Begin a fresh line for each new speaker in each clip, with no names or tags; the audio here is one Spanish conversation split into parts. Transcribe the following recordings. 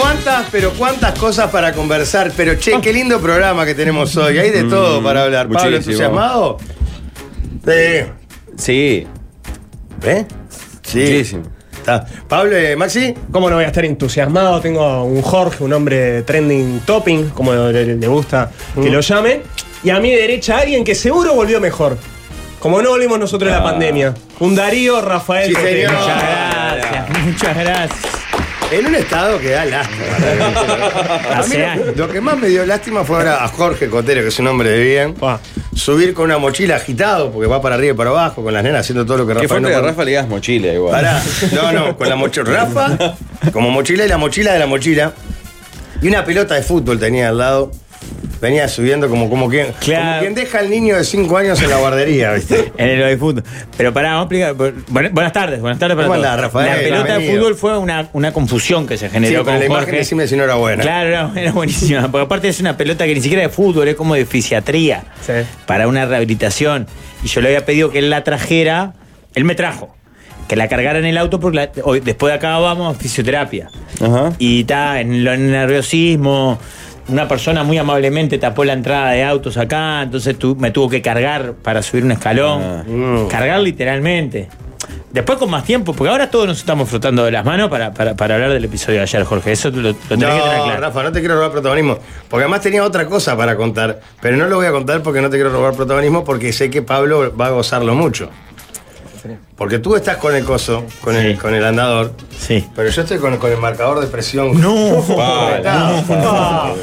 ¿Cuántas, pero cuántas cosas para conversar? Pero che, qué lindo programa que tenemos hoy. Hay de todo para hablar. Pablo,
Mm, muchísimo.
¿entusiasmado?
Sí,
Sí. ¿Eh? Sí.
muchísimo.
Está. Pablo, eh, Maxi.
¿Cómo no voy a estar entusiasmado? Tengo a un Jorge, un hombre trending topping, como le, le gusta
Mm.
que lo llamen. Y a mi derecha alguien que seguro volvió mejor. Como no volvimos nosotros de la pandemia. Un Darío Rafael.
Ah. Sí,
Pepe.
señor.
Ya,
Gracias, muchas gracias.
En un estado que da lástima. A mí
Hace
lo,
años.
lo que más me dio lástima fue ahora a Jorge Cotero, que es un hombre de bien,
Ah.
Pa.
subir con una mochila agitado, porque va para arriba y para abajo, con las nenas haciendo todo lo que Rafa
Qué fuerte
no
que a
puede-
Rafa le digas mochila igual.
Pará. No, no, con la mochila. Rafa, como mochila y la mochila de la mochila. Y una pelota de fútbol tenía al lado. Venía subiendo como, como, quien,
Claro.
como quien deja al niño de 5 años en la guardería, ¿viste?
En el de fútbol. Pero pará, vamos a explicar. Bu- Buenas tardes, buenas tardes para
¿Cómo
todos.
andás, Rafael?
La pelota de
Bienvenido.
fútbol fue una, una confusión que se
Sí,
generó
con
con
la imagen
Jorge.
decime si no era buena.
Claro, no, era buenísima. Porque aparte es una pelota que ni siquiera es de fútbol, es como de fisiatría.
Sí.
Para una rehabilitación. Y yo le había pedido que él la trajera. Él me trajo. Que la cargara en el auto porque la- hoy, después de acá vamos a fisioterapia.
Ajá.
Y está en lo- en el nerviosismo. Una persona muy amablemente tapó la entrada de autos acá, entonces tu- me tuvo que cargar para subir un escalón.
Ah.
Mm.
Cargar literalmente. Después con más tiempo, porque ahora todos nos estamos frotando de las manos para, para- para hablar del episodio de ayer, Jorge. Eso lo, lo tenés que tener
No,
claro.
Rafa, no te quiero robar protagonismo. Porque además tenía otra cosa para contar. Pero no lo voy a contar porque no te quiero robar protagonismo porque sé que Pablo va a gozarlo mucho. Porque tú estás con el coso, con, el,
Sí.
con el andador.
Sí.
Pero yo estoy con, con el marcador de presión.
No,
Vale,
no,
no.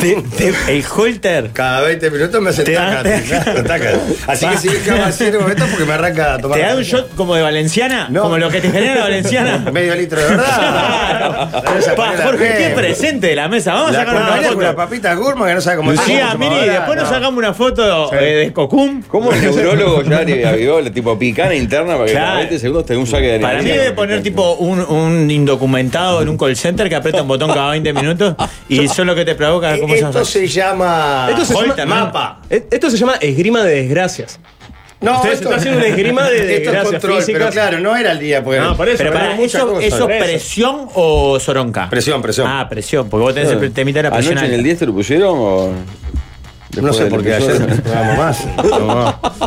Te- te- el holter.
Cada 20 minutos me hacen
Te da-
taca, taca, taca. Así que
Va.
si ves que va a ser un momento porque me arranca a tomar.
¿Te da un shot como de valenciana?
No.
Como lo que te genera la valenciana.
Medio litro de verdad.
Claro.
Pero esa
Pa,
panela
Jorge, qué
bien.
presente de la mesa. Vamos
La
a sacar una
acompañás con la
foto.
papita gourmet que no sabe cómo
Lucía,
cómo
miri,
ahora,
después nos
no.
sacamos una foto eh, de Cocum.
¿Cómo el neurólogo ya le avivó la tipo picana interna para que
Claro.
cada 20 segundos te dé un saque de
Para mí
adrenalina?
debe poner tipo un, un indocumentado en un call center que aprieta un botón cada 20 minutos y eso es lo que te provoca. ¿Cómo se llama?
Eh,
Esto
Esto se llama.
se
Holter,
llama-
¿no?
mapa.
E- Esto se llama esgrima de desgracias.
No,
Ustedes están haciendo una esgrima de
Esto es
desgracias
control, pero
físicas.
claro, no era el día. Porque
No, por eso.
Pero
pero
para
hay muchas
eso,
cosas.
¿eso
Eso.
presión o soronca?
Presión, presión.
Ah, presión, porque vos tenés el temita de la presión.
¿Anoche en
alta.
el 10 te lo pusieron o.?
no
Después
sé
del
por qué
episodio.
ayer vamos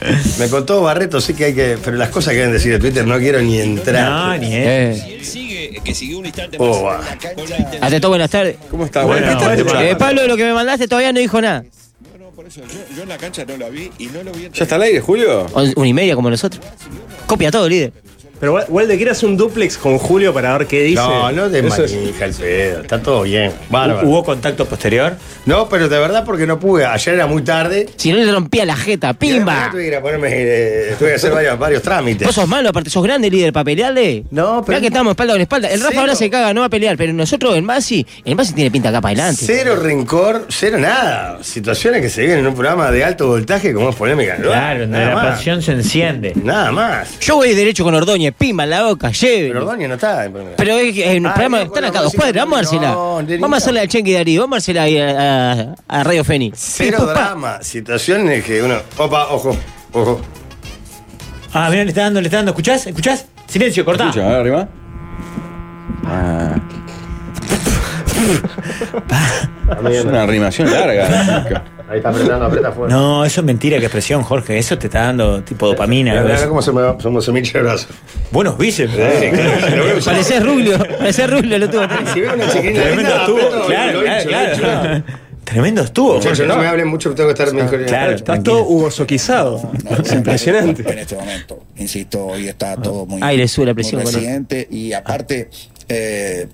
más. Me contó Barreto, sí que hay que. Pero las cosas que deben decir de Twitter no quiero ni entrar.
No, ni
Y
es.
Eh,
él sigue, que siguió un instante más
Oh, va.
en la cancha, con la
ante todo, buenas tardes.
¿Cómo está?
Bueno,
Bueno,
bueno,
bueno.
Eh, Pablo, lo que me mandaste todavía no dijo nada.
inten- No, no, por eso, yo, yo en la cancha no la vi y no lo vi.
¿Ya está al aire, Julio?
Once- Una y media como nosotros. Copia todo, líder.
Pero Wa- Walde quiere hacer un duplex con Julio para ver qué dice.
No, no de
Eso es-
manija el pedo. Está todo bien. Bárbaro.
¿Hubo contacto posterior?
No, pero de verdad porque no pude. Ayer era muy tarde.
Si no le rompía la jeta,
Y
pimba.
Tuve que ir a ponerme, eh, tuve que hacer varios, varios trámites.
Vos sos malo, aparte sos grande, líder, para pelearle.
No, pero-
Mirá que estamos espalda con espalda. El Rafa
Cero.
ahora se caga, no va a pelear, pero nosotros, el Masi, el Masi tiene pinta acá para adelante.
Cero rencor, cero nada. Situaciones que se viven en un programa de alto voltaje como es polémica. ¿no?
Claro, donde
nada
la
más.
pasión se enciende.
Nada más.
Yo voy derecho con Ordóñez, pimba en la boca, lleve.
Pero Ordóñez no está en polémica.
Pero es que eh, en el
Ah,
programa
no,
están
bueno,
acá dos
sí,
cuadras, vamos a
no,
dársela.
de
vamos a
ninguna.
hacerle al Chenqui Darío, vamos a dársela ahí a, a- a Radio Feni.
Cero drama, situaciones que uno. Opa, ojo, ojo.
Ah, mirá, le está dando, le está dando. ¿Escuchás? ¿Escuchás? Silencio, cortá.
Escucha, a ver, arriba. Ah. Es una animación larga. ¿eh?
Ahí está apretando, aprieta fuerte.
No, eso es mentira, qué expresión, Jorge. Eso te está dando tipo dopamina.
Mira,
algo
mira
así.
eh, cómo se me, cómo se me hincha el brazo.
Buenos bíceps.
Parecés Rubio, parecés Rubio, lo tuvo.
Si veo una chiquilina
Tremendo
linda,
estuvo.
aprieto,
Claro,
lo hincho,
claro,
lo hincho.
claro. Tremendo estuvo.
Muchachos,
Jorge.
no me hablen mucho, que tengo que estar mejor.
Claro.
Está todo Hugo Soquizado. Es impresionante.
En este momento, insisto, hoy está
Ah.
todo muy.
Ay, le sube la presión,
muy
bueno.
reciente y aparte, eh,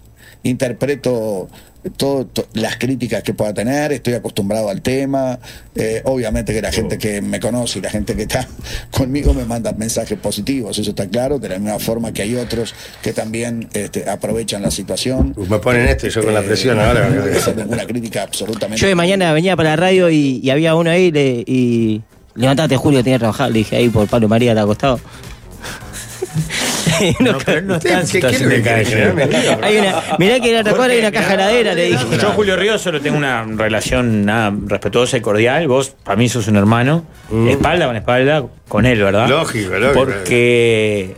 interpreto todo, to- las críticas que pueda tener, estoy acostumbrado al tema. eh, obviamente que la
Oh.
gente que me conoce y la gente que está conmigo me manda mensajes positivos, eso está claro. De la misma forma que hay otros que también este, aprovechan la situación.
Uh, Me ponen esto y yo con la presión
Eh,
ahora.
No voy a hacer ninguna crítica absolutamente.
Yo de mañana venía para la radio y, y había uno ahí le- y levantate Julio, tenía que trabajar. Le dije ahí por Pablo María, te acostado.
No, pero él no está en
¿Qué- qué
situación de
quiere que
calle.
generalme?
Hay una, mirá que en la otra cuadra hay una caja heladera, le dije.
Yo, Julio Ríos, solo tengo una relación nada, respetuosa y cordial. Vos, para mí, sos un hermano. Espalda con espalda con él, ¿verdad?
Lógico, lógico.
Porque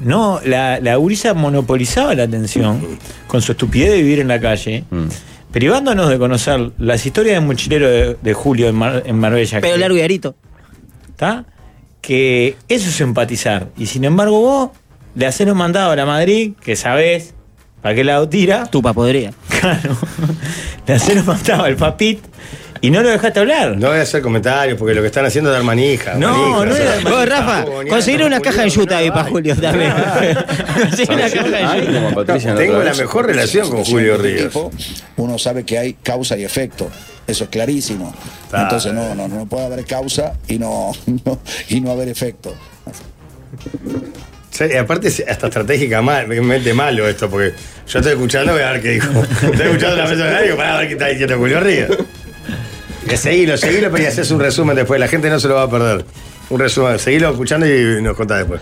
No, la, la gurisa monopolizaba la atención con su estupidez de vivir en la calle, privándonos de conocer las historias del mochilero de, de Julio en, Mar- en Marbella.
Pero
que-
largo y arito.
¿tá? Que eso es empatizar. Y sin embargo, vos le haces los mandados a la Madrid, que sabés para qué lado tira.
Tupa podría.
Claro. Le haces los mandados al papit y no lo dejaste hablar.
No voy a hacer comentarios porque lo que están haciendo es dar manija.
No,
manija,
no
o sea,
era-
tampoco,
Vos, Rafa,
ni era
conseguir
tan
una caja de
Julio,
yuta ahí
nada.
para Julio también. Conseguir una caja de
Ay,
yuta.
como a Patricia
Ah, Tengo
otra
la
vez.
mejor relación con
situación
Julio
de este
Ríos.
tipo, uno sabe que hay causa y efecto. Eso es clarísimo.
Ah.
Entonces no, no, no puede haber causa y no, no- y no haber efecto.
Sí, y aparte, es hasta estratégicamente malo esto, porque yo estoy escuchando, voy a ver qué dijo. Estoy escuchando la mesa de digo, para ver qué está diciendo Julio Ríos. Que seguilo, seguilo, pero y haces un resumen después. La gente no se lo va a perder. Un resumen, seguilo escuchando y nos contás después.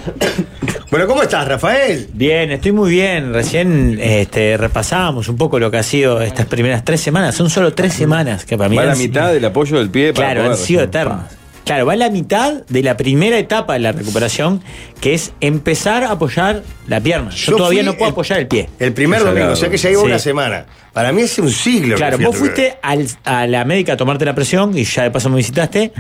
Bueno, ¿cómo estás,
Ah,
Rafael?
Bien, estoy muy bien. Recién este, repasábamos un poco lo que ha sido estas primeras tres semanas. Son solo tres semanas que para mí
Va a la
han si-
mitad del apoyo del pie para
Claro, han
poder.
sido eternas. Claro, va a la mitad de la primera etapa de la recuperación, que es empezar a apoyar la pierna. Yo,
Yo
todavía
fui
no puedo
el-
apoyar el pie.
El primer
Qué
domingo, o sea
salado.
que ya iba
Sí.
una semana. Para mí hace un siglo. que
Claro,
fui a
vos
tu lugar.
fuiste al- a la médica a tomarte la presión y ya de paso me visitaste.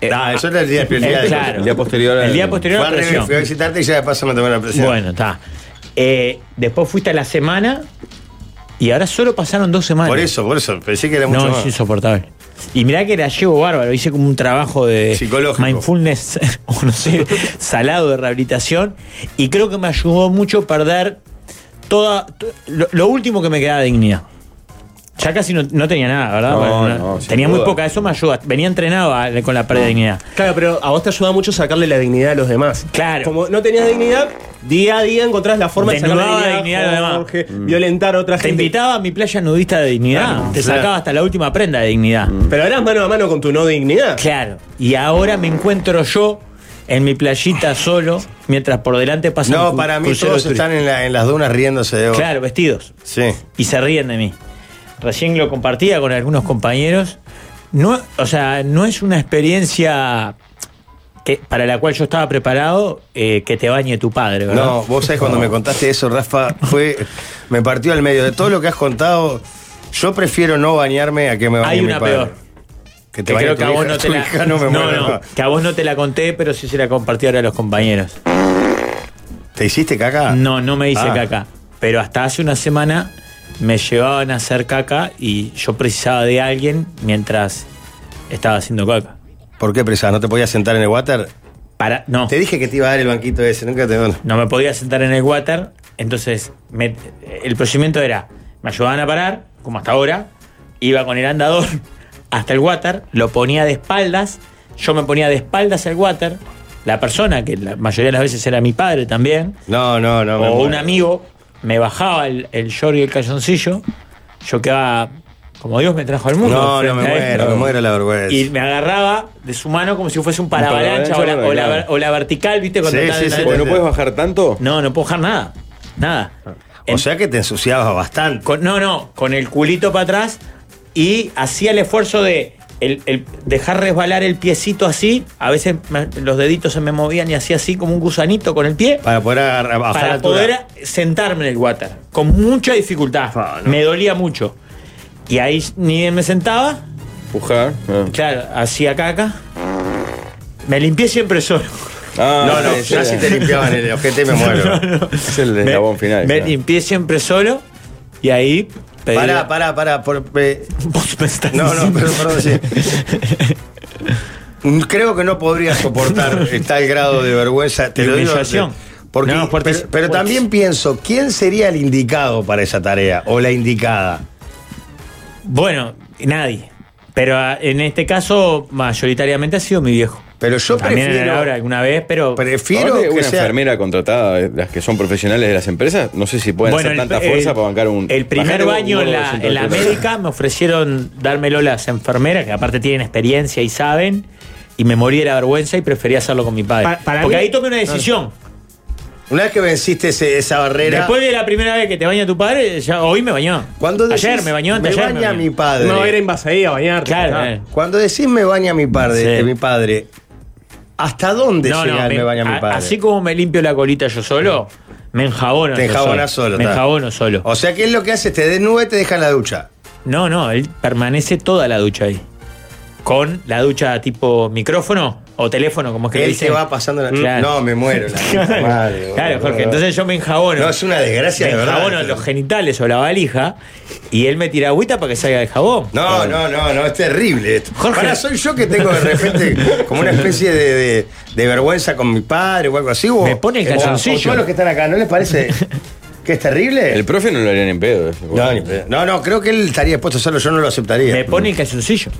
Eh,
Ah, eso era el día, el día
eh,
de-
claro.
El día posterior al-
El día posterior a
Fue
la
al revés,
presión.
fui a visitarte y ya de paso me tomé la presión.
Bueno, está. Eh, después fuiste a la semana y ahora solo pasaron dos semanas.
Por eso, por eso. Pensé que era mucho
No,
más.
es insoportable. Y mirá que la llevo bárbaro, hice como un trabajo de
Psicológico.
mindfulness, o no sé, salado de rehabilitación, y creo que me ayudó mucho perder toda to- lo, lo último que me quedaba de dignidad. Ya casi no, no tenía nada, ¿verdad?
No,
Bueno,
no, sin
tenía muy
duda.
poca, eso me ayuda. Venía entrenado a- con la pérdida de dignidad.
Claro, pero a vos te ayuda mucho sacarle la dignidad a los demás.
Claro.
Como no tenías dignidad, día a día encontrás la forma de
Desnudaba
sacarle
la dignidad a los demás.
Jorge,
Mm.
Violentar a otra
Te
gente.
invitaba a mi playa nudista de dignidad,
Claro,
te
claro. Mm.
sacaba hasta la última prenda de dignidad.
Pero eras mano a mano con tu no dignidad.
Claro, y ahora me encuentro yo en mi playita solo, mientras por delante pasan
No,
cru-
para mí
cruceros
todos
turísticos.
están en, la- en las dunas riéndose de vos.
Claro, vestidos.
Sí.
Y se ríen de mí. Recién lo compartía con algunos compañeros. No, o sea, no es una experiencia que, para la cual yo estaba preparado eh, que te bañe tu padre, ¿verdad?
No, vos sabés cuando me contaste eso, Rafa, fue. Me partió al medio. De todo lo que has contado, yo prefiero no bañarme a que me bañe
Hay
mi
una
padre.
peor.
Que te
Que
bañe
creo
tu
que a vos
hija.
no te
Tu
la
hija no me
no,
muere,
no,
Rafa.
que a vos no te la conté, pero sí se la compartí ahora a los compañeros.
¿Te hiciste caca?
No, no me hice
Ah.
caca. Pero hasta hace una semana me llevaban a hacer caca y yo precisaba de alguien mientras estaba haciendo caca.
¿Por qué presa? ¿No te podías sentar en el water?
Para, no,
Te dije que te iba a dar el banquito ese, nunca te
no me podía sentar en el water, entonces me- el procedimiento era, me ayudaban a parar, como hasta ahora, iba con el andador hasta el water, lo ponía de espaldas, yo me ponía de espaldas al water, la persona, que la mayoría de las veces era mi padre también,
No, no, no. me
o
muero.
un amigo me bajaba el, el short y el calzoncillo, yo quedaba como Dios me trajo al mundo.
No, no me
frente a él.
muero, me muero la vergüenza.
Y me agarraba de su mano como si fuese un parabalancha o la, o la ver- o la vertical, ¿viste? Cuando
Sí,
tal-
sí,
tal-
sí.
Porque no
Sí.
puedes bajar tanto.
No, no puedo bajar nada. Nada. En-
O sea que te ensuciabas bastante.
con- no, no, con el culito para atrás y hacía el esfuerzo de el- el dejar resbalar el piecito así. A veces me- los deditos se me movían y hacía así como un gusanito con el pie
Para poder agarrar, bajar
para
altura.
poder sentarme en el water. Con mucha dificultad.
Ah, no.
Me dolía mucho. Y ahí ni bien me sentaba.
Pujar. Ah.
Claro, hacía caca. Me limpié siempre solo.
Ah,
No, no,
sí,
ya
sí.
si te limpiaban el ojete me muero.
Es el
Me,
eslabón final.
me
claro.
limpié siempre solo. Y ahí pedí.
Pará, pará, pará. por- eh,
Vos me estás
No, no,
diciendo-
perdón, perdón, sí. Mm, Creo que no podría soportar eh, tal grado de vergüenza. Te
De
lo digo.
humillación.
te- Porque,
No, fuerte-
pero, pero
fuerte.
también pienso, ¿quién sería el indicado para esa tarea o la indicada?
Bueno, nadie. Pero ah, en este caso, mayoritariamente ha sido mi viejo.
Pero yo
También en
prefiero.
la hora alguna vez, pero.
Prefiero
Aparte,
que
una
sea.
enfermera contratada, eh, las que son profesionales de las empresas, no sé si pueden hacer
el-
tanta
el-
fuerza para bancar un.
El primer
bajar un
baño en
gordo
la,
de
en la
180.
médica me ofrecieron dármelo las enfermeras, que aparte tienen experiencia y saben, y me morí de la vergüenza y prefería hacerlo con mi padre.
Eh,
Pa- para
Porque
mí-
ahí tomé una decisión.
Una vez que venciste ese- esa barrera.
Después de la primera vez que te baña tu padre, ya hoy me bañó.
cuando decís,
ayer me bañó,
Me
antes ayer
baña mi padre.
No, era en Basaí a bañarte.
Claro,
Ah.
eh.
Cuando decís me baña mi padre,
Sí.
mi padre, ¿Hasta dónde
No,
llega
no,
el me,
me-
baña mi
a-
padre?
Así como me limpio la colita yo solo, me enjabono. yo
te enjabonas solo.
Me
ta.
enjabono solo.
O sea, ¿qué es lo que haces? Te desnuda y te deja en la ducha.
No, no, él permanece toda la ducha ahí. Con la ducha tipo micrófono o teléfono, como es que le
Él
dicen.
se va pasando la...
Claro.
No, me muero. la puta madre, boludo.
Claro, Jorge, entonces yo me enjabono.
No, es una desgracia,
Me
de verdad.
enjabono los genitales o la valija y él me tira agüita para que salga el jabón.
No, no, no, no, este es terrible esto.
Jorge.
Ahora soy yo que tengo de repente como una especie de, de- de vergüenza con mi padre o algo así. O,
Me pone el
o-
calzoncillo.
o todos los que están acá, ¿no les parece que es terrible?
El profe no lo harían en pedo. eh.
no, ni pedo. no, no, creo que él estaría dispuesto a hacerlo, yo no lo aceptaría.
Me pone el calzoncillo.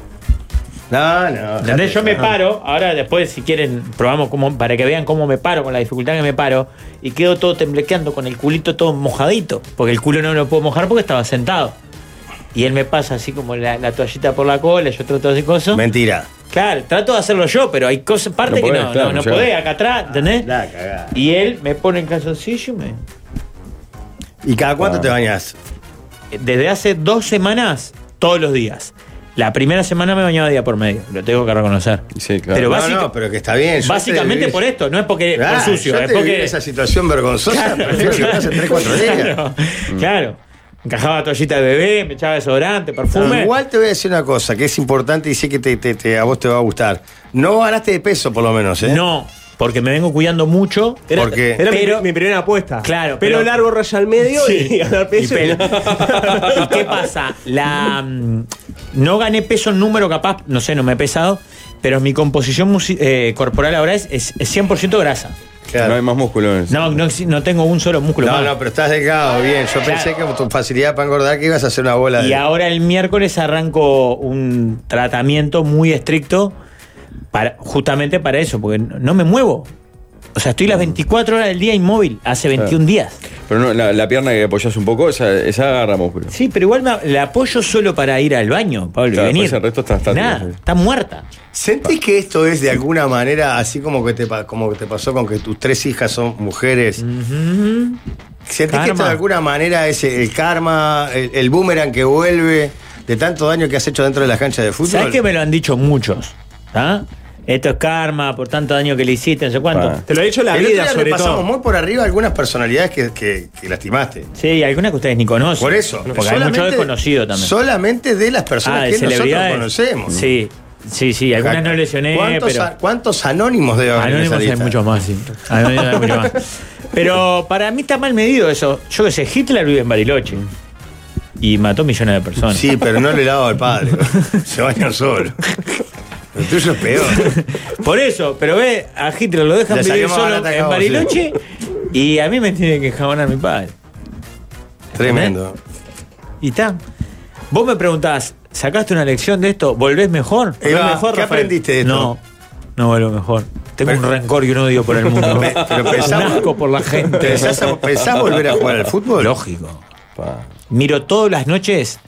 No, no.
¿Entendés? Yo me
déjate.
paro, ahora después si quieren probamos cómo, para que vean cómo me paro, con la dificultad que me paro, y quedo todo temblequeando, con el culito todo mojadito, porque el culo no lo puedo mojar porque estaba sentado. Y él me pasa así como la, la toallita por la cola, yo trato de hacer cosas.
Mentira.
Claro, trato de hacerlo yo, pero hay cosas, partes
No
que
podés,
no,
claro,
no, no
ya.
podés, acá atrás, ¿entendés?
La cagada.
Y él me pone el calzoncillo y me...
¿Y cada cuánto te bañas?
Ah, Desde hace dos semanas, todos los días. La primera semana me bañaba día por medio, lo tengo que reconocer.
Sí, claro.
Pero
no,
básica-
no, pero que está bien. yo
Básicamente
te-
por esto, no es porque
Claro,
por sucio,
yo
es
te viví
porque.
esa situación vergonzosa, prefiero que hace 3, 4 días.
Claro,
Mm.
claro. Encajaba toallita de bebé, me echaba desodorante,
Pero
perfume.
Igual te voy a decir una cosa que es importante y sé que te, te- te- a vos te va a gustar. No ganaste de peso, por lo menos, ¿eh?
No, porque me vengo cuidando mucho.
Era,
Porque-
era mi-
Pero-
mi, primera apuesta.
Claro,
Pelo
pero-
largo, raya al medio y a dar peso.
Y pelo.
y-
¿Y qué pasa? La, mm, no gané peso en número capaz, no sé, no me he pesado, pero mi composición musi- eh, corporal ahora es, es- es 100% grasa.
No hay
Claro.
más músculo en eso.
No, no, exi- no tengo un solo músculo.
No,
más.
no, pero estás delgado, bien. Yo pensé que con tu facilidad para engordar que ibas a hacer una bola
Y
de.
ahora el miércoles arranco un tratamiento muy estricto para, justamente para eso, porque no no me muevo. O sea,
Mm.
estoy las 24 horas del día inmóvil, hace 21 días.
Pero no, la, la pierna que apoyas un poco, esa, esa agarra músculo.
Sí, pero igual me, la apoyo solo para ir al baño, Pablo, y
Claro,
venir.
pues el resto está estático,
Nada,
sí.
está muerta.
¿Sentís que esto es de alguna manera así como que te, pa- como que te pasó con que tus tres hijas son mujeres? ¿Sentís que esto
Mm, Karma.
de alguna manera es el, el karma, el, el boomerang que vuelve de tanto daño que has hecho dentro de las canchas de fútbol?
¿Sabes que me lo han dicho muchos? ¿Ah? Esto es karma por tanto daño que le hiciste, no sé cuánto.
Ah.
Te lo ha hecho la
El otro
vida,
día le
sobre
pasamos
todo.
muy por arriba a algunas personalidades que- que- que lastimaste.
Sí, algunas que ustedes ni conocen.
Por eso.
Porque hay mucho
Solamente-
desconocido también. Ah,
Solamente de las personas
de
que nosotros conocemos.
Sí, sí, sí. Algunas no lesioné,
¿Cuántos,
pero.
a- cuántos anónimos debe haber? en
Anónimos
esa
hay
lista?
muchos más, sí. Anónimos hay muchos más. Pero para mí está mal medido eso. Yo qué sé, Hitler vive en Bariloche. Y mató millones de personas.
Sí, pero no le lavo al padre. Se bañan solo. Lo tuyo es peor.
Por eso, pero ve, a Hitler lo dejan
Le
vivir
salió más
solo
barata que a
en
vos,
Bariloche y a mí me tiene que jabonar mi padre.
Tremendo.
Y está. Vos me preguntás, ¿sacaste una lección de esto? ¿Volvés mejor?
Ahí
¿Volvés
va,
mejor
¿qué
Rafael?
aprendiste de esto?
No, no vuelvo mejor. Tengo un rencor y un odio por el mundo.
Pe- pero
un
pensá-
asco por la gente.
¿Pensás, a- pensás volver a jugar al fútbol?
Lógico.
Pa.
Miro todas las noches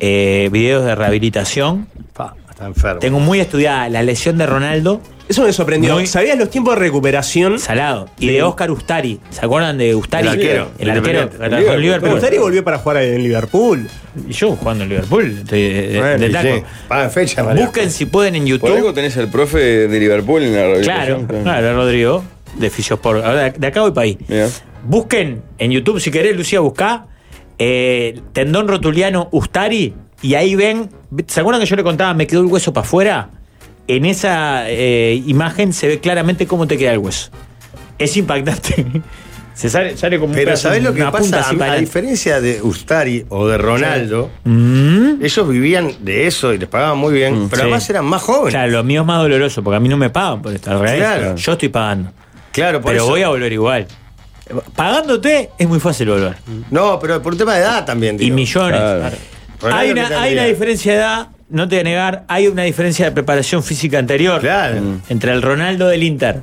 eh, videos de rehabilitación.
Pa, está enfermo.
Tengo muy estudiada la lesión de Ronaldo,
Eso me sorprendió.
Muy-
¿Sabías los tiempos de recuperación?
Salado, y de Oscar Ustari. ¿Se acuerdan de Ustari?
El arquero.
El arquero. que
Independiente.
atajó en Liverpool.
Pero Ustari volvió para jugar en Liverpool.
Y yo jugando en Liverpool. estoy de- de-
Bueno,
Este, eh, de
y
taco.
sí. Pa, fecha, María.
Busquen si pueden en
Por algo
YouTube.
tenés al profe de Liverpool en la
Claro,
rehabilitación,
claro, Rodrigo, de Fisioport. Ahora, de acá voy para ahí.
Mirá.
Busquen en YouTube, si querés, Lucía, buscá eh, tendón rotuliano Ustari y ahí ven. ¿Se acuerdan que yo le contaba, me quedó el hueso para afuera? En esa eh, imagen se ve claramente cómo te queda el hueso. Es impactante. Se sale, sale como un
Pero
pedazo,
¿sabés lo que
una punta
pasa?
así para
A, a
adelante. Mm.
diferencia de Ustari o de Ronaldo, ellos vivían de eso y les pagaban muy bien, pero
Sí.
además eran más jóvenes.
Claro, lo mío es más doloroso porque a mí no me pagan por esto. Al revés,
Claro.
yo estoy pagando.
Claro, por
Pero
eso-
voy a volver igual. Eh, Pagándote es muy fácil volver.
No, pero por un tema de edad también.
Y
digo.
millones.
Claro.
Ronaldo
Hay,
que
una, hay
tendría.
una diferencia de edad, no te voy a negar, hay una diferencia de preparación física anterior
Claro.
entre el Ronaldo del Inter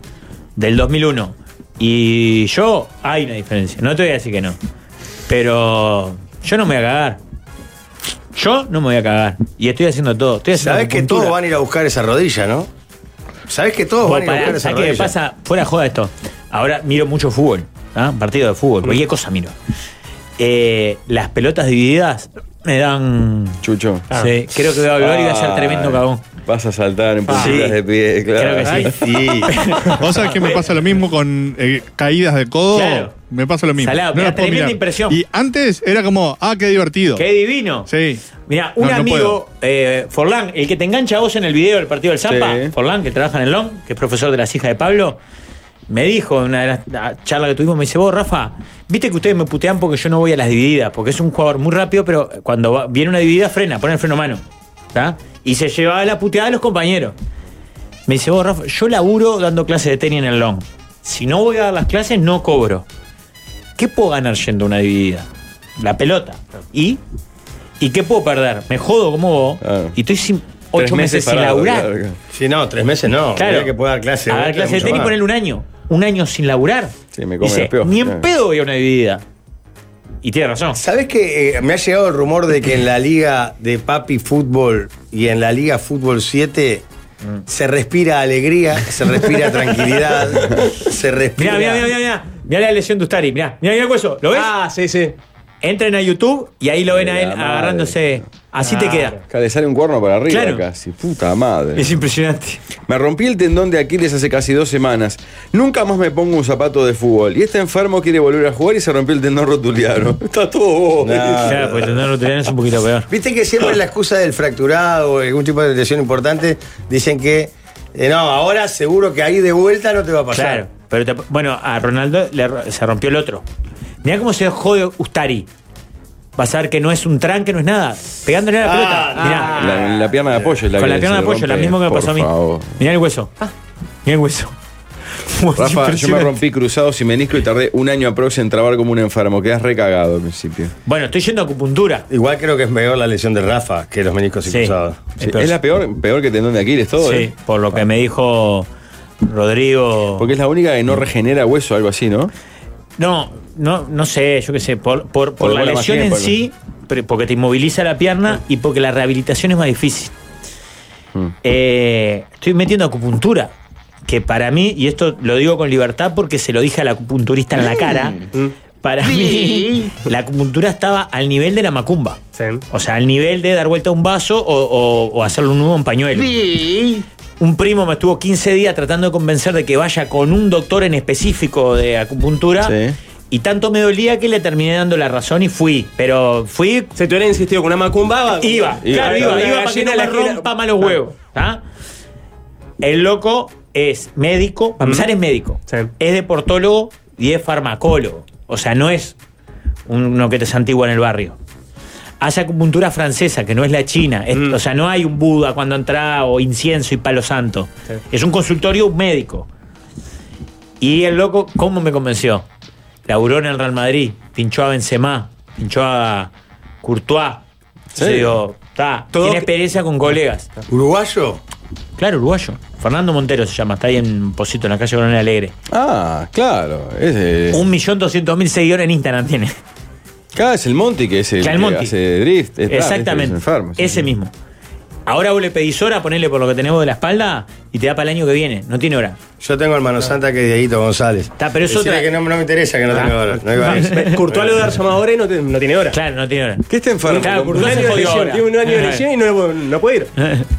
del 2001 y yo, hay una diferencia. No te voy a decir que no. Pero yo no me voy a cagar. Yo no me voy a cagar. Y estoy haciendo todo. Estoy haciendo
Sabés que
acupuntura.
todos van a ir a buscar esa rodilla, ¿no? Sabés que todos
Vos
van a ir a
pará,
buscar esa
¿eh? ¿sabés qué
rodilla.
me pasa? Fuera de joda esto. Ahora miro mucho fútbol, ¿ah? partido de fútbol, cualquier cosa miro. Eh, las pelotas divididas Me dan.
Chucho.
Sí, creo que voy a volver y voy a ser
Ay,
tremendo cagón.
Vas a saltar en
Ah.
puntitas
Sí.
de pie, claro.
Creo que sí.
Ay, sí.
Vos sabés que me pasa lo mismo con eh, caídas de codo.
Claro.
Me pasa lo mismo.
Salado, me da
las puedo
tremenda
mirar.
impresión.
Y antes era como, ah, qué divertido.
¡Qué divino!
Sí.
Mira,
No,
un
no
amigo, eh, Forlán, el que te engancha a vos en el video del partido del Zampa,
Sí.
Forlán, que trabaja en el LON, que es profesor de las hijas de Pablo, me dijo en una de las la charla que tuvimos, me dice, vos, Rafa, viste que ustedes me putean porque yo no voy a las divididas, porque es un jugador muy rápido, pero cuando va- viene una dividida frena, pone el freno a mano. ¿tá? Y se llevaba la puteada de los compañeros. Me dice, vos, Rafa, yo laburo dando clases de tenis en el long. Si no voy a dar las clases, no cobro. ¿Qué puedo ganar yendo a una dividida? La pelota. ¿Y? ¿Y qué puedo perder? Me jodo como vos
Claro.
y estoy sin,
Tres
ocho meses, sin
parado,
laburar.
claro.
Sí, no, tres meses no.
Claro.
Mirá que pueda dar clase.
A dar clase de
mucho
tenis,
más.
ponerle un año. Un año sin laburar.
Sí, me come
Dice,
los piojos,
Ni en
claro.
pedo voy a una dividida. Y tiene razón.
¿Sabes que eh, me ha llegado el rumor de que en la liga de Papi Fútbol y en la liga Fútbol 7
Mm.
se respira alegría, se respira tranquilidad, se respira.
Mirá, mirá, mirá, mirá, mirá. Mirá la lesión de Ustari, mirá. Mirá, mirá el hueso. ¿Lo ves?
Ah, sí, sí.
Entren a YouTube y ahí lo ven a él
La madre.
agarrándose. Así te queda.
Acá le sale un cuerno para arriba
Claro.
casi. Puta madre.
Es impresionante.
Me rompí el tendón de Aquiles hace casi dos semanas. Nunca más me pongo un zapato de fútbol. Y este enfermo quiere volver a jugar y se rompió el tendón rotuliano. Está todo bobo.
Claro, porque tener pues, rotuliano es un poquito peor.
Viste que siempre la excusa del fracturado o algún tipo de lesión importante dicen que eh, no, ahora seguro que ahí de vuelta no te va a pasar.
Claro. Pero te- bueno, a Ronaldo le ro- se rompió el otro. Mirá cómo se jode Ustari. Vas a ver que no es un tranque, no es nada. Pegándole a la
Ah,
pelota. Mirá.
La, la pierna de apoyo es la
con
que
la
se
pierna de apoyo, la
rompe.
misma que me
Por
pasó a mí.
favor.
Mirá el hueso. Mirá el hueso. Muy
Rafa, yo me
impresionante.
rompí cruzados y menisco y tardé un año aprox en trabar como un enfermo. Quedás recagado al principio.
Bueno, estoy yendo a acupuntura.
Igual creo que es peor la lesión de Rafa que los meniscos y
Sí.
cruzados.
Sí,
Entonces-
es la peor, peor que tendón de Aquiles todo.
Sí,
¿eh?
por lo que me dijo Rodrigo.
Porque es la única que no regenera hueso, algo así, ¿no?
No, no, no sé, yo qué sé, por, por, por
Por
la
la
lesión en
imagen, por-
sí, pero porque te inmoviliza la pierna y porque la rehabilitación es más difícil.
Mm.
Eh, estoy metiendo acupuntura, que para mí, y esto lo digo con libertad porque se lo dije al acupunturista en la cara, para mí la acupuntura estaba al nivel de la macumba.
Sí.
O sea, al nivel de dar vuelta a un vaso o, o- o hacerle un nudo en pañuelo. Un primo me estuvo 15 días tratando de convencer de que vaya con un doctor en específico de acupuntura.
Sí.
Y tanto me dolía que le terminé dando la razón y fui. Pero fui.
Se te hubiera insistido con una macumba.
Iba,
Iba.
claro, iba,
Una
iba para que
gallina
no
a
me
la gira-
rompa malos huevos. ¿tá? El loco es médico, para empezar es médico,
Sí.
es deportólogo y es farmacólogo. O sea, no es uno que te santigua en el barrio. Hace acupuntura francesa, que no es la china. Es-
Mm.
O sea, no hay un Buda cuando entra o incienso y palo santo.
Sí.
Es un consultorio, un médico. Y el loco, ¿cómo me convenció? Laburó en el Real Madrid, pinchó a Benzema, pinchó a Courtois.
Sí.
Se digo, está,
Todo-
tiene experiencia con colegas.
¿Uruguayo?
Claro, uruguayo. Fernando Montero se llama, está ahí en Posito, en la calle Coronel Alegre.
Ah, claro. Es, eh,
Un millón doscientos mil seguidores en Instagram tiene.
Cada es el Monty que es el,
Claro, el
que
Monty.
hace drift. es-
Exactamente.
es enfermo, sí.
Ese mismo. Ahora vos le pedís hora, ponele por lo que tenemos de la espalda y te da para el año que viene. No tiene hora.
Yo tengo al Mano Santa que es Dieguito González.
Está, pero es
Decirle
otra-
que no, no me interesa que no
Ah.
tenga ahora. No iba a ir.
Courtois lo de llamado ahora y no, te- no tiene hora.
Claro, no tiene hora.
¿Qué está enfermo?
Claro,
Un
Courtois
año
se
de
jodió
lesión,
ahora.
tiene un año de lesión y no, no puede ir.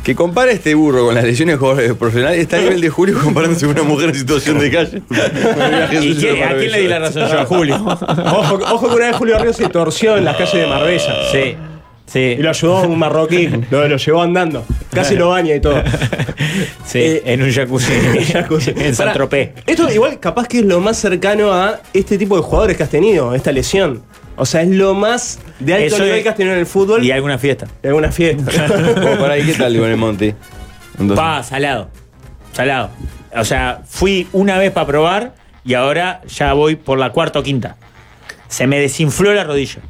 Que compara este burro con las lesiones de jugadores profesionales está a nivel de Julio comparándose con una mujer en situación de calle.
¿Y quién- a quién le di la razón yo? A Julio.
Ojo, ojo que una vez Julio Río se torció en las calles de Marbella.
Sí, sí.
Y lo ayudó un marroquí, lo, lo llevó andando. Casi lo baña y todo.
Sí,
Eh,
en un jacuzzi. en San
Pará,
Tropez.
Esto igual capaz que es lo más cercano a este tipo de jugadores que has tenido, esta lesión. O sea, es lo más de alto
Eso
nivel
es-
que has tenido en el fútbol
Y
y
alguna fiesta.
en una fiesta.
para ahí, ¿qué tal con el Monty? Entonces,
Pa, salado. Salado. O sea, fui una vez para probar y ahora ya voy por la cuarta o quinta. Se me desinfló la rodilla.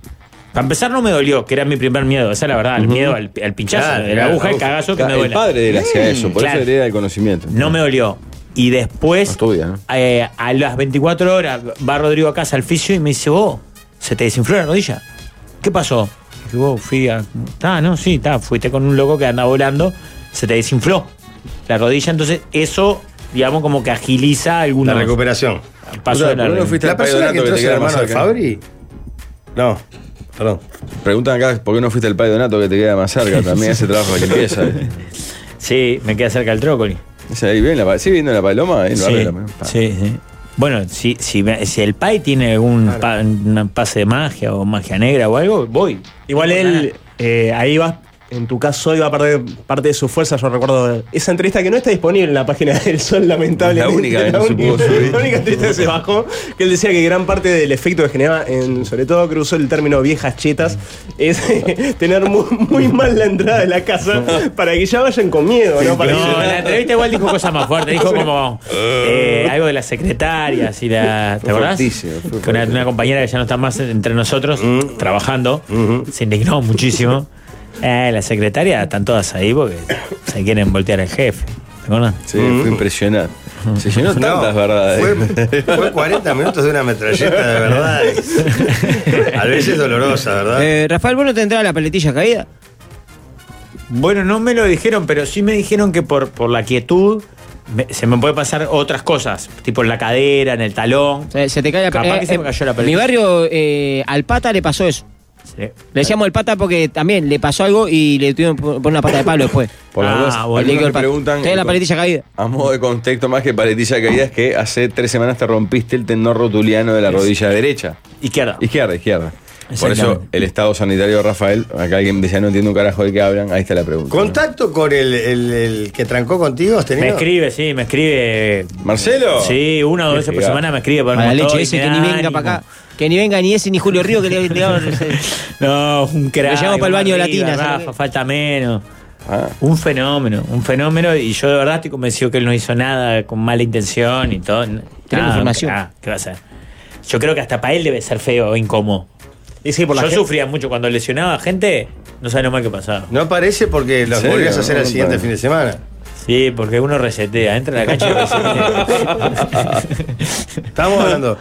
Para empezar no me dolió, que era mi primer miedo, esa es la verdad, el miedo al, al pinchazo,
Claro,
de la
claro,
aguja, el
aguja.
cagazo que me
el
duele.
padre de la hacía eso, por
Claro.
eso hereda el conocimiento.
No me dolió. Y después,
No estudia, ¿no?
eh, a las 24 horas, va Rodrigo a casa al fisio y me dice, vos, se te desinfló la rodilla. ¿Qué pasó? Dije, vos, fui a... Ah, no, sí, está, fuiste con un loco que andaba volando, se te desinfló la rodilla. Entonces, eso, digamos, como que agiliza alguna
La recuperación.
O
Paso
sea,
de la
por lo menos
rodilla.
fuiste
¿La
al Payo
persona que
Donato
entró
te
es el
queda
hermano
más
de
cerca.
Fabri? No. Perdón.
Preguntan acá por qué no fuiste al Pai Donato que te queda más cerca también ese trabajo de limpieza.
Sí, me queda cerca el trócoli.
Es ahí, ¿ven la pa- ¿Sigue viendo la paloma? En el barrio
Sí,
también. Pa.
sí, sí. Bueno, si, si, me- si el Pai tiene algún pa- un pase de magia o magia negra o algo, voy.
Igual él, eh, ahí va, en tu caso, iba a perder parte de sus fuerzas. Yo recuerdo esa entrevista que no está disponible en la página del Sol, lamentablemente.
La única que no se
única-
pudo subir.
la única entrevista que se bajó, que él decía que gran parte del efecto que generaba, en, sobre todo que usó el término viejas chetas, es tener muy, muy mal la entrada de la casa para que ya vayan con miedo, ¿no? Para
No,
que-
en la entrevista igual dijo cosas más fuertes. Dijo como eh, algo de las secretarias y la. ¿Te
Fue
acordás?
fuertísimo, fue
Que una, una compañera que ya no está más entre nosotros trabajando se indignó muchísimo. Eh, las secretarias están todas ahí porque se quieren voltear al jefe. ¿Te acordás?
Sí, fue impresionante. Se llenó tantas verdades.
Fue, fue 40 minutos de una metralleta de verdades. A veces dolorosa, ¿verdad?
Eh, Rafael, ¿vos no tendrás la paletilla caída?
Bueno, no me lo dijeron, pero sí me dijeron que por, por la quietud me- se me puede pasar otras cosas, tipo en la cadera, en el talón.
Se, se te cae la eh,
Capaz que se me cayó la
Mi
paletilla.
barrio, eh, al pata le pasó eso.
Sí.
Le decíamos el pata porque también le pasó algo y le tuvieron que poner una pata de palo después.
Por las
Ah,
dudas,
bueno.
algunos
Le quedó
me
el pata.
preguntan.
Tenés la paletilla caída.
A modo de contexto, más que paletilla caída, es que hace tres semanas te rompiste el tendón rotuliano de la rodilla derecha.
Izquierda.
Izquierda, izquierda. Por eso,
Exactamente.
el estado sanitario de Rafael, acá alguien decía, no entiendo un carajo de qué hablan, ahí está la pregunta. ¿no?
¿Contacto con el, el- el que trancó contigo has tenido?
Me escribe, sí, me escribe.
¿Marcelo?
Sí, una o dos veces por
Mirá.
semana me escribe para
Para la
un montón
leche ese
y me
que
da
ni venga
ánimo.
para acá. Que ni venga ni ese ni Julio Río que le, le daban ese-
No, un crack.
Lo llevamos para el baño de la
arriba,
tina, ¿sabes
Rafa,
qué?
falta menos.
Ah,
Un fenómeno, un fenómeno. Y yo de verdad estoy convencido que él no hizo nada con mala intención y todo. Tenemos
información.
¿Qué va a ser? Yo creo que hasta para él debe ser feo o incómodo.
Y sí, por la
yo
gente-
sufría mucho cuando lesionaba a gente, no sabe lo mal que pasaba.
No aparece porque
¿En
los
serio?
volvías a hacer
No,
el
no
siguiente
parece.
fin de semana.
Sí, porque uno resetea, entra en la cancha y resetea.
Estábamos hablando.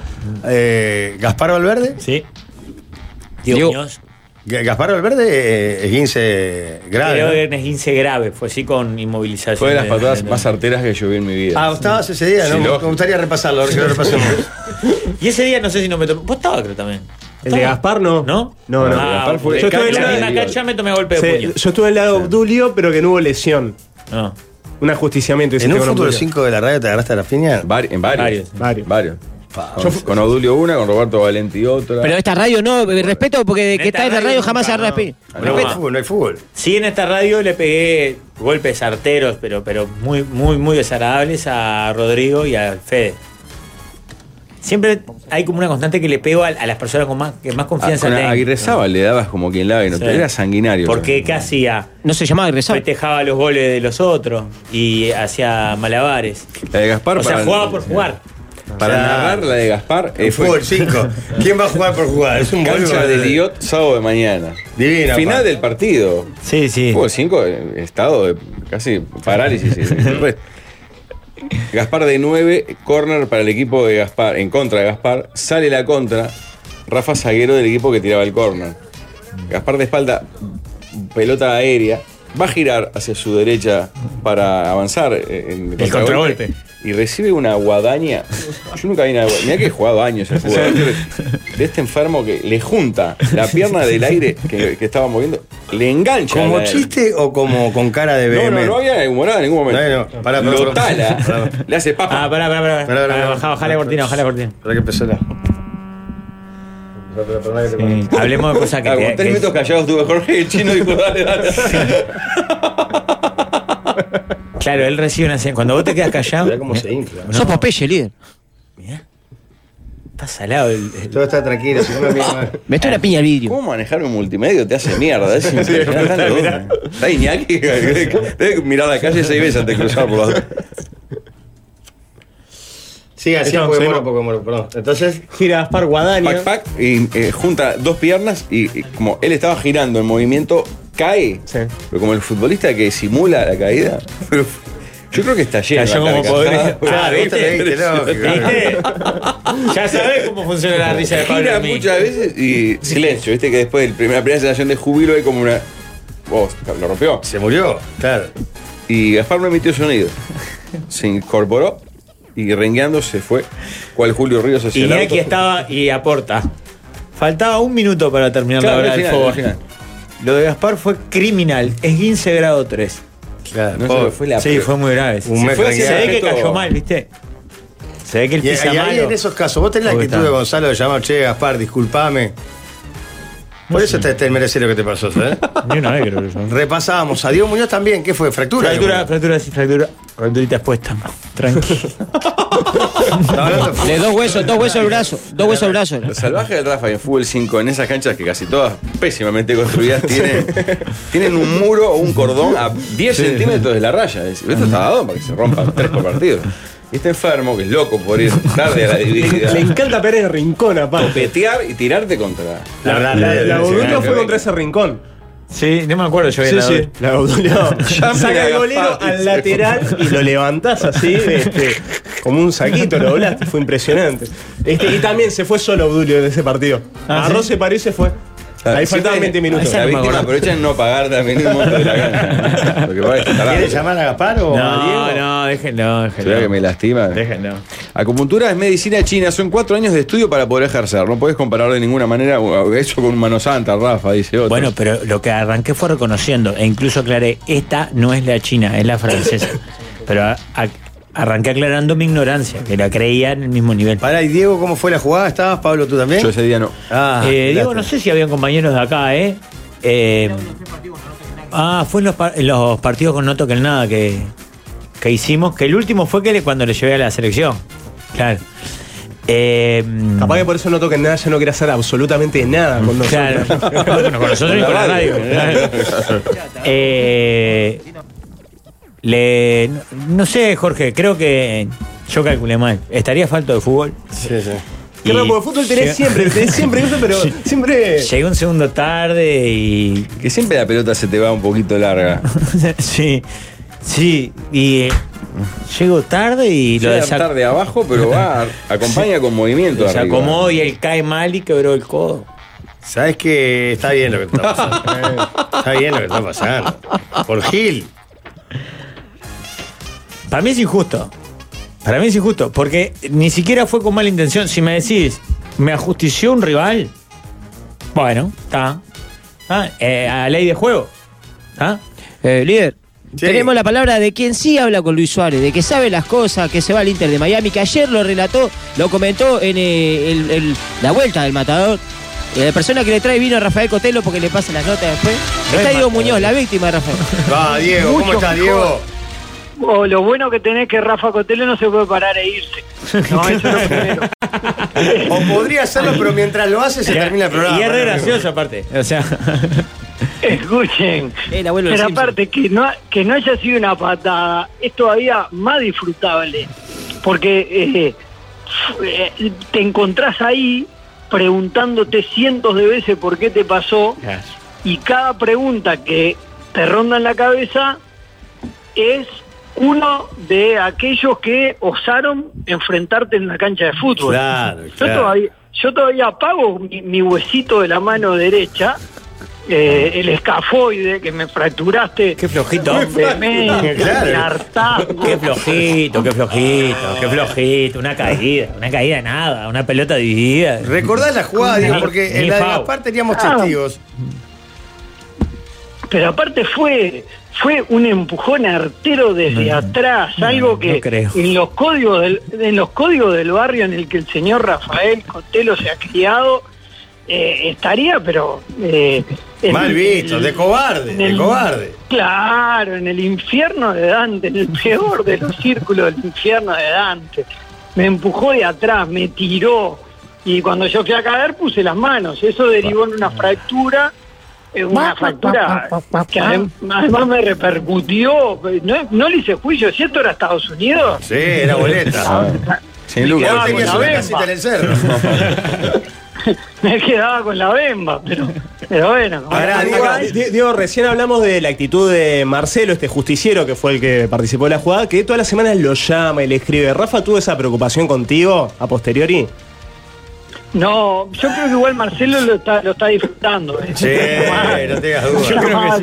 eh, ¿Gaspar Valverde?
sí. Diego,
Diego.
Muñoz.
G- Gaspar Valverde eh, es 15
Creo que
grave. ¿no?
era un 15 grave, fue así con inmovilización.
fue de las
de-
patadas
de-
más arteras que yo vi en mi vida.
Ah, estabas ese día,
Sí,
¿no? Me
lógico.
gustaría repasarlo, ahora que lo repasemos.
Y ese día no sé si no me tomé. Vos estabas, creo también.
El de Gaspar no.
¿No?
No, no.
Ah,
Gaspar fue-
porque
Yo estuve
en
en
la
la-
misma cancha me tomé golpe de
Se-
puño.
yo estuve al lado de Obdulio, pero que no hubo lesión.
No.
Un ajusticiamiento.
¿En
hiciste
un
con
futuro
Obdulio.
5 de la radio te agarraste a la piña?
Vari- en varios.
Varios.
Varios.
Con, con Odulio una, con Roberto Valenti otra.
Pero esta radio no, eh, respeto porque de
En
que
esta
está esta
radio
radio jamás se
nunca,
agarra
no.
pi-
No, no hay
Respeto.
fútbol, no hay fútbol.
Sí, en esta radio le pegué golpes arteros, pero, pero muy, muy, muy desagradables a Rodrigo y a Fede. Siempre hay como una constante que le pego a, a las personas con más, que más
Ah,
confianza
con
tengo.
Aguirre Sábal le dabas como quien la ve, no
Sí.
te era sanguinario.
Porque casi hacía?
No se llamaba Irresal.
Festejaba los goles de los otros y hacía malabares.
La de Gaspar
O sea,
para-
jugaba por jugar.
Para
O sea,
narrar la de Gaspar eh,
En
fue
fútbol 5. ¿Quién va a jugar por jugar? Es un
cancha
boludo. eh.
de Liot sábado de mañana.
Divina,
Final
pa.
del partido.
Sí, sí.
Fútbol 5, eh, estado de casi parálisis. eh, el resto. Gaspar de 9, corner para el equipo de Gaspar, en contra de Gaspar, sale la contra, Rafa Zaguero del equipo que tiraba el corner. Gaspar de espalda, pelota aérea, va a girar hacia su derecha para avanzar eh, en
El contragolpe.
Y recibe una guadaña. Yo nunca vi una guadaña. Mirá que he jugado años al fútbol. De este enfermo que le junta la pierna del aire que, que estaba moviendo, le engancha.
¿Como
la-
chiste o como con cara de
No, no,
vehemente?
no había humorada en ningún momento.
No, no, pará, pará,
Lo
pará.
tala,
Pará.
le hace papa.
Ah, pará, pará, pará.
Pará, pará,
Ah,
pará.
bajá, bajá la cortina, bajá la cortina.
Ahora que empezó la.
Hablemos de cosas que.
Ah,
que-
con tres
Eh,
que-
minutos callados tuve Jorge y el chino dijo, dale, dale.
Claro, él recibe una señal. Cuando vos te quedas callado. eh,
Mirá cómo se infla.
Sos Popeye, líder.
Mirá. Está salado el. el-
Todo está tranquilo, si uno mira-
Me estoy una piña al vidrio.
¿Cómo manejar un multimedia? Te hace mierda. Es impresionante. Está Iñaki. Debe mirar la calle seis veces antes de cruzar por la
Sí, así
Eso,
porque
sí,
muero
no.
poco muero, perdón. Entonces,
Gira Gaspar Guadaña.
Pac, pac, y eh, junta dos piernas y, y como él estaba girando en movimiento, cae.
Sí.
Pero como el futbolista que simula la caída. pero yo creo que está lleno.
Cayó como podrido. Ah,
vos te
¿viste?
reíste, lógico.
¿Viste? ya sabés cómo funciona la risa de Pablo.
Gira
en mí.
muchas veces y silencio. Viste que después de la primera, la primera sensación de júbilo hay como una. Vos, lo rompió.
Se murió, claro.
Y Gaspar no emitió sonido. Se incorporó y rengueando se fue. Cual Julio Ríos hacia el
Iñaki
auto.
estaba y aporta.
Faltaba un minuto para terminar
Claro,
la hora
al
del
final,
fuego.
al final.
Lo de Gaspar fue criminal. Es 15 grado 3.
Claro,
No
pobre.
sé, fue la
sí, fue muy grave.
Un mes
se, fue-
tranquilo.
se ve que
Esto-
cayó mal, ¿viste? Se ve que el
Y, y
pisa
ahí
malo.
en esos casos, vos tenés la
Porque
actitud
está.
de Gonzalo de llamar, che, Gaspar, disculpame. Por eso te, te merecí lo que te pasó, ¿sabes?
Ni una vez creo que yo.
Repasábamos. A Diego Muñoz también, ¿qué fue? ¿Fractura?
Fractura, fractura, sí, fractura. Fracturita expuesta. Tranqui.
Estaba hablando de-
Le dos huesos, dos huesos al brazo. Dos huesos al brazo.
Lo salvaje del Rafa en fútbol 5, en esas canchas que casi todas pésimamente construidas, tienen, tienen un muro o un cordón a 10 centímetros de la raya. Es decir, Esto está dado para que se rompan tres por partido. Y este enfermo, que es loco por ir tarde a la dividida,
Le encanta Pérez de Rincón, aparte.
topetear y tirarte contra.
La, la, la, la Bodulia fue
sí.
contra ese rincón.
Sí, no me acuerdo yo.
Sí,
era-
sí. La Bodulia. Saca el
Gaspar,
golero al
dice.
lateral y lo levantás así, este, como un saquito, lo doblaste. Fue impresionante. Este, y también se fue solo Bodulia de ese partido.
Ah,
Agarró,
¿sí?
se paró y se fue. Ahí faltaban 20
La
minutos.
no me
víctima
acordaba.
aprovecha en no pagar también el monto de la cancha. Lo que pasa es que está largo.
¿Quieres llamar a Gaspar o a
No,
Diego?
no, déjenlo,
Se vea que me
déjenlo.
lastima.
Déjenlo.
Acupuntura es medicina china, son cuatro años de estudio para poder ejercer. No puedes comparar de ninguna manera eso con un mano santa, Rafa, dice otro.
Bueno, pero lo que arranqué fue reconociendo, e incluso aclaré, esta no es la china, es la francesa. pero a- a- arranqué aclarando mi ignorancia, que la creía en el mismo nivel.
Pará, ¿y Diego cómo fue la jugada? ¿Estabas, Pablo, tú también?
yo ese día no.
Ah,
Eh, Diego,
mirate.
no sé si habían compañeros de acá, ¿eh? Eh, ah, fue en los, par- en los partidos con No Toquen Nada que, que hicimos, que el último fue que le- cuando le llevé a la selección. Claro. Eh,
Capaz que por eso no toquen nada, ya no quiere hacer absolutamente nada con nosotros.
Claro. Bueno, con nosotros y con la radio. claro. Eh, le, no sé, Jorge, creo que yo calculé mal. Estaría falto de fútbol.
Sí, sí.
Que
Y
no, porque fútbol tenés siempre, tenés siempre eso, pero siempre.
Llegué un segundo tarde y
Que siempre la pelota se te va un poquito larga.
sí, sí. Y eh, llego tarde y lo
Llega
desac-
tarde abajo, pero va, acompaña con movimiento.
lo
arriba.
desacomodó y él cae mal y quebró el codo.
Sabes que está bien lo que está pasando. está bien lo que está pasando. Por Gil.
Para mí es injusto. Para mí es injusto. Porque ni siquiera fue con mala intención. Si me decís, me ajustició un rival. Bueno, está. Ah, eh, a ley de juego. ¿Ah?
Eh, líder.
Sí.
Tenemos la palabra de quien sí habla con Luis Suárez, de que sabe las cosas, que se va al Inter de Miami, que ayer lo relató, lo comentó en eh, el- el- la vuelta del matador. Eh, la persona que le trae vino a Rafael Cotelo porque le pasa las notas después. Está Diego Muñoz, la víctima de Rafael.
Va, Diego, ¿cómo estás, Diego?
O Oh, lo bueno que tenés es que Rafa Cotelo no se puede parar e irse. No, eso es lo primero.
O podría hacerlo, pero mientras lo hace se termina el programa.
Y es re gracioso aparte. O sea.
Escuchen.
El abuelo de
Pero
Simpson.
aparte, que no, ha- que no haya sido una patada es todavía más disfrutable. Porque eh, eh, te encontrás ahí preguntándote cientos de veces por qué te pasó y cada pregunta que te ronda en la cabeza es uno de aquellos que osaron enfrentarte en la cancha de fútbol.
Claro,
Yo
claro.
todavía, yo todavía apago mi, mi huesito de la mano derecha, eh, el escafoide que me fracturaste.
Qué flojito.
Demente,
Claro.
el hartazgo.
Qué flojito, qué flojito, qué flojito. Una caída, una caída de nada, una pelota dividida.
¿Recordás la jugada, Diego?
Ni-
Porque en
ni
la de
Pau.
Gaspar teníamos
Ah.
testigos.
Pero aparte fue fue un empujón artero desde atrás, algo que
no creo.
en los códigos del, en los códigos del barrio en el que el señor Rafael Cotelo se ha criado eh, estaría, pero eh, en
Mal
el-
visto, de cobarde,
en
de
el-
cobarde.
Claro, en el infierno de Dante, en el peor de los círculos del infierno de Dante. Me empujó de atrás, me tiró. Y cuando yo fui a caer puse las manos. Eso derivó en una fractura, en una fractura que adem- además me repercutió. No, no le hice juicio, si esto era Estados Unidos.
Sí, era boleta.
Sin
Y
lucro.
quedaba
sin
con la
lucro.
Tenías una
vez.
casita en el cerro.
Me quedaba con la bemba, pero, pero bueno. como
Pará,
era
Diego,
Uruguay,
Di- Diego, recién hablamos de la actitud de Marcelo, este justiciero que fue el que participó de la jugada, que todas las semanas lo llama y le escribe. Rafa, ¿tuvo esa preocupación contigo a posteriori?
No, yo creo que igual Marcelo lo está, lo está disfrutando. ¿eh?
Sí, no tengas dudas.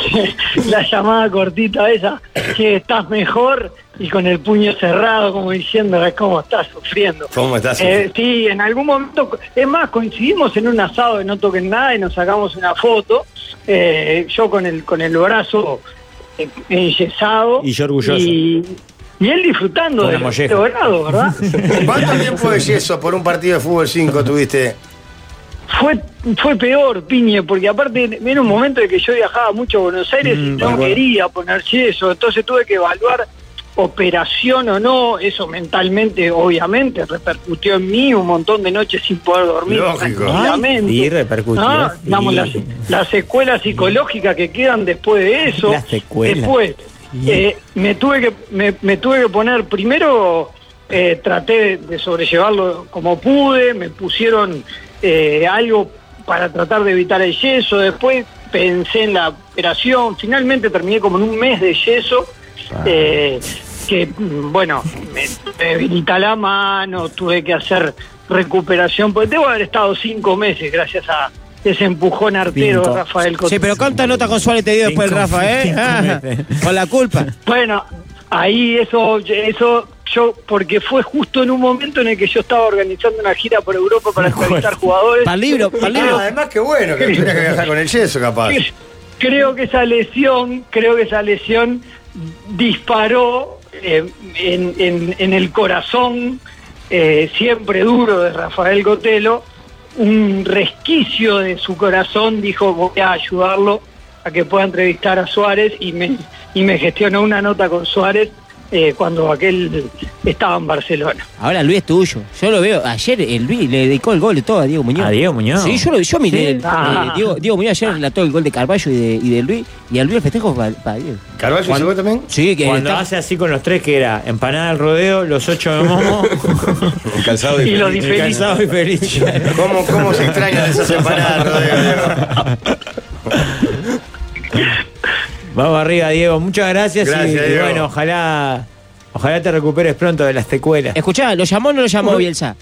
La llamada cortita esa, que estás mejor, y con el puño cerrado, como diciendo, ¿cómo estás sufriendo?
¿Cómo estás?
Eh, sí, en algún momento, es más, coincidimos en un asado de no toquen nada y nos sacamos una foto, eh, yo con el, con el brazo eh, enyesado.
Y yo orgulloso.
Y, y él disfrutando
Con
de
la molleja.
grado, ¿verdad?
¿Cuánto tiempo de yeso por un partido de fútbol 5 tuviste?
fue fue peor, Piñe, porque aparte en un momento de que yo viajaba mucho a Buenos Aires
Mm,
y no quería poner yeso, entonces tuve que evaluar operación o no, eso mentalmente obviamente repercutió en mí un montón de noches sin poder dormir
Lógico.
tranquilamente.
Ay, y repercutió,
Ah, digamos,
y-
las, las secuelas psicológicas que quedan después de eso.
Las secuelas.
Después, eh, me, tuve que, me, me tuve que poner, primero eh, traté de, de sobrellevarlo como pude, me pusieron eh, algo para tratar de evitar el yeso, después pensé en la operación, finalmente terminé como en un mes de yeso. eh, que mm, bueno, me me debilita la mano, tuve que hacer recuperación, pues debo haber estado cinco meses gracias a ese empujón artero de
Cinco.
Rafael Cotto.
Sí, pero ¿cuántas notas con Suárez te dio después
Cinco,
Rafa, eh?
cinco
Ah, con la culpa.
Bueno, ahí eso, eso yo, porque fue justo en un momento en el que yo estaba organizando una gira por Europa para entrevistar jugadores.
Para el libro, para el libro.
Ah, además, qué bueno, que tuvieras que viajar con el yeso, capaz.
Cre- Creo que esa lesión, creo que esa lesión disparó eh, en, en- en el corazón eh, siempre duro de Rafael Gotelo, un resquicio de su corazón, dijo voy a ayudarlo a que pueda entrevistar a Suárez y me, y me gestionó una nota con Suárez eh, cuando aquel estaba en Barcelona.
Ahora Luis es tuyo. Yo lo veo. Ayer el Luis le dedicó el gol y todo a Diego Muñoz.
¿A Diego Muñoz?
Sí, yo, lo, yo miré. el-
Ah.
eh, Diego, Diego Muñoz ayer relató el gol de Carballo y de, y de Luis. Y al Luis el festejo para, para Diego.
¿Carvalho llegó también?
Sí, que
Cuando
está-
hace así con los tres, que era empanada al rodeo, los ocho de momo,
Un calzado
Y lo
diferente.
Feliz.
cansado y feliz.
¿Cómo, cómo se extrañan esas empanadas, Rodrigo, Diego?
Vamos arriba, Diego. Muchas gracias.
Gracias,
y, y
Diego.
bueno, ojalá, ojalá te recuperes pronto de las secuelas.
Escuchá, ¿lo llamó o no lo llamó Bielsa?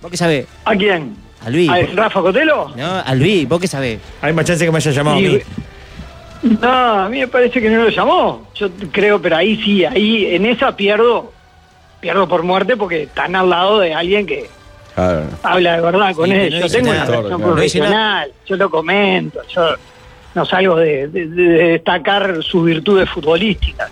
¿Vos qué sabés?
¿A quién?
A Luis.
¿A Rafa Cotelo?
No, a Luis, ¿vos qué sabés?
Hay más chance que me haya llamado a
Y-
mí.
No, a mí me parece que no lo llamó. Yo creo, pero ahí sí, ahí en esa pierdo, pierdo por muerte porque están al lado de alguien que
Claro.
habla de verdad con
Sí,
él.
no
yo
dice
tengo
nada,
una relación
claro.
No dice
profesional, yo lo comento, yo no salgo de, de- de destacar sus virtudes futbolísticas.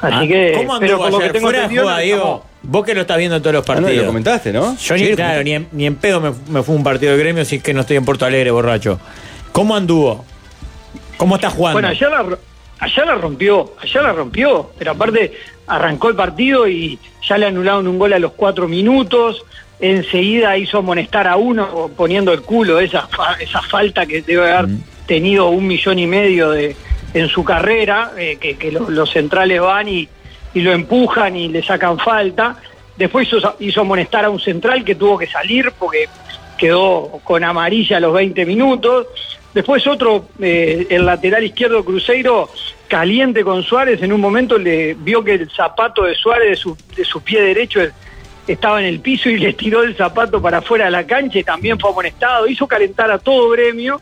Así
Ah,
que,
¿Cómo
pero
anduvo
por lo que
ayer?
tengo
Fuera de
entendido,
joda,
no lo
Diego.
llamó.
Vos que lo estás viendo en todos los
Ah, no, y
partidos.
lo comentaste, ¿no?
Yo ni, claro, ni en, ni en pedo me, me fui a un partido de gremio, si es que no estoy en Porto Alegre, borracho. ¿Cómo anduvo? ¿Cómo está jugando?
Bueno, allá la, ro- allá la rompió, allá la rompió, pero aparte arrancó el partido y ya le anularon un gol a los cuatro minutos, enseguida hizo amonestar a uno poniendo el culo, esa, fa- esa falta que debe haber tenido un millón y medio de, en su carrera, eh, que, que lo- los centrales van y, y lo empujan y le sacan falta. Después hizo, hizo amonestar a un central que tuvo que salir porque quedó con amarilla a los 20 minutos. Después otro, eh, el lateral izquierdo Cruzeiro, caliente con Suárez, en un momento le vio que el zapato de Suárez, de su, de su pie derecho, estaba en el piso y le tiró el zapato para afuera de la cancha y también fue amonestado. Hizo calentar a todo gremio.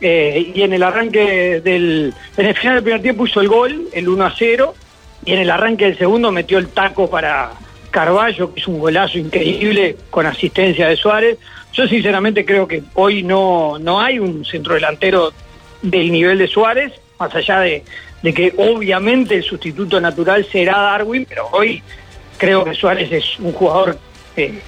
Eh, y en el arranque del. En el final del primer tiempo hizo el gol, el 1 a 0. Y en el arranque del segundo metió el taco para Carballo, que es un golazo increíble con asistencia de Suárez. Yo sinceramente creo que hoy no, no hay un centrodelantero del nivel de Suárez, más allá de, de que obviamente el sustituto natural será Darwin, pero hoy creo que Suárez es un jugador eh,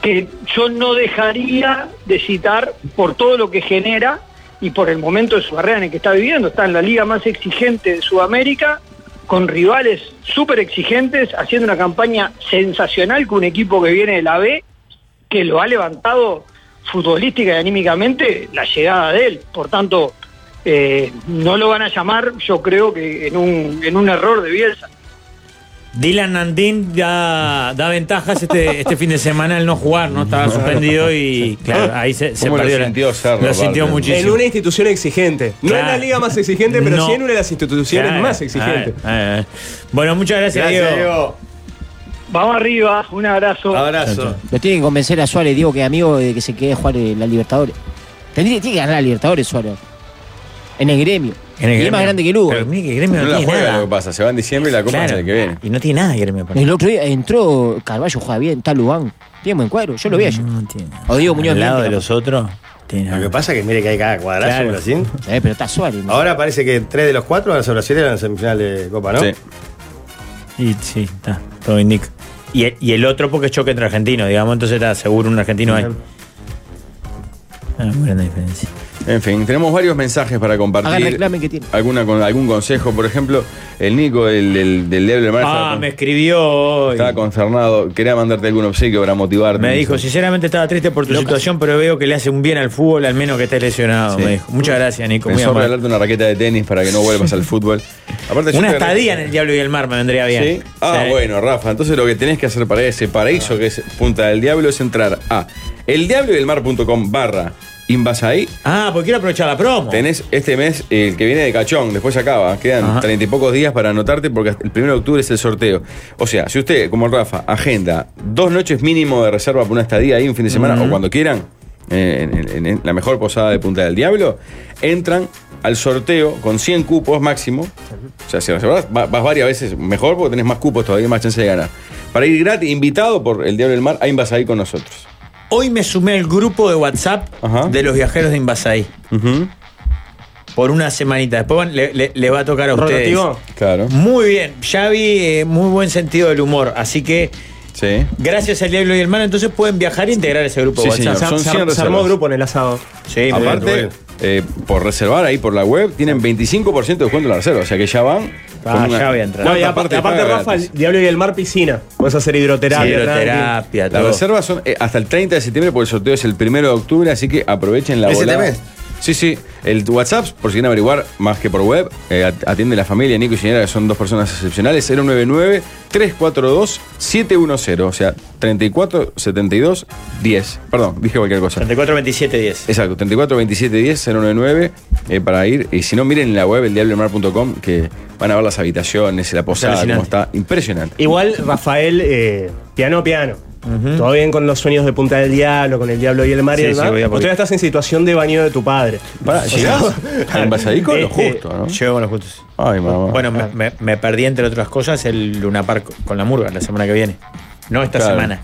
que yo no dejaría de citar por todo lo que genera y por el momento de su carrera en el que está viviendo. Está en la liga más exigente de Sudamérica, con rivales súper exigentes, haciendo una campaña sensacional con un equipo que viene de la B, que lo ha levantado futbolística y anímicamente la llegada de él. Por tanto, eh, no lo van a llamar, yo creo que en un, en un error de Bielsa.
Dylan Nandín da, da ventajas este, este fin de semana al no jugar, ¿no? Estaba suspendido y claro, ahí se, se
¿Cómo lo
perdió. la-
sintió Cerro,
lo sintió
aparte?
Ah. En
muchísimo.
una institución exigente. No
Claro.
en la liga más exigente, pero
No.
sí en una de las instituciones
Claro,
más exigentes.
a ver, a ver. Bueno, muchas gracias,
Gracias,
Diego.
Diego.
Vamos arriba, un abrazo.
Abrazo.
Lo tienen que convencer a Suárez, Diego, que es amigo de que se quede a jugar en la Libertadores. Tendría, tiene que ganar la Libertadores, Suárez. En el gremio.
En el
Y es
gremio.
más grande que Lugo.
Pero mire que Gremio
No
no,
la
tiene
juega
nada.
lo que pasa. Se va en diciembre y la copa es
Claro.
el que viene.
Y no tiene nada Gremio. para
El otro día entró Carballo, juega bien, está Lugán. Tiene buen cuadro, yo lo vi ayer.
No tiene.
O Diego Muñoz
Al lado
Blanco,
de los otros. Tiene
Lo que
nada.
pasa es que mire que hay cada cuadrazo
Claro.
en Brasil.
Eh, pero está Suárez. ¿no?
Ahora parece que tres de los cuatro van a ser Brasil en la semifinal de Copa, ¿no?
Sí.
Y sí, está. Todo indica. Y el, y el otro porque es choque entre argentinos, digamos, entonces está seguro un argentino hay. Ah, muy grande diferencia.
En fin, tenemos varios mensajes para
Hagan
compartir.
reclamen que tiene.
Alguna, con algún consejo, por ejemplo, el Nico del, del, del Diablo Hermano estaba
Ah,
con-
me escribió hoy.
estaba consternado, quería mandarte algún obsequio para motivarte.
Me dijo, sinceramente estaba triste por tu situación, pero veo que le hace un bien al fútbol, al menos que estés lesionado.
Sí.
Me dijo, muchas gracias, Nico. Muy
Pensó
amable.
regalarte una raqueta de tenis para que no vuelvas al fútbol. Aparte, yo
Una
creo que-
estadía en el Diablo y el Mar me vendría bien.
¿Sí? Ah,
Sí.
bueno, Rafa, entonces lo que tenés que hacer para ese paraíso que es Punta del Diablo es entrar a eldiabloyelmar.com barra invasaí.
Ah, porque quiero aprovechar la promo.
Tenés este mes eh, el que viene de cachón, después se acaba. Quedan
Ajá.
treinta y pocos días para anotarte porque hasta el 1 de octubre es el sorteo. O sea, si usted, como Rafa, agenda dos noches mínimo de reserva por una estadía ahí un fin de semana o cuando quieran, eh, en, en- en la mejor posada de Punta del Diablo, entran al sorteo con 100 cupos máximo. O sea, si reservas, va- vas varias veces mejor porque tenés más cupos todavía, más chance de ganar. Para ir gratis, invitado por el Diablo del Mar, ahí vas a ir con nosotros.
Hoy me sumé al grupo de WhatsApp
Ajá.
de los viajeros de Invasaí.
Ujú,
Por una semanita. Después van- le, le- le va a tocar a ustedes.
Rotativo.
Claro.
Muy bien. Ya vi eh, muy buen sentido del humor. Así que
Sí.
gracias al Diablo y el Mar, entonces pueden viajar e integrar ese grupo
Sí,
de WhatsApp.
señor.
Se,
Son
se- se
100
armó
reservas.
grupo en el asado.
Sí, muy bien.
Aparte, eh, por reservar ahí por la web,
Ah.
tienen 25% de descuento en la reserva. O sea que ya van.
Ah, ya voy a entrar.
No, y
¿Cuánta
aparte,
parte
aparte,
paga
Rafa,
gratis?
el Diablo y el Mar piscina. Puedes hacer hidroterapia. tranqui.
Hidroterapia,
Las
todo.
reservas son eh, hasta el 30 de septiembre, porque el sorteo es el 1 de octubre, así que aprovechen la
¿Ese
volada.
también?
Sí, sí. El WhatsApp, por si quieren averiguar, más que por web, eh, at- atiende la familia Nico y Señora, que son dos personas excepcionales, 099-342-710. O sea, 34-72-10. Perdón, dije cualquier cosa.
34, 27, 10.
Exacto, 34 27 10 099 eh, para ir. Y si no, miren en la web, eldiablemar.com, que van a ver las habitaciones, la posada,
Alucinante.
cómo está. Impresionante.
Igual Rafael, eh, piano piano. Todo bien con los sueños de Punta del Diablo, con el Diablo y el Mar y
Sí,
el
sí,
Mar.
voy a
Vos todavía estás en situación de baño de tu padre.
Pará, llegás a Invasadico lo
Este,
justo, ¿no?
Llego con los justos.
Ay, mamá.
Bueno, me, me- me perdí entre otras cosas el Luna Park con la murga la semana que viene. No esta
Claro.
semana.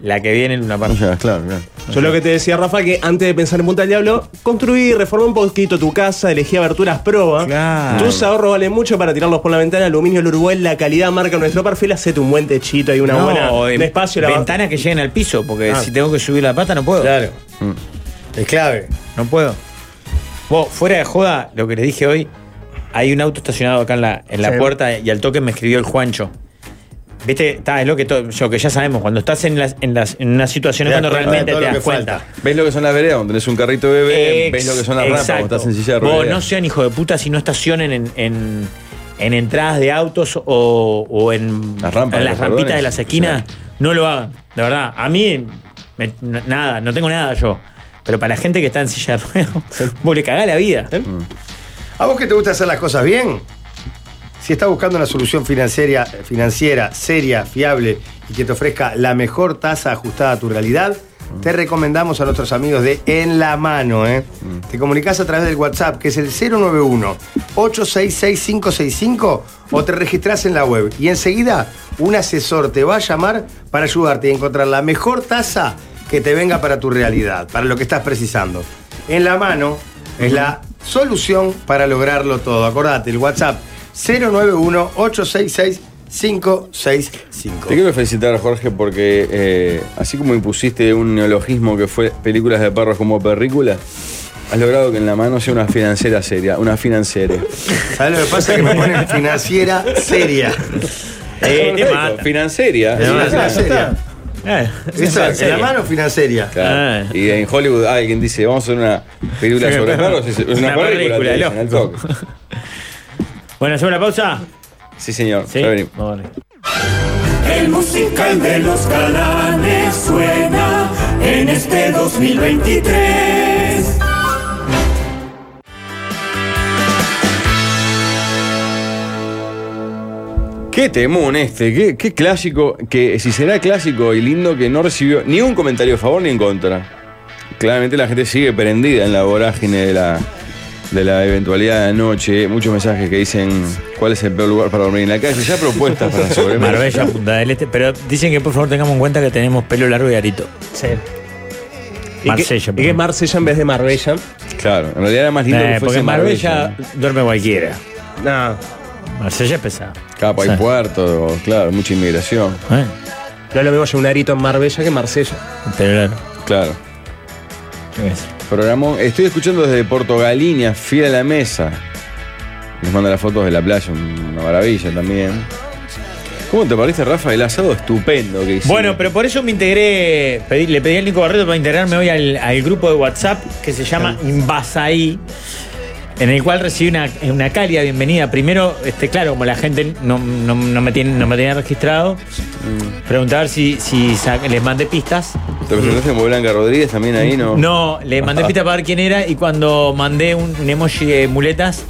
La que viene el Luna Park.
Ya, claro, claro.
Yo lo que te decía, Rafa, que antes de pensar en Punta del Diablo, construí, reforma un poquito tu casa, elegí aberturas proba.
Claro.
Tus ahorros valen mucho para tirarlos por la ventana. Aluminio del Uruguay, la calidad marca nuestro perfil. Hacete un buen techito y una
No,
buena.
eh,
em-
Un espacio, la
ventanas que lleguen al piso, porque
Ah.
si tengo que subir la pata no puedo. Mm.
Claro. Es clave.
No puedo. Vos, fuera de joda, lo que les dije hoy, hay un auto estacionado acá en la, en la
Sí.
puerta y al toque me escribió el Juancho. Viste, está, es lo que, to- lo que ya sabemos, cuando estás en, las, en, las, en una situación es
Te das
cuando
cuenta de
realmente
todo
te
lo
das
que
cuenta.
falta.
¿Ves lo que son las veredas? Donde tenés un carrito de bebé,
Ex-
ves lo que son las rampas, cuando
exacto.
estás en silla de
Vos,
ruedas.
no sean hijo de puta si no estacionen en, en- en entradas de autos o, o en
Las rampas de
en
los
las rampitas
cordones.
de las esquinas. No lo hagan, de verdad. A mí, me- n- nada, no tengo nada yo. Pero para la gente que está en silla de ruedas, vos le cagás la vida.
Mm,
¿A vos que te gusta hacer las cosas bien? Si estás buscando una solución financiera, financiera seria, fiable y que te ofrezca la mejor tasa ajustada a tu realidad, te recomendamos a nuestros amigos de En la Mano. ¿eh? Te comunicas a través del WhatsApp, que es el 091-866-565, o te registras en la web. Y enseguida un asesor te va a llamar para ayudarte a encontrar la mejor tasa que te venga para tu realidad, para lo que estás precisando. En la Mano es la solución para lograrlo todo. Acordate, el WhatsApp 091-866-565.
Te quiero felicitar, Jorge, porque eh, así como impusiste un neologismo que fue películas de perros como perrícula, has logrado que en la mano sea una financiera seria, una financiera.
¿Sabes lo que pasa? Que me ponen financiera seria.
Eh, te mata.
Financiera.
Me ponen financiera.
Eh, en
Eso, en la
serio.
mano financiera.
Claro.
Ah.
Y en Hollywood alguien dice, vamos a hacer una película
Sí,
sobre
claro.
perros. Es una,
Una
película,
película,
te dicen, al
loco.
toque.
Bueno, hacemos la pausa.
Sí, señor. Ya venimos.
Vamos.
El musical de los galanes suena en este 2023.
Qué temón este, qué, qué clásico, que si será clásico y lindo que no recibió ni un comentario a favor ni en contra. Claramente la gente sigue prendida en la vorágine de la, de la eventualidad de anoche. Muchos mensajes que dicen cuál es el peor lugar para dormir en la calle. Ya propuestas para sobremesa.
Marbella, Punta del Este. Pero dicen que por favor tengamos en cuenta que tenemos pelo largo y arito.
Sí.
Marsella.
Y que es Marsella en vez de Marbella.
Claro, en realidad era más lindo
Eh,
que
porque
fuese
en Marbella duerme cualquiera.
No.
Marsella es pesado.
Capa y
Sí.
puerto, claro, mucha inmigración.
Eh.
No es lo mismo llevar un arito en Marbella que en Marsella.
Pero
Claro. Programón. Estoy escuchando desde Portogalinia, fiel a la mesa. Nos manda las fotos de la playa, una maravilla también. ¿Cómo te parece, Rafa? El asado estupendo que hiciste.
Bueno, pero por eso me integré, pedí- le pedí al Nico Barreto para integrarme hoy al, al grupo de WhatsApp que se llama Invasaí, en el cual recibí una, una cálida bienvenida. Primero, este, claro, como la gente no, no- no me, tiene, no me tenía registrado, preguntar si, si sa- les mandé pistas.
Mm. ¿Te presentaste como Blanca Rodríguez también ahí, no? Ah,
No, le mandé pista para ver quién era y cuando mandé un, un emoji de muletas,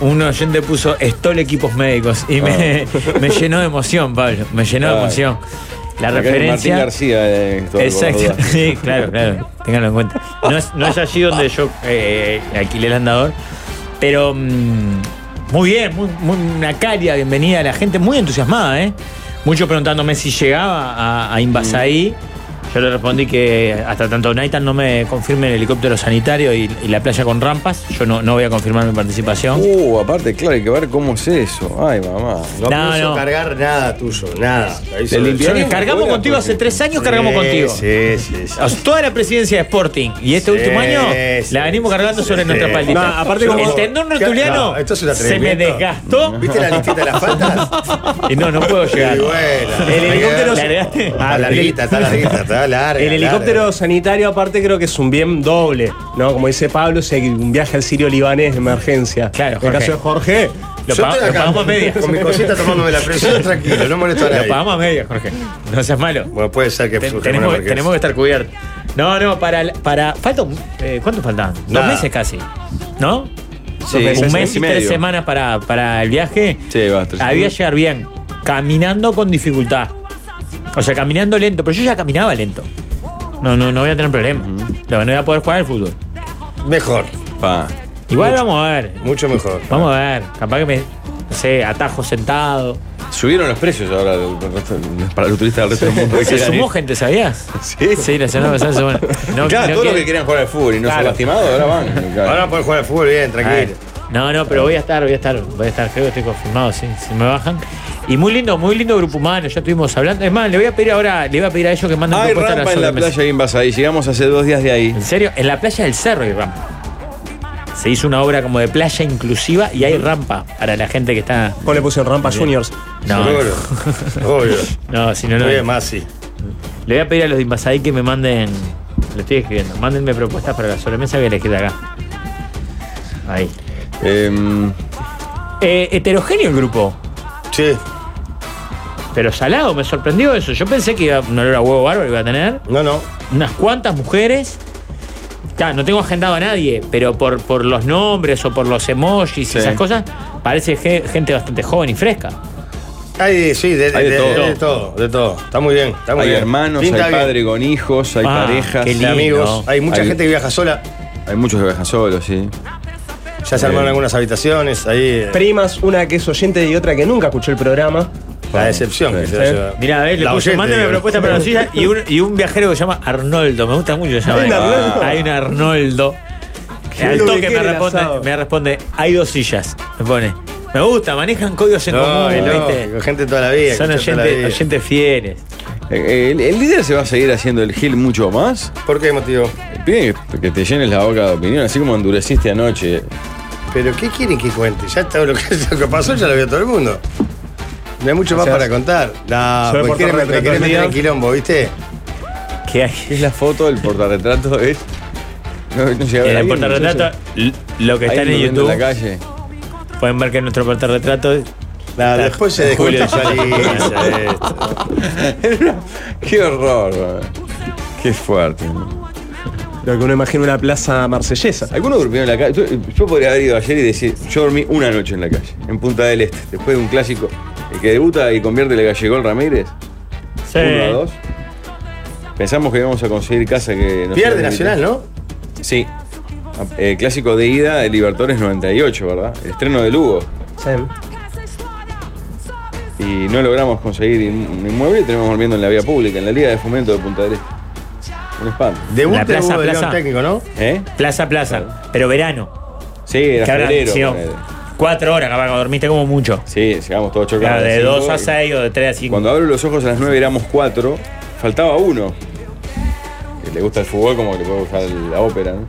un oyente puso Estol Equipos Médicos y me, me llenó de emoción, Pablo, me llenó de
Ah.
emoción. La
Acá hay Martín
referencia...
García. eh, todo el
Exacto,
gordo.
sí, claro, claro. Ténganlo en cuenta. No es, no es allí donde yo eh, alquilé el andador, pero mm, muy bien, muy, muy- una caria bienvenida a la gente, muy entusiasmada, ¿eh? Muchos preguntándome si llegaba a, a Invasaí. Yo le respondí que hasta tanto Naitan no me confirme el helicóptero sanitario y, y la playa con rampas, yo no, no voy a confirmar mi participación.
Uh, aparte, claro, hay que ver cómo es eso. Ay, mamá.
No,
No,
puso
no.
cargar nada tuyo, nada. Ahí se-
limpiaron
Sí,
Cargamos
Fuera,
contigo hace tres años, cargamos contigo.
pues. Sí, sí, sí.
O sea, Toda la presidencia de Sporting y este
Sí,
último año
sí,
la venimos cargando
sí,
sobre
sí.
nuestra
No,
palita.
aparte como-
el tendón rotuliano
No, esto es un
se me
atrevimiento.
desgastó
¿Viste la listita de las faltas?
y no, no puedo llegar.
Muy buena.
El helicóptero
¿La
se-
agregaste?
Está larguita, está larguita, está larga.
El helicóptero
larga.
sanitario, aparte, creo que es un bien doble. ¿no? Como dice Pablo, si hay un viaje al sirio libanés de emergencia.
Claro,
En el
Jorge.
caso de Jorge,
Lo,
Yo
pag-
estoy
lo
acá
pagamos a medias.
Con mi cosita tomándome la presión, tranquilo, no molesto a
Lo
nadie.
pagamos a medias, Jorge. No seas malo.
Bueno, puede ser que
Ten-
surja
tenemos,
una emergencia.
tenemos que estar cubiertos. No, no, para. el- para falta un- eh, ¿Cuánto faltan? Dos
Nada.
meses casi. ¿No?
Sí,
un mes y tres
medio.
semanas para, para el viaje.
Sí, va, tres
Había que
semanas.
llegar bien. Caminando con dificultad. O sea, caminando lento. Pero yo ya caminaba lento. No, no, no voy a tener problema. Lo que no voy a poder jugar al fútbol.
Mejor,
Pa.
Igual vamos a ver.
mucho mejor.
Vamos a ver. Capaz que me. No sé, atajo sentado.
Subieron los precios ahora del- del resto- para los turistas del resto del mundo. que
Se
quieran ir.
sumó gente, ¿sabías?
Sí.
Sí, la semana pasada se sumó. No,
claro,
no
todos los
quiere-
que querían jugar al fútbol y no se han lastimado, ahora van. Claro.
Ahora puedes jugar al fútbol bien, tranquilo.
No, no, pero voy a estar, voy a estar, voy a estar, creo que estoy confirmado, sí, si me bajan. Y muy lindo, muy lindo grupo humano, ya estuvimos hablando. Es más, le voy a pedir ahora, le voy a pedir a ellos que manden
Hay
propuestas a
rampa en la
sobremesa.
playa de Invasaí. Llegamos hace dos días de ahí.
En serio, en la playa del cerro hay rampa. Se hizo una obra como de playa inclusiva y hay rampa para la gente que está.
pues le pusieron Rampa Juniors.
No,
Seguro. Obvio.
no, si no, no.
Muy
Le
bien, Masi.
voy a pedir a los de Invasadí que me manden. Le estoy escribiendo, mándenme propuestas para la sobremesa que les queda acá. Ahí.
Em,
Eh, heterogéneo el grupo.
Sí.
Pero salado, me sorprendió eso. Yo pensé que iba, un olor a huevo bárbaro iba a tener.
No, no.
Unas cuantas mujeres. Ya, no tengo agendado a nadie, pero por, por los nombres o por los emojis
Sí.
y esas cosas, parece ge- gente bastante joven y fresca.
Hay, sí, de,
Hay de
de-
todo.
de todo, de todo. Está muy bien, está muy
hay
bien.
hermanos,
Pinta
hay
bien.
padre con hijos, hay
Ah,
parejas.
qué
Hay
lindo.
amigos. Hay mucha
Hay-
gente que viaja sola.
Hay muchos que viajan solos, sí.
Ya se armaron
Eh.
algunas habitaciones. Ahí. eh,
Primas, una que es oyente y otra que nunca escuchó el programa.
La decepción que
Sí.
se va a llevar.
Mirá, a ver, le
La
puse,
oyente,
mándame
digo.
propuesta para la suya y un, y un viajero que se llama Arnoldo. Me gusta mucho ese nombre.
un Arnoldo?
Hay un Arnoldo.
lo
Al
que
toque me
quiere el
responde,
asado.
me responde, hay dos sillas. Me pone, me gusta, manejan códigos en
No,
común.
y
¿viste?
lógico, gente toda la vida.
Son
escucha toda la
oyentes,
vida.
oyentes fieles.
Eh, El, el líder se va a seguir haciendo el Gil mucho más.
¿Por qué motivo?
Pide que te llenes la boca de opinión, así como endureciste anoche.
¿Pero qué quieren que cuente? Ya está lo que, lo que pasó, ya lo vio todo el mundo. No hay mucho más
sea,
para contar. No,
sobre
porque
portar
quieren- me
retrato
quieren
del
meter
día.
en quilombo, ¿viste?
¿Qué hay?
Es la foto del portarretrato, es. No, no llega a ver
En el
alguien,
portarretrato, l- lo que
no sé.
está en
Alguien durmiendo
YouTube,
En la calle.
pueden ver que en nuestro portarretrato.
No, después se
Julio
descontextualiza esto.
Qué horror, bro. Qué fuerte. ¿no?
Lo que uno imagina una plaza marsellesa.
Algunos durmieron en la calle. Yo, yo podría haber ido ayer y decir, yo dormí una noche en la calle, en Punta del Este, después de un clásico. El que debuta y convierte el gallegol Ramírez,
Sí.
uno a dos. Pensamos que íbamos a conseguir casa que nos
Pierde
iba a
Nacional,
invitar.
¿no?
Sí. eh, clásico de ida de Libertadores 98, ¿verdad? El estreno de Lugo.
Em.
Y no logramos conseguir in- un inmueble y tenemos durmiendo en la vía pública, en la Liga de Fomento de Punta del Este. Un espanto.
Debut La de Plaza, Hugo de León Plaza.
técnico, ¿no?
¿Eh?
Plaza, plaza. Pero verano.
Sí, era
Que habrán
febrero.
sido
ponele.
Cuatro horas, capaz, cuando dormiste como mucho.
Sí, llegamos todos chocados.
Claro, de
Cinco,
dos a
y-
seis o de tres a cinco.
Cuando abro los ojos a las 9 éramos 4, faltaba uno. Que le gusta el fútbol como que le puede gustar la ópera, ¿no?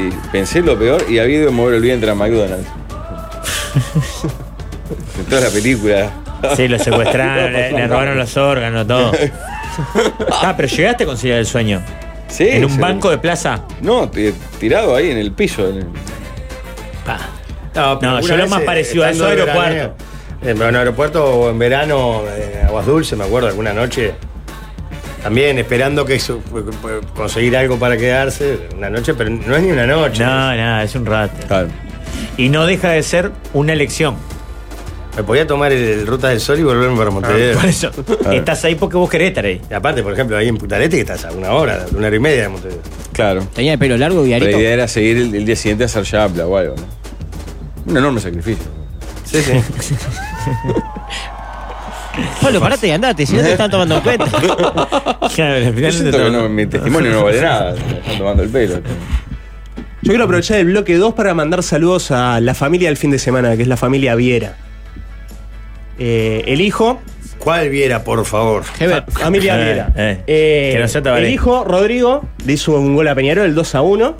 Y pensé lo peor y había ido a mover el vientre a McDonald's. en toda la película.
Sí, lo secuestraron, le, le robaron los órganos, todo. Ah, pero llegaste a conciliar el sueño.
Sí.
En un
sí.
banco de plaza.
No, t- tirado ahí en el piso. en el-
No,
No,
algunas
yo lo más
veces,
parecido a eso
eh, estando de
aeropuerto.
veraneo, En un aeropuerto o en verano, en Aguas Dulces, me acuerdo, alguna noche. También esperando que su- conseguir algo para quedarse, una noche, pero no es ni una noche.
No, no, es un rato. Y no deja de ser una elección. Ah,
Me podía tomar el, el Ruta del Sol y volverme para Montevideo.
por eso. Estás ahí porque vos querés estar ahí.
Y aparte, por ejemplo, ahí en Putalete que estás a una hora, una hora y media de Montevideo.
Claro.
Tenía el pelo largo y
La
arito.
idea era seguir el, el día siguiente a hacer yapla o algo, ¿no? Un enorme sacrificio.
Sí, sí.
Pablo, parate y andate, si no te están tomando en cuenta.
Yo siento que no- mi testimonio no vale nada. Me están tomando el pelo.
Yo quiero aprovechar el bloque 2 para mandar saludos a la familia del fin de semana, que es la familia Viera. Eh, el hijo.
¿Cuál Viera, por favor?
Heber.
Fa- familia
Eh,
Viera.
eh.
Eh,
Que no sea Tabaré.
el hijo, Rodrigo, le hizo un gol a Peñarol, el 2 a 1.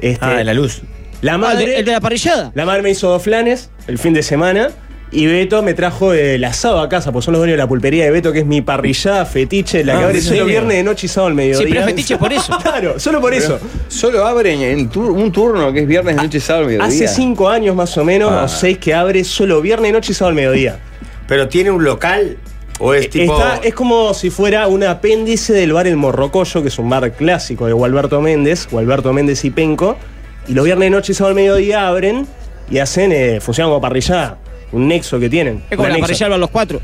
Este,
Ah, en la luz.
La
Ah, el,
madre.
de, el de la parrillada.
La madre me hizo dos flanes el fin de semana. Y Beto me trajo el asado a casa, pues son los dueños de la pulpería de Beto, que es mi parrillada fetiche, la
Ah,
que
¿en
abre solo
serio?
viernes de noche y sábado al mediodía.
Sí, pero es fetiche por eso.
claro, solo por eso.
Solo abren en tur- un turno que es viernes, noche, sábado, mediodía.
Hace cinco años más o menos,
Ah.
o seis, que abre solo viernes, noche y sábado al mediodía.
¿Pero tiene un local o
Eh,
es tipo.?
Está- es como si fuera un apéndice del bar El Morrocoyo, que es un bar clásico de Gualberto Méndez, Gualberto Méndez y Penco. Y los viernes, noche y sábado al mediodía abren y hacen, eh, funcionan como parrillada, un nexo que tienen.
Es como
un
la
anexo.
parrillada van los cuatro.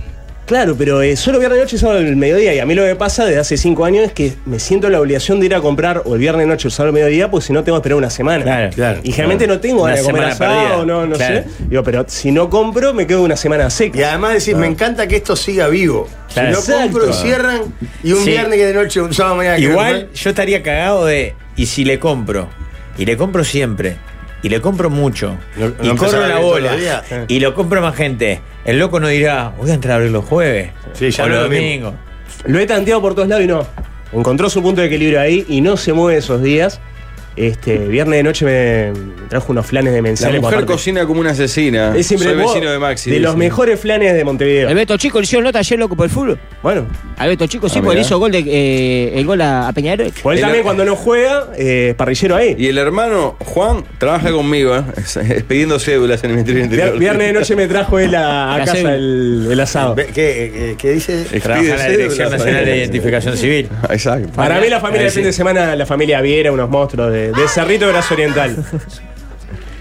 Claro, pero eh, solo viernes noche y sábado al mediodía. Y a mí lo que pasa desde hace cinco años es que me siento la obligación de ir a comprar o el viernes noche o el sábado al mediodía, porque si no tengo que esperar una semana.
Claro,
claro.
Y generalmente no tengo
Una
ganas de comer
semana
asado,
perdida.
no, no
Claro.
sé. Digo, pero si no compro, me quedo una semana seca. Ah.
Y además decís, me encanta que esto siga vivo. Si
Claro.
no compro,
Exacto.
cierran y un
Sí.
viernes que de noche, un sábado mañana. que no-
Igual yo estaría cagado de. ¿Y si le compro? Y le compro siempre. Y le compro mucho.
No- no
y
empezar a
corro la
abrir todos
bola.
los días.
Y lo compro más gente. El loco no dirá, voy a entrar a abrir los jueves.
Sí, ya
o
no
los
es lo mismo.
domingos.
Lo he tanteado por todos lados y no. Encontró su punto de equilibrio ahí y no se mueve esos días. Este, viernes de noche me trajo unos flanes de
La
mensaje.
mujer cocina como una asesina.
Es siempre
Soy
vos,
vecino de Maxi.
De
dice.
los mejores flanes de Montevideo.
El Beto Chico le hicieron nota ayer loco por el fútbol.
Bueno,
Al Beto Chico sí,
Ah,
porque le
mirá.
hizo gol de, eh, el gol a, a Peñarol.
por él
El-
también cuando no juega, eh, es parrillero ahí.
Y el hermano Juan trabaja conmigo, ¿eh? Es- es pidiendo cédulas en el Ministerio del
Vier-
Interior.
Viernes de noche me trajo él a, a
La
casa
cédula.
el, el asado.
Ve- ¿Qué, qué- qué dice?
Expide
Trabaja en la Dirección
cédulas.
Nacional de Identificación Civil.
Exacto.
Para mí la familia
Ahí
de
sí.
fin de semana, la familia Viera, unos monstruos de, de Cerrito de Brazo Oriental.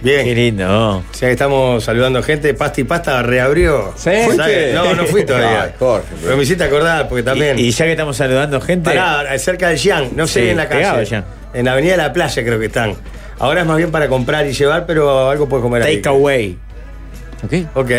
Qué
Bien.
lindo. ¿no?
O sea que estamos saludando gente. Pasta y pasta reabrió.
Sí.
¿Sabes? No, no fui todavía.
Ay, Jorge,
Pero me hiciste acordar porque también.
Y, y ya que estamos saludando gente.
Pará, cerca del Yang, no sé
Sí,
en la
pegado
calle.
al Yang.
En la Avenida de la Playa creo que están. Ahora es más bien para comprar y llevar, pero algo puedes comer ahí.
Take away.
¿Ok?
Ok.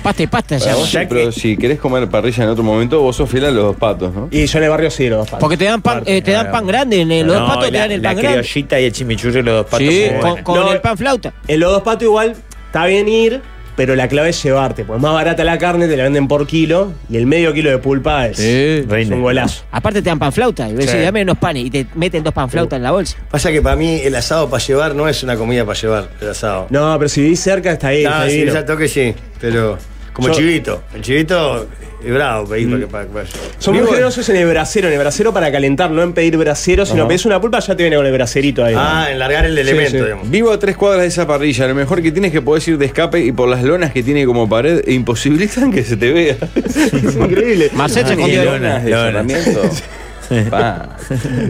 Pasta y pasta ya.
Para vos,
Ya
sí, pero
que-
si querés comer parrilla en otro momento, vos sos fiel a los dos patos, ¿no?
Y yo en el barrio sí, los dos
Porque te dan pan, eh, te
Ah,
dan pan grande, en el- los dos
No,
patos te
la-
dan el
la
pan grande.
criollita y el chimichurri, los dos patos.
Sí, con,
muy buenos.
con
No,
el pan flauta.
En los dos patos igual está bien ir, pero la clave es llevarte. Pues más barata la carne, te la venden por kilo y el medio kilo de pulpa es,
Sí.
es un golazo.
Aparte te dan pan flauta. Y vos decís, dame unos panes y te meten dos pan flauta en la bolsa.
Pasa que para mí el asado para llevar no es una comida para llevar, el asado.
No, pero si vivís cerca está ahí.
No,
está
sí,
divino.
ya toque sí, pero como
Yo-
chivito. El chivito es bravo, pedí para que para que vaya.
Son muy
Digo,
generosos en el brasero, en el brasero para calentar, no en pedir brasero, sino pedís una pulpa, ya te viene con el braserito ahí.
Ah, enlargar el elemento,
sí.
digamos.
Vivo a tres cuadras de esa parrilla. Lo mejor que tienes es que podés ir de escape y por las lonas que tiene como pared imposibilitan que se te vea.
es increíble.
Macet se escondió.
Lonas de
Lonas.
cerramiento. Pa.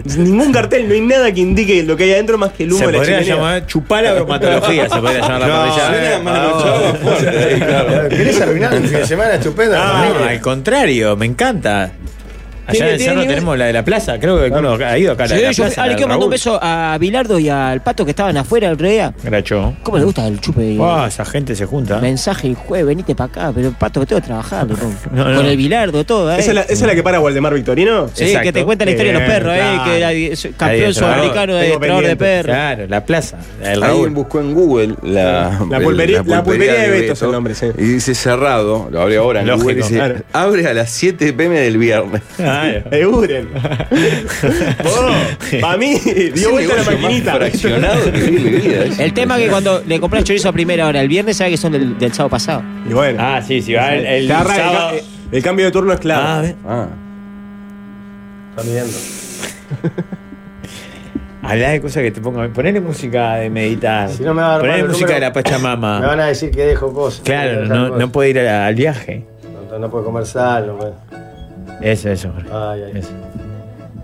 Ningún cartel, no hay nada que indique lo que hay adentro
este
más que el humo
Se
de la
podría
chimenea.
llamar chupala bromatología, se podría llamar la
No,
parrilla. Ah,
suena
Suena manochado fuerte, ahí, claro.
¿Querés arruinar el fin de semana estupendo?
No,
Familia.
al contrario, me encanta. Allá en el cerro tenemos la de la plaza, creo que uno ha ido acá a la,
Sí,
la
yo-
plaza.
ah, le quiero mandar un beso a Bilardo y al pato que estaban afuera el otro día.
Gracho.
¿Cómo le gusta el chupe?
Ah, esa gente se junta.
Mensaje el jueves, venite para acá, pero pato que tengo que trabajar, loco.
No, no.
Con el Bilardo, todo, ¿eh?
¿Esa es, la, esa es la que para Waldemar Victorino?
Sí, que te cuenta la historia de los perros, ¿eh? Que era es
Ahí,
campeón
el cerrador.
sudamericano de
Tengo
entrenador de
pendiente.
perros.
Claro, la plaza. El
Alguien
Raúl.
buscó en Google la,
La
el-
pulpería- la pulpería de Beto es el nombre, sí.
Y dice cerrado, lo abre ahora en
Lógico,
Google y dice,
claro.
abre a las 7 pm del viernes.
Claro.
De Uren. Para mí,
Es el
dio vuelta
negocio
la
más
maquinita.
fraccionado que vi en mi vida. es
El tema es que cuando le compras chorizo a primera hora, el viernes sabe que son del, del sábado pasado.
Y bueno.
Ah, sí, sí, va el, el
Te agarra el ca-
sábado.
el, cambio de turno es claro.
Ah, a ver.
Ah,
Está mirando.
Hablá de cosas que te pongan. Ponele música de meditar.
Si no me va a dar
Ponele
mal el
música de
número,
la Pachamama.
Me van a decir que dejo cosas.
Claro,
que dejo
no,
cosas.
no puede ir a- al viaje.
No, no puedo comer sal, no puedo.
Eso, eso, Jorge.
Ay, ay.
Eso.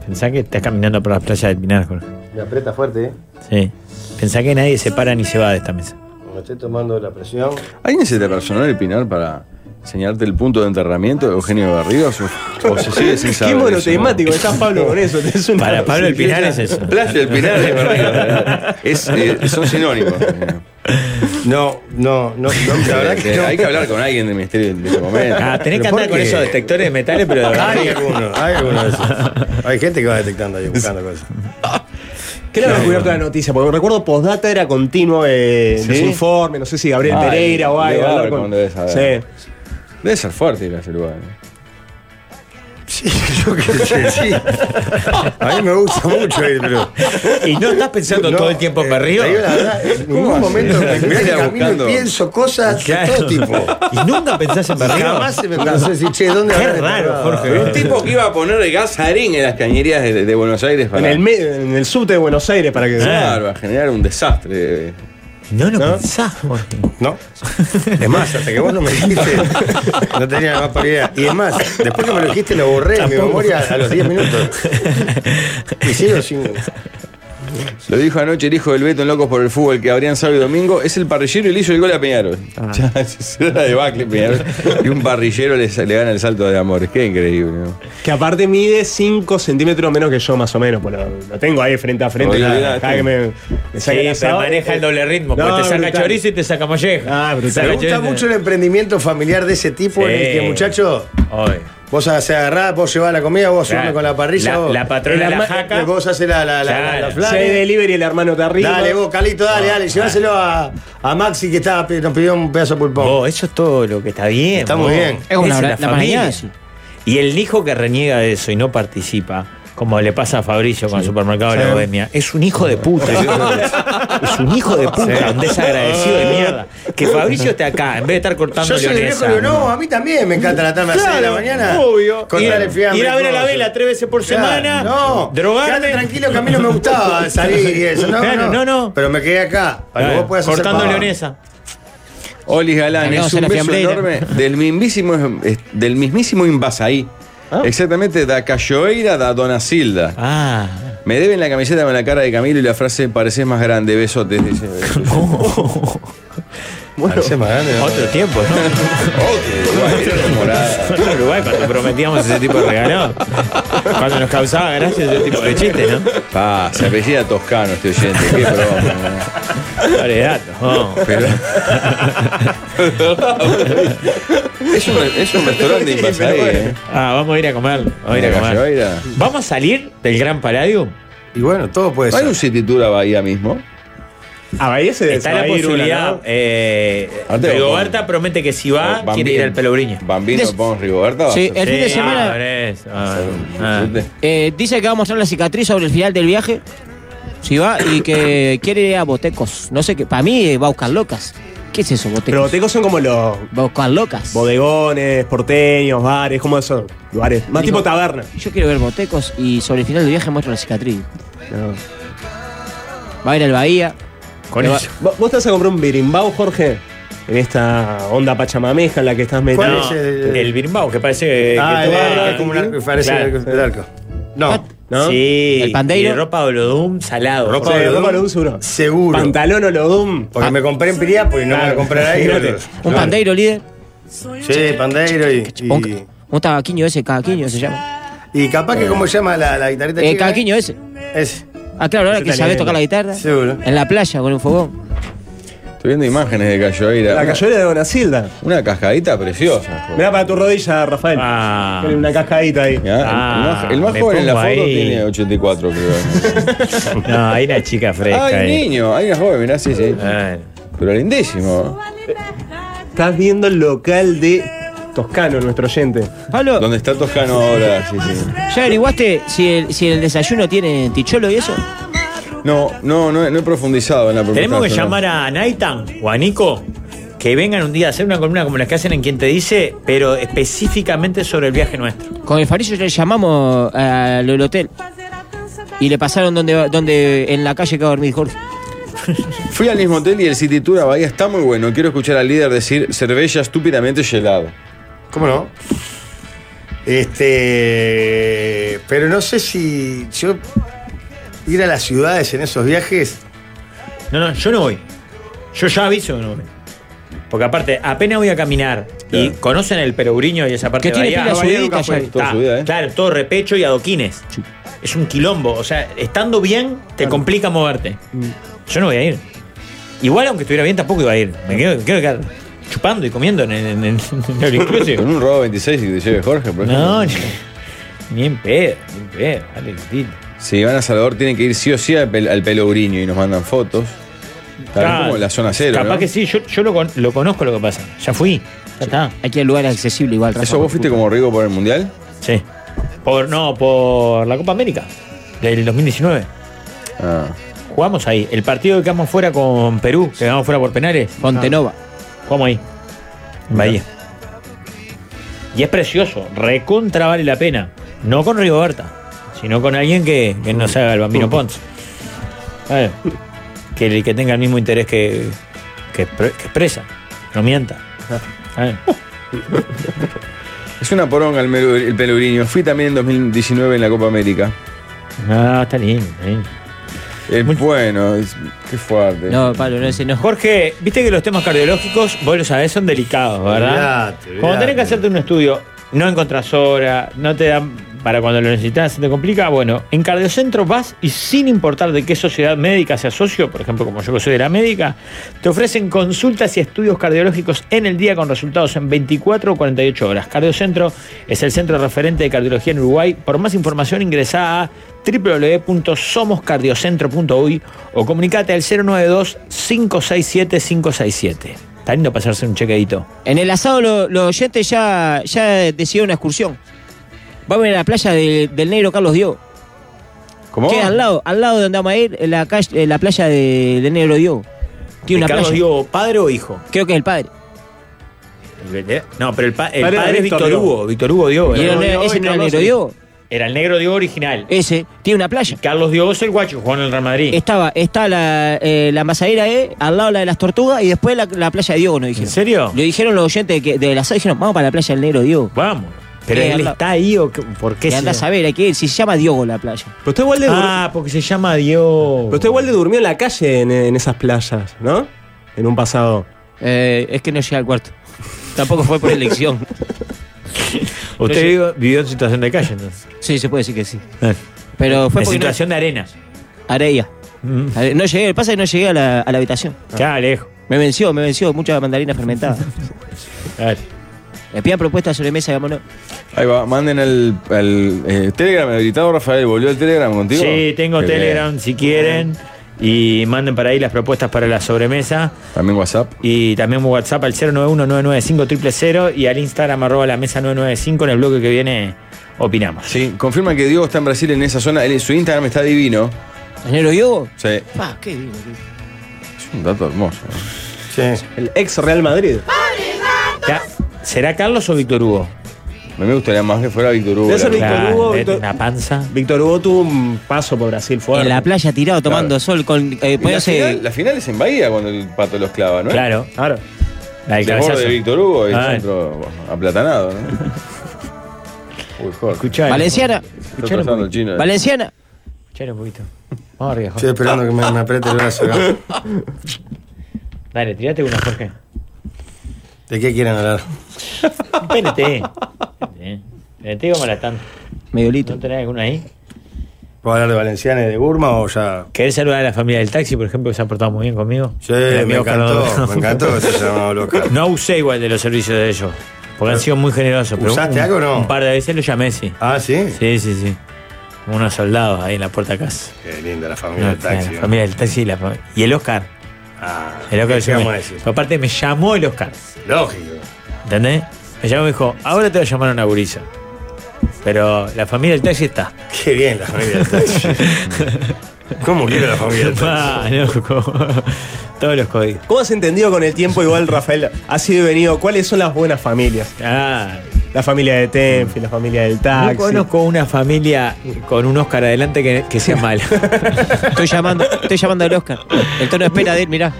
Pensá que estás caminando por las playas del Pinar, Jorge.
Me aprieta fuerte, ¿eh?
Sí. Pensá que nadie se para ni se va de esta mesa.
Me estoy tomando la presión.
¿Alguien se te personó el Pinar para enseñarte el punto de enterramiento de Eugenio Barrios? ¿O, o se sigue sin saber?
Qué
eso?
monotemático estás, Pablo, con eso. tenés una-
Para Pablo el Pinar es eso.
Playa del Pinar y Barrios. Es, eh, son sinónimos.
No, no, no. no la verdad que no.
Hay que hablar con alguien del Ministerio de ese momento.
Ah, tenés que
¿Pero por
andar con
qué?
esos detectores de metales, pero de verdad.
Hay algunos, hay algunos de esos. Hay gente que va detectando ahí, buscando cosas.
¿Qué le habrá descubierto la noticia? Porque recuerdo postdata era continuo eh,
¿Sí? Ah,
los informes, no sé si Gabriel
Ay,
Pereira o algo.
Leo
hablar
Abercon
con-
debe saber.
Sí.
Debe ser fuerte ir a ese lugar. ¿eh?
Sí, yo qué sé, sí. A mí me gusta mucho ir, pero.
Y no eh, estás pensando todo el tiempo en
me
Berrío.
Te digo la verdad, en
¿Cómo
ningún momento
haces?
me mirá que
Mira,
camino y
buscando.
pienso cosas de todo tipo.
Y nunca pensás en Berrío.
Jamás se me pasó decir, che, ¿dónde
Qué
habrán
raro,
enterrado?
Jorge.
Pero un tipo que iba a poner el gas harín en las cañerías de, de Buenos Aires
En
para,
el, me- en el subte de Buenos Aires para que.
Claro, para generar un desastre.
No lo
¿No?
pensás, Jorge.
No. Es más, hasta que vos no me dijiste, no tenía la más pálida idea. Y es más, después que me lo dijiste, lo borré en mi memoria a los 10 minutos. Y sigo sin.
Lo dijo anoche el hijo del Beto en Locos por el Fútbol que abrían sábado y domingo. Es el parrillero y le hizo el gol a Peñarol.
Ah.
Ya, es una debacle, Peñarol. Y un parrillero le, le gana el salto de amores. Qué increíble. ¿no?
Que aparte mide 5 centímetros menos que yo, más o menos. Pues lo, lo tengo ahí frente a frente.
Olvidate.
cada- cada que me, me
Sí,
saca el
pero
asado. eh,
maneja el doble ritmo.
No,
porque te saca
brutal.
chorizo y te saca molleja.
Ah, brutal.
Saca
Me
chorizo
gusta
y-
mucho el emprendimiento familiar de ese tipo en el que,
Sí.
muchacho,
Obvio.
vos se agarrás, vos llevás la comida, vos
Claro.
subís con la parrilla.
La-
vos,
la patrona
el
la
arma-
jaca.
Vos haces la, la, la,
Claro.
la
Si
flan.
hay delivery, el hermano te arriba.
Dale, vos, Calito,
Ah.
dale, dale. Llévaselo a, a Maxi que estaba, nos pidió un pedazo de pulpón.
Vos, eso es todo lo que está bien.
Está muy
vos.
bien.
Es una
Esa
hora-
la
la
familia.
mañana, sí.
Y el hijo que reniega de eso y no participa, como le pasa a Fabricio con el supermercado de la Bohemia, es un hijo de puta. es un hijo de puta, un desagradecido de mierda. Que Fabricio esté acá, en vez de estar cortando
Yo soy el viejo
leonesa.
pero no, a mí también me encanta la tarde a las seis de la mañana.
obvio. Ir,
Cortar el fiambre,
ir a ver a la
todo.
vela tres veces por
Claro,
semana.
No, quédate
Drogarme.
tranquilo que a mí no me gustaba salir y eso. No,
Claro,
no,
no, no.
Pero me quedé acá, para que
Claro,
vos puedas hacer
cortando
pavada.
leonesa.
Olis Galán,
Acá
es
vamos a
un
la
beso
fiambrera.
enorme del mismísimo, es- del mismísimo Invasaí. Exactamente, da Cachoeira da Donasilda.
Ah.
Me deben la camiseta con la cara de Camilo y la frase pareces más grande, besotes. dice.
Parece más grande, ¿no?
Otro tiempo, ¿no?
eh,
En Uruguay, cuando prometíamos ese tipo de regalo, cuando nos causaba gracia ese tipo de chiste, ¿no?
Pa, Ah, se apellida Toscano este oyente, qué broma. ¿no?
Dale datos, no.
Pero... es, un, es un restaurante de Invasaí, ¿eh?
Ah, vamos a ir a comer. Vamos a ir a
Da
comer.
Cachoeira.
¿Vamos a salir del Gran Palladium?
Y bueno, todo puede
¿No ¿Hay
ser.
un Cetitura Bahía mismo?
Ah,
A Bahía se
Está
se va
la
a ir una,
posibilidad.
¿no?
eh,
Arte,
Rigoberta promete que si va,
Bambino.
quiere ir al Pelobriño.
Bambino,
Des-
Pons, Rigoberta. va a
Sí,
ser-
el fin de
Sí,
semana.
abre eso, ah, ah.
Eh, dice que va a mostrar la cicatriz sobre el final del viaje. Si va y que quiere ir a Botecos. No sé qué. Para mí eh, va a buscar locas. ¿Qué es eso,
Pero
Botecos?
botecos son como los
Va a buscar locas.
bodegones, porteños, bares, como esos lugares. Más
Digo-
tipo taberna.
Yo quiero ver Botecos y sobre el final del viaje muestra la cicatriz. Va a ir al Bahía.
Con
Le va-
eso.
¿Vos vos te vas a comprar un birimbau, Jorge? En esta onda pachamameja en la que estás metido.
¿Cuál
No,
es el-
el Birimbao, que parece
Ah,
que
el
tú vas-
arco, es como un arco, parece
Claro. Ah,
el arco- el arco. No,
¿no?
Sí,
El pandeiro.
y ropa Olodum salado.
Ropa
Sí,
Olodum.
ropa Olodum seguro.
Seguro.
Pantalón Olodum.
porque me compré en Piriápolis y no me voy a comprar ahí.
Fíjate,
boludo.
Un
No.
pandeiro líder.
Sí, pandeiro y,
Un,
y,
un tabaquiño ese, cavaquiño se llama.
Y capaz que, ¿cómo se llama la, la guitarrita
Eh. El
chica?
calquiño ese.
Ese.
Ah, claro, ahora
Ese
que sabés
italiano.
tocar la guitarra.
Seguro.
En la playa, con un fogón.
Estoy viendo imágenes de Cayoeira.
La cayoeira de Donacilda.
Una cascadita preciosa.
Mirá para tu rodilla, Rafael. Ah.
Ah.
Tiene una cascadita ahí. Ah,
Mirá, el- el más, el más
me
joven en la foto
pongo ahí.
tiene 84, creo.
No, hay una chica fresca. eh. Ah.
Hay
ahí.
niño, hay una joven, mirá, sí, sí. Pero lindísimo.
Estás viendo el local de Toscano, nuestro oyente.
Pablo.
¿Dónde está Toscano ahora? Sí, sí.
¿Ya averiguaste si el, si el desayuno tiene ticholo y eso?
No, no, no, he- no he profundizado en la propuesta.
Tenemos que
nacional.
llamar a Naitan o a Nico que vengan un día a hacer una columna como las que hacen en Quien Te Dice, pero específicamente sobre el viaje nuestro.
Con el Farillo le llamamos al al hotel. Y le pasaron donde, donde en la calle que va a dormir Jorge.
Fui al mismo hotel y el City Tour a Bahía está muy bueno. Quiero escuchar al líder decir cerveza estúpidamente gelada.
¿Cómo no? Este. Pero no sé si yo. Ir a las ciudades en esos viajes.
No, no, yo no voy. Yo ya aviso que no voy. Porque aparte, apenas voy a caminar y conocen el pereuriño y esa parte
Que
de
tiene
Bahía.
pila
Ah, Bahía
sudita
nunca fue.
ya.
Está,
¿eh?
Claro, todo repecho y adoquines. Es un quilombo. O sea, estando bien, te complica moverte. Yo no voy a ir. Igual, aunque estuviera bien, tampoco iba a ir. Me quiero, quiero quedar chupando y comiendo en el, en el- en el inclusive.
Con un robo 26 y te lleve Jorge, por ejemplo.
No, ni, ni en pedo, ni en pedo. Dale, Cristina.
Si van a Salvador tienen que ir sí o sí al, pel- al Pelourinho y nos mandan fotos. Tal vez
Claro.
como la zona cero.
Capaz
¿no?
que sí, yo, yo lo, con- lo conozco lo que pasa. Ya fui. Ya está.
Aquí hay lugar accesible igual. Rafa.
¿Eso vos fuiste como Rigo por el Mundial?
Sí. Por, no, por la Copa América del 2019.
Ah.
Jugamos ahí. El partido que quedamos fuera con Perú, que quedamos fuera por penales. Ah.
Fontenova.
Jugamos ahí. En Bahía. Y es precioso. Recontra vale la pena. No con Rigoberta, sino con alguien que, que no se haga el bambino Pons. Claro. Que, el- que tenga el mismo interés que, que, expre- que expresa. No mienta.
Ah.
Claro.
Es una poronga el, Melu- el Pelourinho. Fui también en 2019 en la Copa América.
Ah, está lindo. está lindo.
Es bueno, es- qué fuerte.
No, Pablo, no, ese no.
Jorge, viste que los temas cardiológicos, vos lo sabés, son delicados, ¿verdad?
Olvidate, olvidate.
Cuando tenés que hacerte un estudio, no encontrás hora, no te dan para cuando lo necesitas, se te complica. Bueno, en Cardiocentro vas y sin importar de qué sociedad médica seas socio, por ejemplo, como yo que soy de la médica, te ofrecen consultas y estudios cardiológicos en el día con resultados en 24 o 48 horas. Cardiocentro es el centro referente de cardiología en Uruguay. Por más información ingresá a www.somoscardiocentro.uy o comunicate al 092-567-567. Está lindo pasarse un chequeadito.
En el asado lo- los oyentes ya, ya decidieron una excursión. Vamos a ir a la playa de- del negro Carlos Diego.
¿Cómo?
Que al lado, al lado de donde vamos a ir, en la, calle- en la playa de- del negro Diego. Tiene una
¿De Carlos
playa.
Diego, padre o hijo?
Creo que es el padre.
No, pero el, pa- el
Padre
padre,
de
es
Víctor
Víctor
Hugo.
Hugo. Víctor Hugo Diego.
Y
¿no?
el-
Diego
ese no era
y
el
Carlos
negro
sí.
Diego.
Era el negro Diego original.
Ese. Tiene una playa.
Carlos Diego es el guacho, jugó en el Real Madrid.
Estaba, está la, eh, la masadera E, al lado la de las tortugas y después la, la playa de Diego, nos dijeron.
¿En serio?
Le dijeron los oyentes que, de la asado, dijeron, vamos para la playa del negro Diego.
Vamos. Pero
Eh,
él
anda-
está ahí o qué- por qué
Que andás a ver, hay que ir. Si se llama Diogo la playa.
Pero usted igual de dur-
Ah, porque se llama Dios.
pero usted igual de durmió en la calle en, en esas playas, ¿no? En un pasado.
Eh, es que no llega al cuarto. Tampoco fue por elección.
Usted vivió, vivió en situación de calle, entonces.
Sí, se puede decir que sí. Pero fue porque
en
no-
situación de arena.
Areia. Are- No llegué, el pasa es que no llegué a la, a la habitación.
Ah. Ya, lejos.
Me venció, me venció mucha mandarina fermentada.
Claro.
Le pidan propuestas sobre mesa, vámonos.
Ahí va, manden al, al, eh, Telegram, habilitado Rafael, ¿volvió el Telegram contigo?
Sí, tengo
Qué bien.
Telegram si quieren. Y manden para ahí las propuestas para la sobremesa.
También WhatsApp.
Y también un WhatsApp al 091-995-000 y al Instagram arroba la mesa 995. En el bloque que viene opinamos.
Sí, confirman que Diego está en Brasil en esa zona. Él- su Instagram está divino.
¿El negro Diogo?
Sí,
Pa, qué digo.
es un dato hermoso.
Sí.
El ex Real Madrid.
Ya, ¿Será Carlos o Víctor Hugo?
A mí me gustaría más que fuera Víctor Hugo.
Debe ser
la verdad.
Víctor
La,
Hugo,
de-
Víctor-
la panza.
Víctor Hugo tuvo un paso por Brasil fuerte.
En la playa tirado tomando sol con eh,
Y la,
poniéndose-
final, la final es en Bahía cuando el pato los clava, ¿no?
Claro.
Claro.
La
El
del
borde
cabezazo.
de Víctor Hugo y el
Ah,
centro bueno, aplatanado, ¿no? Uy, Jorge.
Escuchá,
Valenciana.
Está eh. atrasando el chino.
Valenciana.
escuchá un poquito. Vamos arriba, Jorge.
Estoy esperando que me, me apriete el brazo. acá.
Dale, tirate una, Jorge.
¿De qué quieren hablar?
PNT. PNT, PNT como la están.
medio litro. ¿No
tenés alguno ahí?
¿Puedo hablar de Valenciana y de Burma o ya?
¿Querés saludar a la familia del taxi, por ejemplo, que se ha portado muy bien conmigo?
Sí, me encantó, me encantó ese llamado local.
No usé igual de los servicios de ellos, porque han sido muy generosos. pero
¿Usaste
un-
algo o no?
Un par de veces lo llamé, sí.
Ah, ¿sí?
Sí, sí, sí. Como Unos soldados ahí en la puerta de casa.
Qué linda la familia
No,
del taxi.
La
¿no?
familia del taxi y, la fam- y el Oscar.
Ah,
El Oscar
¿qué
yo
vamos
me-
a decir?
Aparte me llamó el Oscar.
Lógico.
¿Entendés? Me llamó y me dijo, ahora te va a llamar una gurisa. Pero la familia del taxi está.
Qué bien la familia del taxi. ¿Cómo quiero la familia del
Ah,
taxi?
loco. Todos los códigos.
¿Cómo has entendido con el tiempo igual, Rafael? ha sido y venido, ¿cuáles son las buenas familias?
Ah,
La familia de Tenfi, la familia del
no
taxi.
conozco una familia con un Oscar adelante que, que sea mala.
Estoy llamando, estoy llamando al Oscar. El tono de espera de él, mirá.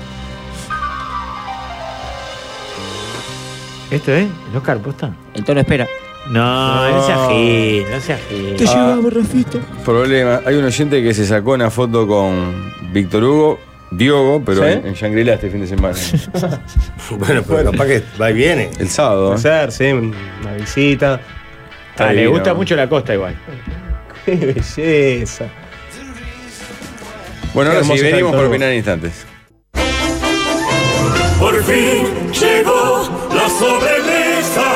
¿Esto es? ¿El Oscar posta?
El tono de espera.
No, no, seas gil, no seas gil. Ah.
llevamos, Rafita.
Problema, hay un oyente que se sacó una foto con Víctor Hugo, Diogo, pero
¿Sí?
en, en Shangri-La este fin de semana.
Bueno, pero capaz que va y viene.
El sábado.
Puede
¿eh?
ser, sí, una visita.
Está
Ah, le
divino.
gusta mucho la costa igual.
¡Qué belleza!
Bueno,
Qué
ahora sí,
hermoso
venimos
está
por
el
opinar en instantes.
Por fin llegó la sobremesa.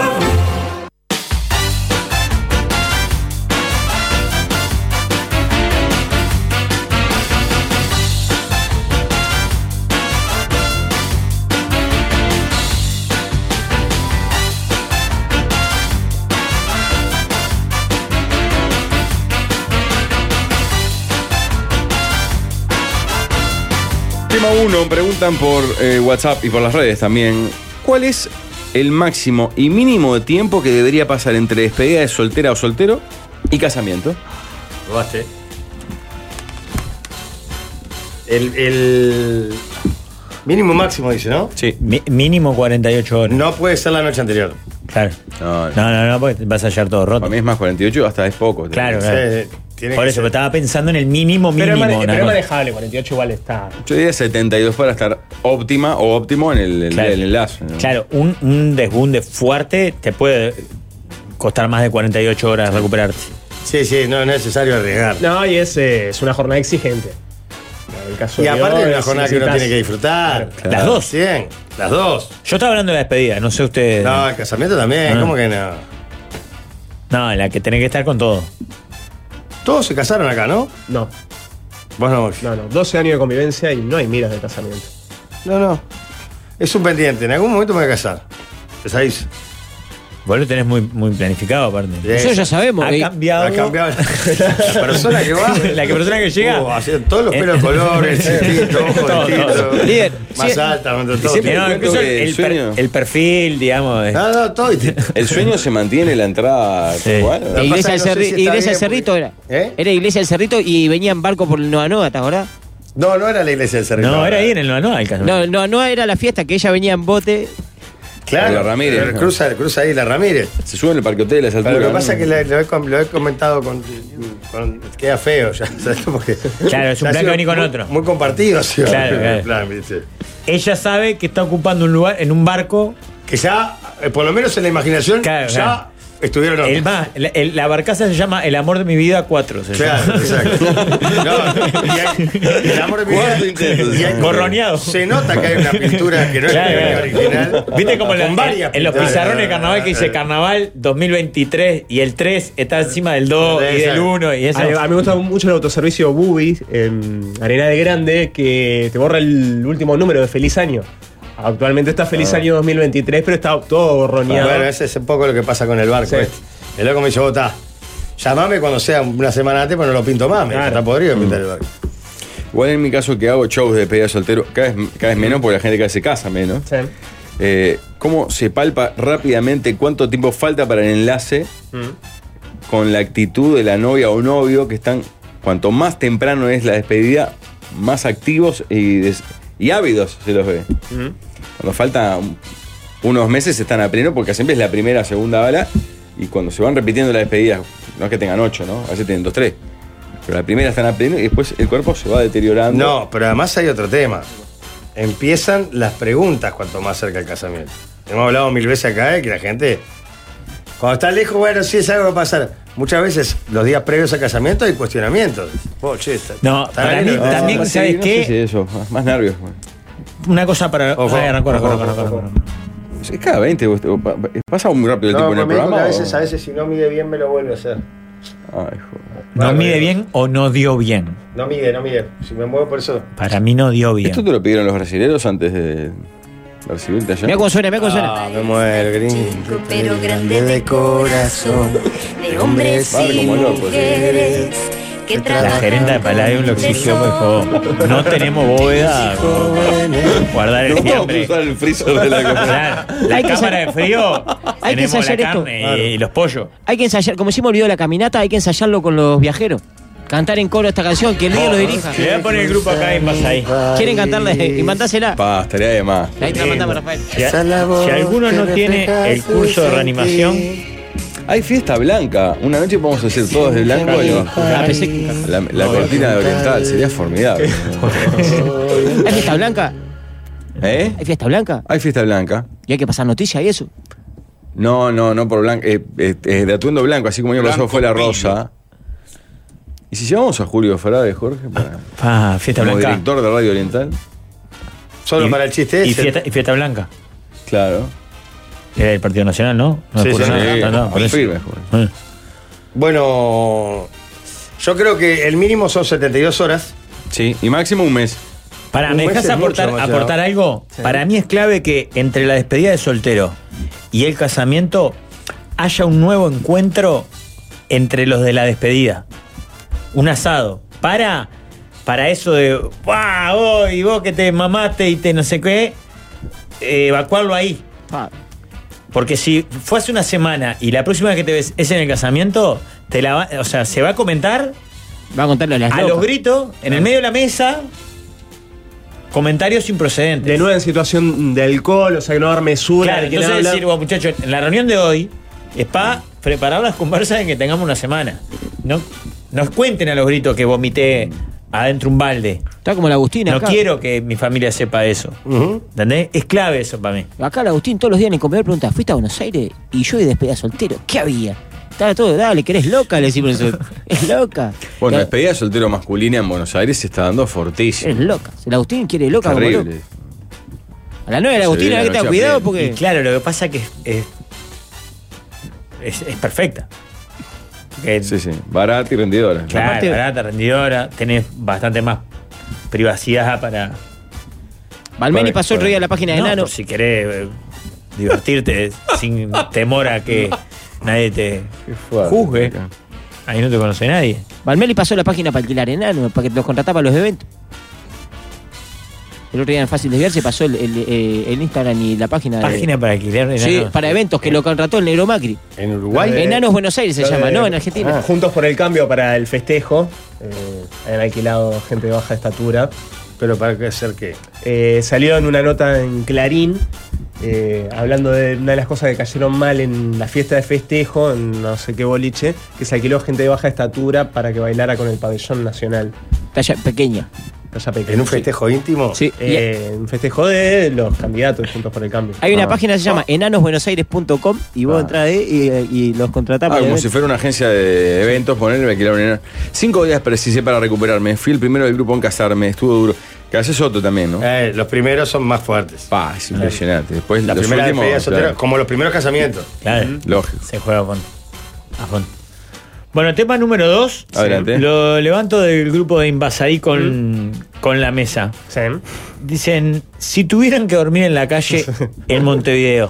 Tema 1, preguntan por eh, WhatsApp y por las redes también. ¿Cuál es el máximo y mínimo de tiempo que debería pasar entre despedida de soltera o soltero y casamiento?
Robaste. El, el mínimo máximo dice, ¿no?
Sí.
Mi- mínimo 48 horas.
No puede ser la noche anterior.
Claro.
No,
No, no, no, porque vas a hallar todo roto.
Para mí es más 48, hasta es poco.
Claro, claro.
Eh, tiene
Por
que
eso,
ser.
pero estaba pensando en el mínimo
Pero,
mínimo.
es mane-
nada
pero es
más.
manejable, 48 igual está.
Yo diría 72 para estar óptima o óptimo en el, el-
Claro.
el enlace. ¿no?
Claro, un, un desbunde fuerte te puede costar más de 48 horas recuperarte.
Sí, sí, no es necesario arriesgar.
No, y es, eh, es una jornada exigente. En el caso
Y
de
aparte
hoy,
es una
si
jornada que uno
necesitas-
tiene que disfrutar.
Claro. Las dos.
Bien, las dos.
Yo estaba hablando de la despedida, no sé usted.
No, el casamiento también,
Ah.
¿cómo que no?
No, en la que tenés que estar con todo.
Todos se casaron acá, ¿no?
No,
Vos no.
no, no. 12 años de convivencia y no hay miras de casamiento.
No, no. Es un pendiente, en algún momento me voy a casar. ¿Pensáis?
Vos lo tenés muy, muy planificado, aparte.
Eso ya sabemos. ¿eh?
Ha
que-
cambiado.
Ha cambiado la, la persona que va.
La que persona que llega. Eh,
Uh, así, todos los pelos de colores, distintos,
Todo,
ojos
todo.
distintos.
Líder,
Más
sí.
alta, más todo.
siempre-
No,
Te
incluso
cuento
el,
que
el per-
sueño.
el perfil, digamos. de-
No, no, todo. distinto.
El sueño se mantiene la entrada
Sí.
¿cuál?
La
La iglesia
pasa
del
que no
Cerri-
sé si está
iglesia del
bien,
Cerrito
porque-
era.
¿Eh?
Era iglesia del Cerrito y venían barco por el Noa Noa, ¿te acordás?
No, no era la iglesia del Cerrito.
No, era ahí en el manual, casi.
No, el Noa Noa era la fiesta que ella venía en bote.
Claro,
La Ramírez.
pero Cruza, cruza ahí la Ramírez.
Se sube en el parque hotel a esa altura.
Pero lo que pasa
¿no?
es que la- lo he, com- lo he comentado con, con- Queda feo ya. ¿sabes? Como que-
Claro, es un
Ha
plan que
sido
venís con
muy-
otro.
Muy compartido, ha sido
Claro,
el
claro.
plan, ¿viste?
Ella sabe que está ocupando un lugar en un barco.
Que ya, eh, por lo menos en la imaginación,
Claro,
ya
claro.
estuvieron.
El más, la, el- la barcaza se llama El amor de mi vida 4. se llama.
Claro, exacto. No, y hay- y el amor de mi
Cuarto
vida.
intento.
y hay-
Borroneado.
Se nota que hay una pintura que no
Claro,
es la
claro.
original.
Viste como
Con
en, la-
varias
en los
pinturas.
pizarrones de carnaval que dice carnaval 2023 y el 3 está encima del 2 y del
Exacto.
1 y eso.
A, a mí me gusta mucho el autoservicio Bubis en Arena de Grande que te borra el último número de Feliz Año. Actualmente está Feliz Año 2023, pero está todo borroneado.
Bueno, ese es un poco lo que pasa con el barco.
Sí.
este. El loco me dice, vota. Llamame cuando sea una semana antes, pero no lo pinto más. me dice,
Claro.
Está podrido pintar el
Mm.
barco.
Igual en mi caso que hago shows de despedida de soltero, cada vez, cada vez menos porque la gente cada vez se casa menos.
Sí.
Eh, ¿Cómo se palpa rápidamente cuánto tiempo falta para el enlace con la actitud de la novia o novio que están, cuanto más temprano es la despedida, más activos y, des- y ávidos se los ve? Cuando falta un- unos meses están a pleno porque siempre es la primera, segunda bala y cuando se van repitiendo las despedidas, no es que tengan ocho, ¿no? A veces tienen dos, tres. Pero la primera están a pleno y después el cuerpo se va deteriorando.
No, pero además hay otro tema. Empiezan las preguntas cuanto más cerca el casamiento. Hemos hablado mil veces acá de que la gente Cuando estás lejos, bueno, sí es algo que va a pasar. Muchas veces, los días previos al casamiento hay cuestionamientos. Oh, che, está-
No,
está
para mí
bien, ¿no?
también,
Sí,
¿sabes
no
qué?
sé si-
Eso, más nervios. pues. man.
Una cosa para. Ay, arrancó, arrancó,
ojo,
arrancó,
ojo.
arrancó.
Es cada 20. vos- o pa- eh, Pasa muy rápido el
No,
tiempo en el
conmigo que
programa.
a
o-
veces, a veces si no mide bien me lo vuelve a hacer.
Ay, joder.
¿No mide bien o no dio bien?
No mide, no mide. Si me muevo por eso.
Para mí no dio bien.
¿Esto te lo pidieron los brasileños antes de recibirte allá?
Mirá
cómo suena, mirá cómo suena.
Ah, me muero, gringo.
pero grande de corazón, de hombres
Vale,
y
como pues. loco, sí.
mujeres que
La
trabajan.
gerente de Palladium lo exigió, pues, como, no tenemos bóveda. como, Guardar el
No vamos a
fiambre.
usar el freezer de la casa.
Claro, la
Hay que
cámara
sacar-
de frío,
Hay que
tenemos la
ensayar esto.
carne y- y los pollos.
Hay que ensayar, como si me olvidó la caminata, hay que ensayarlo con los viajeros. Cantar en coro esta canción, que el día lo dirija.
Le voy a poner el grupo acá y pasa ahí.
Quieren cantarla y mandásela.
Pa, estaría de más.
Ahí te la mandamos, Rafael.
Si, a- si alguno no tiene el curso de reanimación,
Hay fiesta blanca. Una noche podemos hacer todos de blanco. y abajo.
Ah, pensé que-
La, la cortina de oriental sería formidable.
¿Hay fiesta blanca?
¿Eh?
¿Hay fiesta blanca?
Hay fiesta blanca.
Y hay que pasar noticias y eso.
No, no, no por blanco. eh, eh, eh, de atuendo blanco, así como yo pasó fue la rosa. ¿Y si llevamos a Julio Farade, Jorge, para,
pa, fiesta
como
blanca.
director de Radio Oriental?
Solo
Y-
para el chiste
Y
ese.
fiesta, y fiesta blanca.
Claro.
Era el Partido Nacional, ¿no? No
Sí,
me acuerdo
sí,
nada.
sí.
No, no, por eso.
Firme, Jorge.
Eh.
Bueno, yo creo que el mínimo son 72 horas.
Sí, y máximo un mes.
Pará,
Un
¿me
mes
dejas
es
aportar,
mucho, demasiado.
aportar algo? Para mí es clave que entre la despedida de soltero y el casamiento haya un nuevo encuentro entre los de la despedida. Un asado. Para, para eso de, ¡buah! Vos, y vos que te mamaste y te no sé qué, eh, evacuarlo ahí.
Pa,
Porque si fue hace una semana y la próxima vez que te ves es en el casamiento, te la va- o sea, se va a comentar
Va a contarlo a las
a
locas.
los gritos, en el medio de la mesa, comentarios improcedentes.
De nuevo en situación de alcohol, o sea que no va a haber mesura.
Claro,
que no
entonces
hablar.
decir, bueno, muchachos, en la reunión de hoy es para preparar las conversas en que tengamos una semana. No nos cuenten a los gritos que vomité adentro un balde.
Está como la Agustina
No
acá.
quiero que mi familia sepa eso. ¿Entendés? Es clave eso para mí.
Acá el Agustín todos los días en el comedor pregunta, ¿fuiste a Buenos Aires? Y yo de despedida soltero, ¿qué había? Estaba todo, dale, que eres loca, le decimos nosotros. Es loca.
Bueno, la
La-
despedida de soltero masculina en Buenos Aires se está dando
es
fortísimo.
loca. El Agustín quiere loca, como loco.
Terrible.
A la nueve de la
Se
Agustina
viene
hay que
la
estar
noche
cuidado
aprieta.
Y
porque.
claro, lo que pasa es que es, es, es- es perfecta. Porque
Sí, sí. Barata y rendidora.
Claro,
Aparte-
barata, rendidora, tenés bastante más privacidad para.
Balmeni
Correcto,
pasó otro día a la página de
No,
Nano.
por si querés eh, divertirte sin temor a que nadie te
Qué fuerte.
juzgue. Ahí no te conoce nadie.
Balmeli pasó la página para alquilar enano, para que los contrataba para los eventos. El otro día en Fácil Desviarse pasó el, el, eh, el Instagram y la página de.
Página para alquiler.
Sí,
enano.
para eventos que lo contrató el Negro Macri.
En Uruguay.
Eh,
Enanos Buenos Aires se
Lo de-
llama, ¿no? En Argentina.
Ah, juntos por el cambio para el festejo. eh, han alquilado gente de baja estatura.
Pero para qué hacer qué.
Eh, salió en una nota en Clarín, eh, hablando de una de las cosas que cayeron mal en la fiesta de festejo, en no sé qué boliche, que se alquiló gente de baja estatura para que bailara con el pabellón nacional.
Talla pequeña.
Talla pequeña.
En un festejo íntimo.
Sí. Y-
Eh, un festejo de los candidatos de juntos por el cambio.
Hay una
Ah.
página que se llama enanosbuenosaires.com y vos
Ah.
entras ahí y, eh, y los contratás
Ah,
para
como
eventos.
si fuera una agencia de eventos, ponerle me alquilaron en- Cinco días precisé para recuperarme. Fui el primero del grupo en casarme, estuvo duro. Que haces otro también, ¿no?
Eh, los primeros son más fuertes.
Pa, es impresionante. Después
La
los
primera
últimos,
despedida de soltero,
claro,
como los primeros casamientos.
Claro,
Lógico.
se juega con, a fondo. Bueno, tema número dos.
Adelante.
Lo levanto del grupo de Invasaí con, con la mesa.
Sí.
Dicen, si tuvieran que dormir en la calle en Montevideo,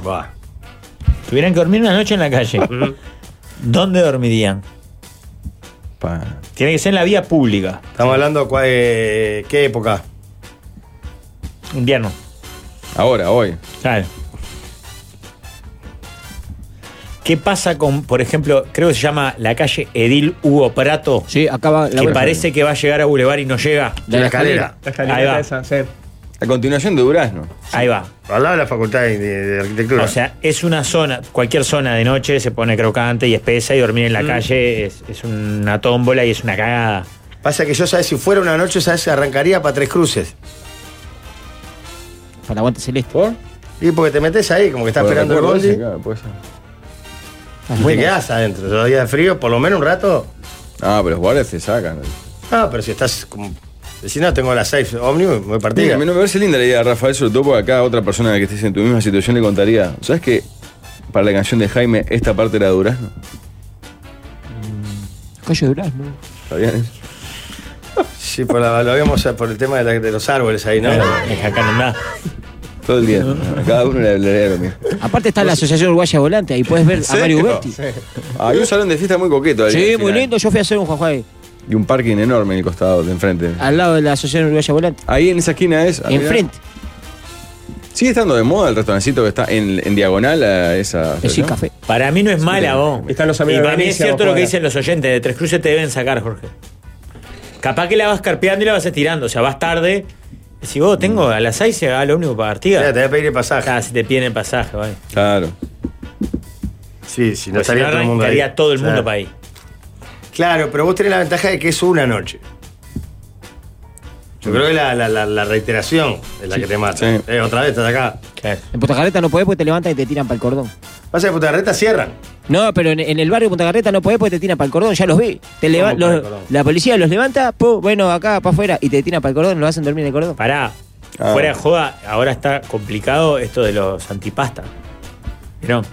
tuvieran que dormir una noche en la calle, ¿dónde dormirían?
Pa.
Tiene que ser en la vía pública,
Estamos hablando cua- eh, qué época.
invierno.
Ahora, hoy.
Claro. ¿Qué pasa con, por ejemplo, creo que se llama la calle Edil Hugo Prato,
Sí, acá va la
que
vuelta.
parece que va a llegar a Boulevard y no llega?
La
De la
escalera.
escalera.
La
Ahí va.
escalinata esa, sí.
A continuación de Durazno.
Ahí va.
Al lado de la Facultad de, de Arquitectura.
O sea, es una zona, cualquier zona de noche se pone crocante y espesa y dormir en la calle es, es una tómbola y es una cagada.
Pasa que yo, ¿sabes? Si fuera una noche, ¿sabes? Arrancaría para Tres Cruces.
Para Aguante Celeste.
¿Por?
Y porque te metes ahí, como que estás
Por
esperando el
recuerdo
bondi.
ese, claro, puede ser.
Te quedás adentro. Los días de frío, por lo menos un rato.
Ah, pero los jugadores se sacan.
Ah, pero si estás como. Si no, tengo la safe ómnibus, voy
Mira,
partida.
a mí me parece linda la idea, Rafael, sobre todo porque acá otra persona que estés en tu misma situación le contaría. ¿Sabes que para la canción de Jaime esta parte era Durazno?
Calle Durazno.
¿Sabían eso?
Sí, por la- lo vemos eh, por el tema de, la- de los árboles ahí, ¿no? Es acá no nada.
Todo el día. A cada uno le hablaría lo mismo.
Aparte está la Asociación Uruguaya Volante, ahí puedes ver a
¿En
Mario
serio?
Berti.
Hay un salón de fiesta muy coqueto ahí.
Sí,
al
muy
final.
lindo. Yo fui a hacer un Juan Ah, ahí,
Y un parking enorme en el costado, de enfrente.
al lado de la Asociación Uruguaya Volante.
Ahí en esa esquina es. arriba.
Enfrente.
Sigue estando de moda el restaurancito que está en, en diagonal a esa.
Es un café. Para mí no es mala, vos.
Están los
Y
amigos
para
de
mí es
Venecia,
cierto lo que
afuera.
dicen los oyentes, de Tres Cruces te deben sacar, Jorge. Capaz que la vas carpeando y la vas estirando, o sea, vas tarde. Si vos tengo a las 6 se va lo único para Artigas. te
voy a pedir el pasaje.
Ah, si te piden el pasaje, vale.
Claro.
Sí, si no
Pues si
estaría
no
todo el mundo
arrancaría
ahí.
todo el mundo
Claro.
para ahí.
Claro, pero vos tenés la ventaja de que es una noche. Yo creo que la, la- la- la reiteración es la que te mata. Eh, otra vez estás acá.
En Punta Carreta no podés porque te levantan y te tiran para el cordón.
Pasa que Punta Carreta cierran.
No, pero en, en el barrio de Punta Carreta no podés porque te tiran para el cordón, ya los vi. Te leva-
¿Cómo para el
los-
cordón?
la policía los levanta, po, bueno, acá para afuera, y te tiran para el cordón, lo hacen dormir en el cordón.
Pará. Fuera de joda, ahora está complicado esto de los antipasta. ¿Vieron?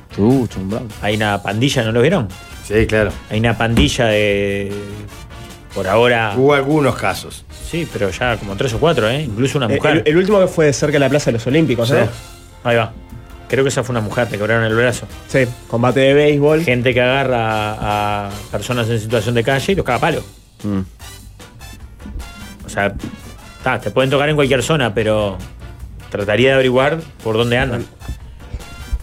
Hay una pandilla, ¿no lo vieron?
Sí, claro.
Hay una pandilla de. Por ahora.
Hubo algunos casos.
Sí, pero ya como tres o cuatro, ¿eh? Incluso una
El,
mujer.
el último que fue cerca de la Plaza de los Olímpicos, ¿eh? ¿no?
Ahí va. Creo que esa fue una mujer, te quebraron el brazo.
Sí, combate de béisbol.
Gente que agarra a, a personas en situación de calle y los caga a palo.
Mm.
O sea, ta, te pueden tocar en cualquier zona, pero trataría de averiguar por dónde andan.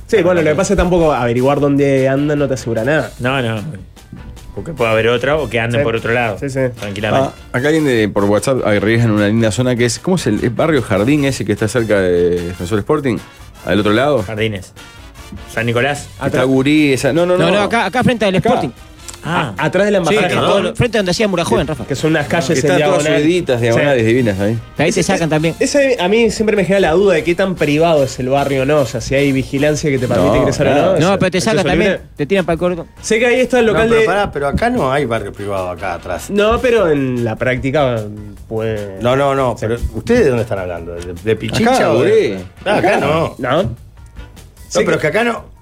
Sí, bueno, lo que pasa es tampoco averiguar dónde andan no te asegura nada.
No, no. O que pueda haber otra o que anden
Sí.
por otro lado.
Sí, sí.
Tranquilamente.
Ah, acá alguien de- por WhatsApp arriesga en una linda zona que es. ¿Cómo es el, el barrio Jardín ese que está cerca de Defensor Sporting? Al otro lado.
Jardines. San Nicolás.
Está Gurí, esa. No, no,
No,
no.
no, acá, acá frente del Sporting.
Ah.
Atrás de la embajada de
Sí,
Japón.
todo- frente donde hacía Murajoven, Rafa.
Que son unas
Que
calles en
están todas
diagonal.
subiditas, diagonales divinas ahí.
Ahí te sacan también.
Ese a mí siempre me genera la duda de qué tan privado es el barrio o no. O sea, si hay vigilancia que te permite
No,
ingresar
nada.
o no.
No, pero te saca
saca
también.
Te tiran para el cordón.
Sé que ahí está el local
No, pero
de.
pará, pero acá no hay barrio privado acá atrás.
No, pero en la práctica
pues,
puede.
No, no, no. Pero ustedes de dónde están hablando? ¿De, de Pichincha
Acá,
o de-
Gurí.
Ah,
No, acá no.
¿No?
No, pero es que acá no.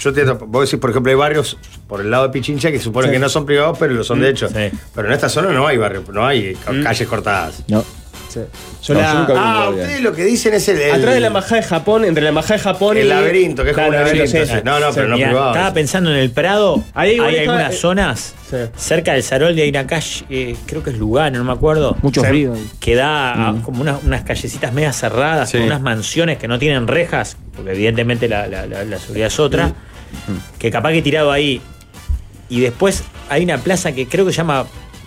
Yo te vos decís, por ejemplo, hay barrios por el lado de Pichincha que suponen
Sí.
que no son privados, pero lo son de
Mm,
hecho. Pero en esta zona no hay barrio, no hay ca-
Mm.
calles cortadas.
No.
Sí. Yo
Yo
la-
la- ah, ustedes lo que dicen es el, el-
Atrás de la embajada de Japón, entre la embajada de Japón y.
El laberinto, que es
Claro,
como un
el
laberinto,
sí,
sí.
sí.
No, no, pero no
Sí.
Mirá, estaba pensando en el Prado.
Ahí igual
hay
está- eh,
algunas zonas cerca del Saroldi, hay una calle, eh, creo que es Lugano, no me acuerdo.
Mucho
Sí.
frío.
Que da a- como unas, unas callecitas media cerradas, con unas mansiones que no tienen rejas, porque evidentemente la, la- la- la seguridad es otra. Que capaz que tirado ahí. Y después hay una plaza que creo que se llama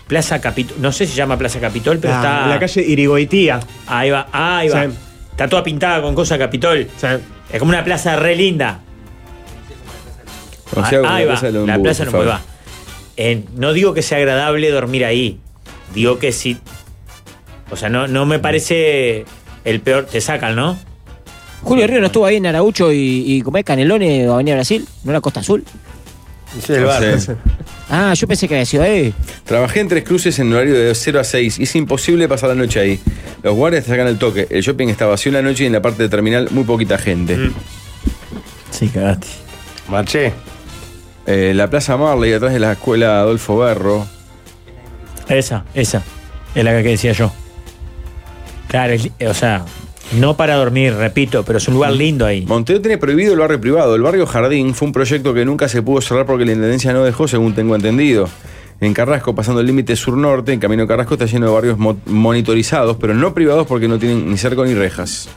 Plaza Capitol. No sé si se llama Plaza Capitol, pero
Ah,
está.
en la calle Irigoitía.
Ahí va, ahí va.
Sí.
Está toda pintada con cosa Capitol. Es como una plaza re linda.
O sea,
Ah, ahí
la
va,
plaza de
la
Lombú,
plaza
por
no
favor.
va. Eh, no digo que sea agradable dormir ahí. Digo que sí. O sea, no, no me parece el peor. Te sacan, ¿no?
Julio Río no estuvo ahí en Araucho y, y como es Canelones o Avenida Brasil, no era Costa Azul.
el
No
barrio.
sé.
Ah, yo pensé que había sido ahí.
Trabajé en Tres Cruces en horario de 0 a 6 y es imposible pasar la noche ahí. Los guardias te sacan el toque. El shopping está vacío en la noche y en la parte de terminal muy poquita gente.
Sí, cagaste.
Marché.
Eh, la Plaza Marley, atrás de la escuela Adolfo Berro.
Esa, esa. Es la que decía yo. Claro, es li- o sea, no para dormir, repito, pero es un lugar lindo ahí.
Montevideo tiene prohibido el barrio privado. El barrio Jardín fue un proyecto que nunca se pudo cerrar porque la intendencia no dejó, según tengo entendido. En Carrasco, pasando el límite sur-norte, en Camino Carrasco está lleno de barrios mo- monitorizados, pero no privados porque no tienen ni cerco ni rejas.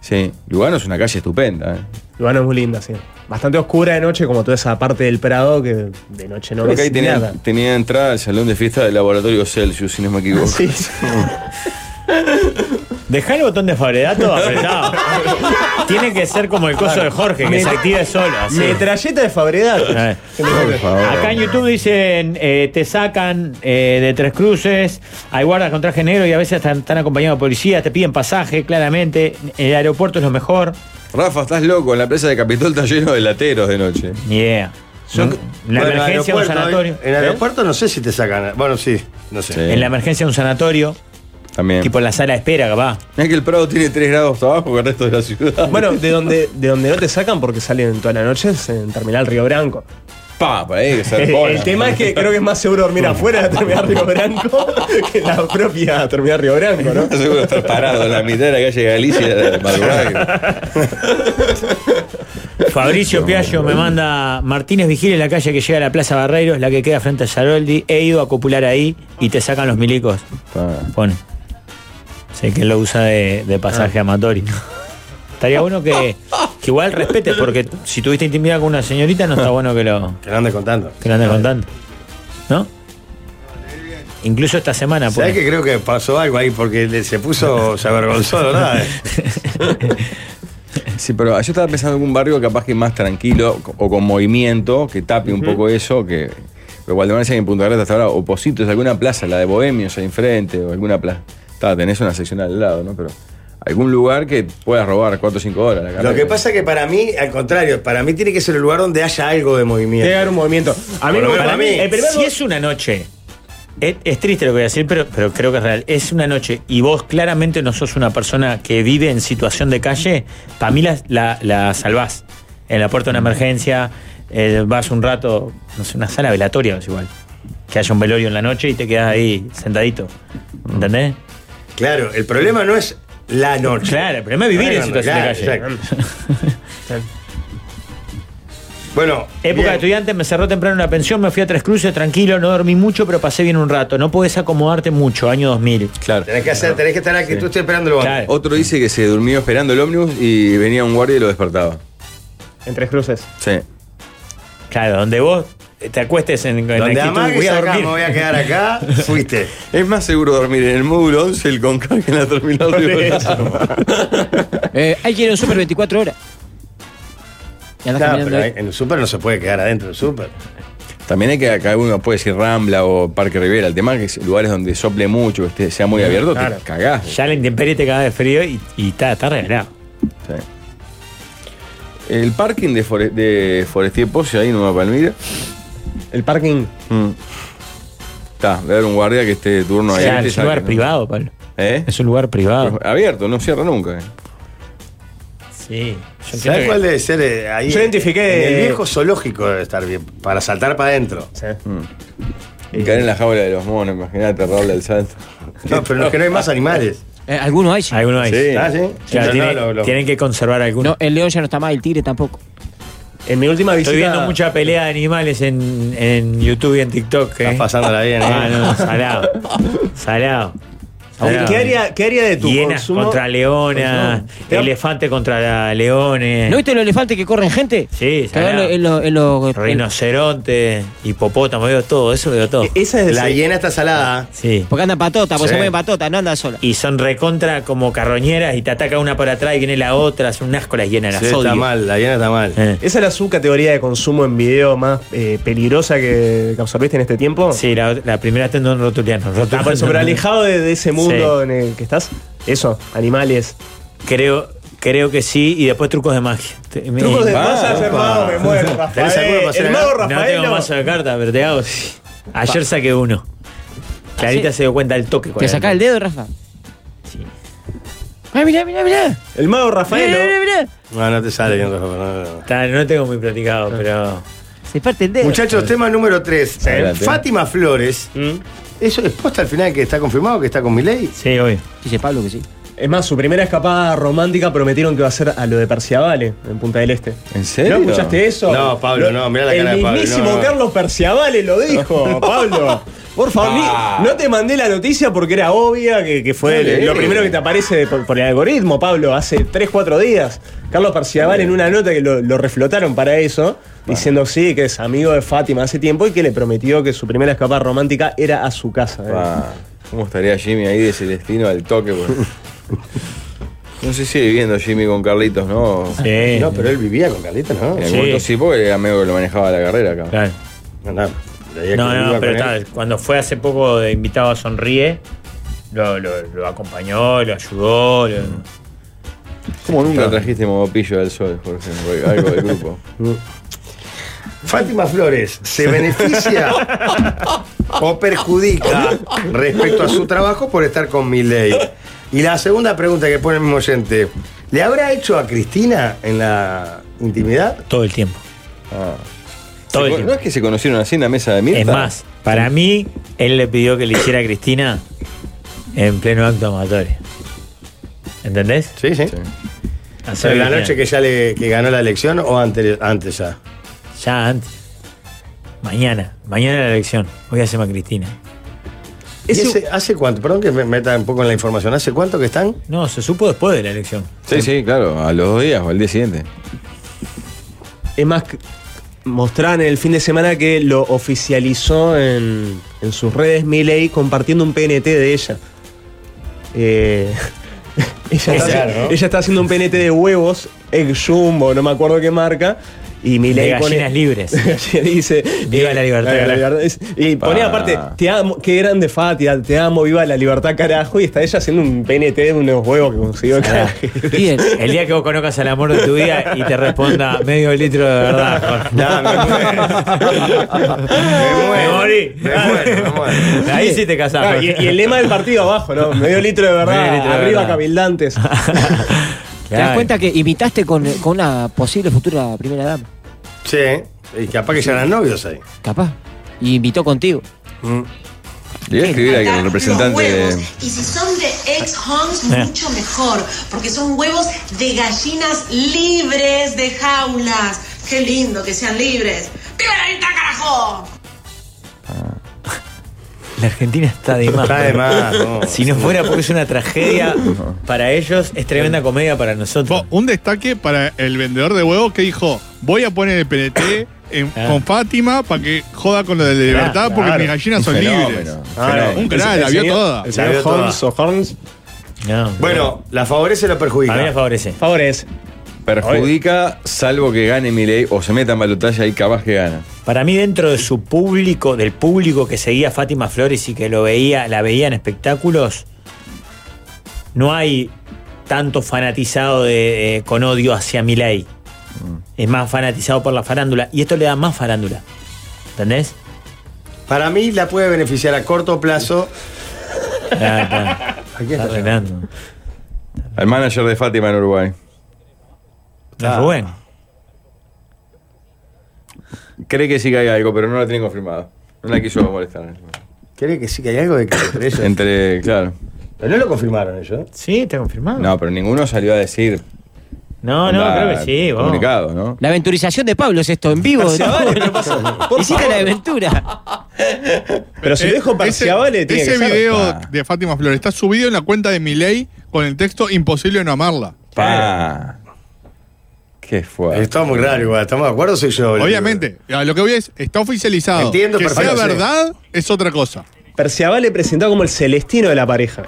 Sí, Lugano es una calle estupenda. ¿eh?
Lugano es muy linda, sí. Bastante oscura de noche, como toda esa parte del Prado que de noche no
Creo que ahí
ves
tenía,
nada.
tenía entrada al salón de fiesta del laboratorio Celsius, si no me equivoco.
Dejá el botón de favoredato apretado. Tiene que ser como el coso de Jorge, que se active solo. así.
Metralleta de Fabredat.
Por favor.
Acá en YouTube dicen, eh, te sacan eh, de tres cruces, hay guardas con traje negro y a veces están, están acompañados de policías, te piden pasaje, claramente. El aeropuerto es lo mejor.
Rafa, estás loco, en la presa de Capitol está lleno de lateros de noche.
Yeah. la
Bueno, en
emergencia un
aeropuerto, ¿eh?
sanatorio. ¿Eh?
En el aeropuerto no sé si te sacan. Bueno, sí, no sé.
En la emergencia un sanatorio.
También.
Tipo en la sala de espera, capaz.
Mirá que el Prado tiene 3 grados abajo que el resto de la ciudad.
Bueno, de donde, de donde no te sacan porque salen toda la noche es en Terminal Río Branco.
Pa, pa, eh, que se arpola.
El tema es que creo que es más seguro dormir afuera de la Terminal Río Branco que en la propia Terminal Río Branco, ¿no?
Seguro estar parado en la mitad de la calle Galicia de madrugada.
Fabricio Piaggio me manda Martínez vigile la calle que llega a la Plaza Barreiros, la que queda frente a Saroldi. Eh, He ido a copular ahí y te sacan los milicos. Pone. Sé que lo usa de, de pasaje
Ah.
amatorio. Estaría bueno que, que igual respetes, porque si tuviste intimidad con una señorita, no está bueno que lo.
Que lo andes contando.
Que lo andes contando. ¿No? Incluso esta semana,
¿Sabes
pues.
que creo que pasó algo ahí? Porque le- se puso, se avergonzó, ¿verdad?
Sí, pero yo estaba pensando en un barrio capaz que más tranquilo co- o con movimiento, que tape un poco eso, que. Pero Gualdemar decía que en Punta Carretas hasta ahora, opositos, alguna plaza, la de Bohemios ahí enfrente, o alguna plaza. Está, tenés una sección al lado, ¿no? Pero algún lugar que puedas robar 4 o 5 horas la
Lo
carrera.
que pasa es que para mí, al contrario, para mí tiene que ser el lugar donde haya algo de movimiento.
Debe haber un movimiento. A mí
Por
me-
lo menos
para mí, el primer
si es una noche, es, es triste lo que voy a decir, pero, pero creo que es real. Es una noche y vos claramente no sos una persona que vive en situación de calle, para mí la, la, la salvás. En la puerta de una emergencia, eh, vas un rato, no sé, una sala velatoria, es igual. Que haya un velorio en la noche y te quedas ahí sentadito. ¿Entendés?
Claro, el problema no es la noche.
Claro, el problema es vivir en
Claro,
situación
claro,
de calle.
Bueno,
Época de estudiante, me cerró temprano una pensión, me fui a Tres Cruces, tranquilo, no dormí mucho, pero pasé bien un rato. No podés acomodarte mucho, año 2000.
Claro.
Tenés que, hacer, tenés que estar aquí, tú estoy esperando el bondi.
Otro dice que se durmió esperando el ómnibus y venía un guardia y lo despertaba.
En Tres Cruces.
Sí.
Claro, donde vos te acuestes en, en
Donde
actitud,
amagues acá, me voy a quedar acá, fuiste.
Es más seguro dormir en el módulo 11 el Concar que en la terminal de
Eh, hay que ir a un super 24 horas. Y andás
Claro,
caminando
pero
ahí.
hay- en el súper no se puede quedar adentro del súper.
También hay que acá uno puede decir Rambla o Parque Rivera. El tema es que lugares donde sople mucho, que esté- sea muy abierto, te cagás.
Ya la intemperie te caga de frío y, y está, está regalado.
El parking de, Fore- de Forestier Posse ahí en Nueva Palmira.
¿El parking?
Mm. Está, debe haber un guardia que esté de turno
O
ahí.
sea,
te
es un
saque,
lugar
¿no?
privado, Pablo.
¿Eh?
Es un lugar privado.
Abierto, no cierra nunca. eh.
Sí.
¿Sabes cuál debe ser? eh, ahí,
Yo identifiqué-
en el viejo zoológico debe estar bien, para saltar para adentro. Mm.
Y caer en la jaula de los monos, imagínate, Raúl al salto.
No, pero no es que no hay más animales.
Eh, algunos hay.
Algunos hay.
Sí.
Ah, sí.
Claro,
No,
tiene-
no, lo- lo-
Tienen que conservar algunos.
No, el león ya no está más, el tigre tampoco.
En mi última visita.
Estoy viendo mucha pelea de animales en, en YouTube y en TikTok. ¿eh?
Estás pasándola bien, ¿eh?
Ah, no, salado. Salado.
¿Qué,
salado.
qué área, ¿Qué área de tu
Hienas
consumo?
contra leonas,
Te ha-
elefante contra la- leones.
¿No viste los elefantes que corren gente?
Sí,
Cagando
salado.
en los. En los- en-
Rinoceronte, hipopótamo, veo todo, eso veo
E-,
todo.
Esa es
La hiena está salada.
Sí.
porque andan pues patota, porque
Sí.
se mueven patota, no andan sola.
Y son recontra como carroñeras y te ataca una por atrás y viene la otra, son un asco las hienas, las
Sí,
odio.
está mal, la hiena está mal.
Eh,
¿Esa es la subcategoría de consumo en video más eh, peligrosa que, que absorbiste en este tiempo?
Sí, la, la primera está en un rotuliano.
Ah, por eso, pero alejado de, de ese mundo en el que estás. Eso, animales.
Creo, creo que sí, y después trucos de magia. Te- me-
Trucos de
Ah,
masas, hermano, me muero.
¿Tenés alguno
Rafael,
para hacer
el
acá?
mago
No
Rafael.
tengo mazo de cartas, pero te hago. sí. Ayer saqué uno. Clarita
¿Sí?
se dio cuenta del toque. cuál
¿Te
era
sacás el dedo, Rafa?
Sí.
Ay, mirá, mirá, mirá.
El mago Rafael.
Mirá, mirá, mirá.
Ah, No, no te sale bien, Rafa, no, no.
Está, no tengo muy platicado, pero.
Se parte el dedo.
Muchachos, tema número 3.
Adelante.
Fátima Flores. ¿Eso es posta al final que está confirmado que está con Milei?
Sí, obvio.
Dice Pablo que sí.
Es más, su primera escapada romántica prometieron que va a ser a lo de Perciavale, en Punta del Este.
¿En serio?
¿No escuchaste eso?
No, Pablo, no, mirá la cara de
El
Pablo,
mismísimo
no, no.
Carlos Perciavale lo dijo, Pablo. Por favor, ni-
Ah.
no te mandé la noticia porque era obvia, que, que fue
Dale.
lo primero que te aparece por, por el algoritmo, Pablo, hace 3, 4 días. Carlos Perciavale en una nota que lo, lo reflotaron para eso, diciendo sí, que es amigo de Fátima hace tiempo y que le prometió que su primera escapada romántica era a su casa. ¿eh?
Ah, ¿Cómo estaría Jimmy ahí de Celestino al toque? pues? No sé si sigue viviendo Jimmy con Carlitos, ¿no?
Sí.
No, pero él vivía con Carlita, ¿no?
En
Sí.
algún momento sí, porque era medio que lo manejaba la carrera acá.
Claro.
No, no, la idea
No,
que
no,
viva
pero
con él.
está, cuando fue hace poco de invitado a Sonríe, lo, lo- lo acompañó, lo ayudó. lo-
¿Cómo nunca trajiste Mogopillo del Sol, por ejemplo? Algo del grupo.
Fátima Flores, ¿se beneficia o perjudica respecto a su trabajo por estar con Milei? Y la segunda pregunta que pone el mismo oyente, ¿le habrá hecho a Cristina en la intimidad? Ah,
Todo el tiempo. Todo
Se
el
con-
tiempo.
¿No es que se conocieron así en la mesa de mierda?
Es más, para mí, él le pidió que le hiciera a Cristina en pleno acto amatorio. ¿Entendés?
Sí, sí.
Hacer
¿En la
Cristina.
noche que ya le que ganó la elección o antes, antes ya?
Ya antes. Mañana, mañana la elección. Hoy hacemos a Cristina.
¿Y ese- ¿Hace cuánto? Perdón que me meta un poco en la información. ¿Hace cuánto que están?
No, se supo después de la elección.
Sí, sí, claro, a los dos días o al día siguiente.
Es más, que- mostraron el fin de semana que lo oficializó en, en sus redes Miley compartiendo un PNT de ella. Eh, ella, está,
Claro, ¿no?
ella está haciendo un PNT de huevos, ex jumbo, no me acuerdo qué marca. Y Milei
De gallinas
pone-
libres.
Ella dice.
Viva
eh,
la libertad,
viva la
carajo.
libertad. Y ponía
Pa.
aparte, te amo, qué grande Fatia, te amo, viva la libertad, carajo. Y está ella haciendo un PNT de unos huevos que consiguió carajo.
El día que vos conozcas al amor de tu vida y te responda medio litro de verdad, Jorge. me morí. Ahí sí te casás.
Claro, y,
Jorge.
y el lema del partido abajo, ¿no? Medio litro de verdad,
Medio litro de
arriba
verdad.
cabildantes.
¿Te das cuenta que imitaste con, con una posible futura primera dama?
Sí, y capaz que ya eran novios ahí.
Capaz. Y invitó contigo.
Mm.
Le voy a escribir a que el representante de.
Y si son de ex homes,
Eh.
mucho mejor, porque son huevos de gallinas libres de jaulas. Qué lindo que sean libres. ¡Viva la libertad, carajo!
La Argentina está de más.
Está de más, no.
Si no fuera porque es una tragedia para ellos, es tremenda comedia para nosotros.
Un destaque para el vendedor de huevos que dijo: Voy a poner el PNT en-
Ah.
con Fátima para que joda con lo de la libertad porque mis gallinas son libres. Ah, Un crack, la vio toda.
La vio toda. Bueno, ¿la favorece o la perjudica?
A mí la
favorece.
Favorece.
Perjudica, salvo que gane Milei o se meta en balotaje ahí capaz que gana.
Para mí, dentro de su público, del público que seguía a Fátima Flores y que lo veía, la veía en espectáculos, no hay tanto fanatizado de- eh, con odio hacia Milei.
Mm.
Es más fanatizado por la farándula. Y esto le da más farándula. ¿Entendés?
Para mí la puede beneficiar a corto plazo.
Ah,
Aquí está. Renando.
Al manager de Fátima en Uruguay.
Rubén.
Cree que sí que hay algo, pero no la tiene confirmado. No la quiso molestar.
¿Cree que sí que hay algo de que entre ellos?
Entre, claro.
Pero no lo confirmaron ellos. ¿eh?
Sí, está confirmado.
No, pero ninguno salió a decir.
No,
no, creo que sí, vos.
Comunicado, ¿no?
La aventurización de Pablo es esto, en vivo.
Hacia
¿no?
abajo,
Hiciste la aventura.
Pero si
Eh,
lo dejo para
ese-
Schiavale, tiene
Ese
que ser.
video
Pa.
de Fátima Flores está subido en la cuenta de Milei con el texto Imposible no amarla.
Pa. Qué fue.
Está Eh. muy raro igual, ¿estamos de acuerdo o soy yo? boludo?
Obviamente, a lo que voy es, está oficializado.
Entiendo
que
perfecto,
sea
sí.
verdad es otra cosa.
Perciabale presentado como el celestino de la pareja.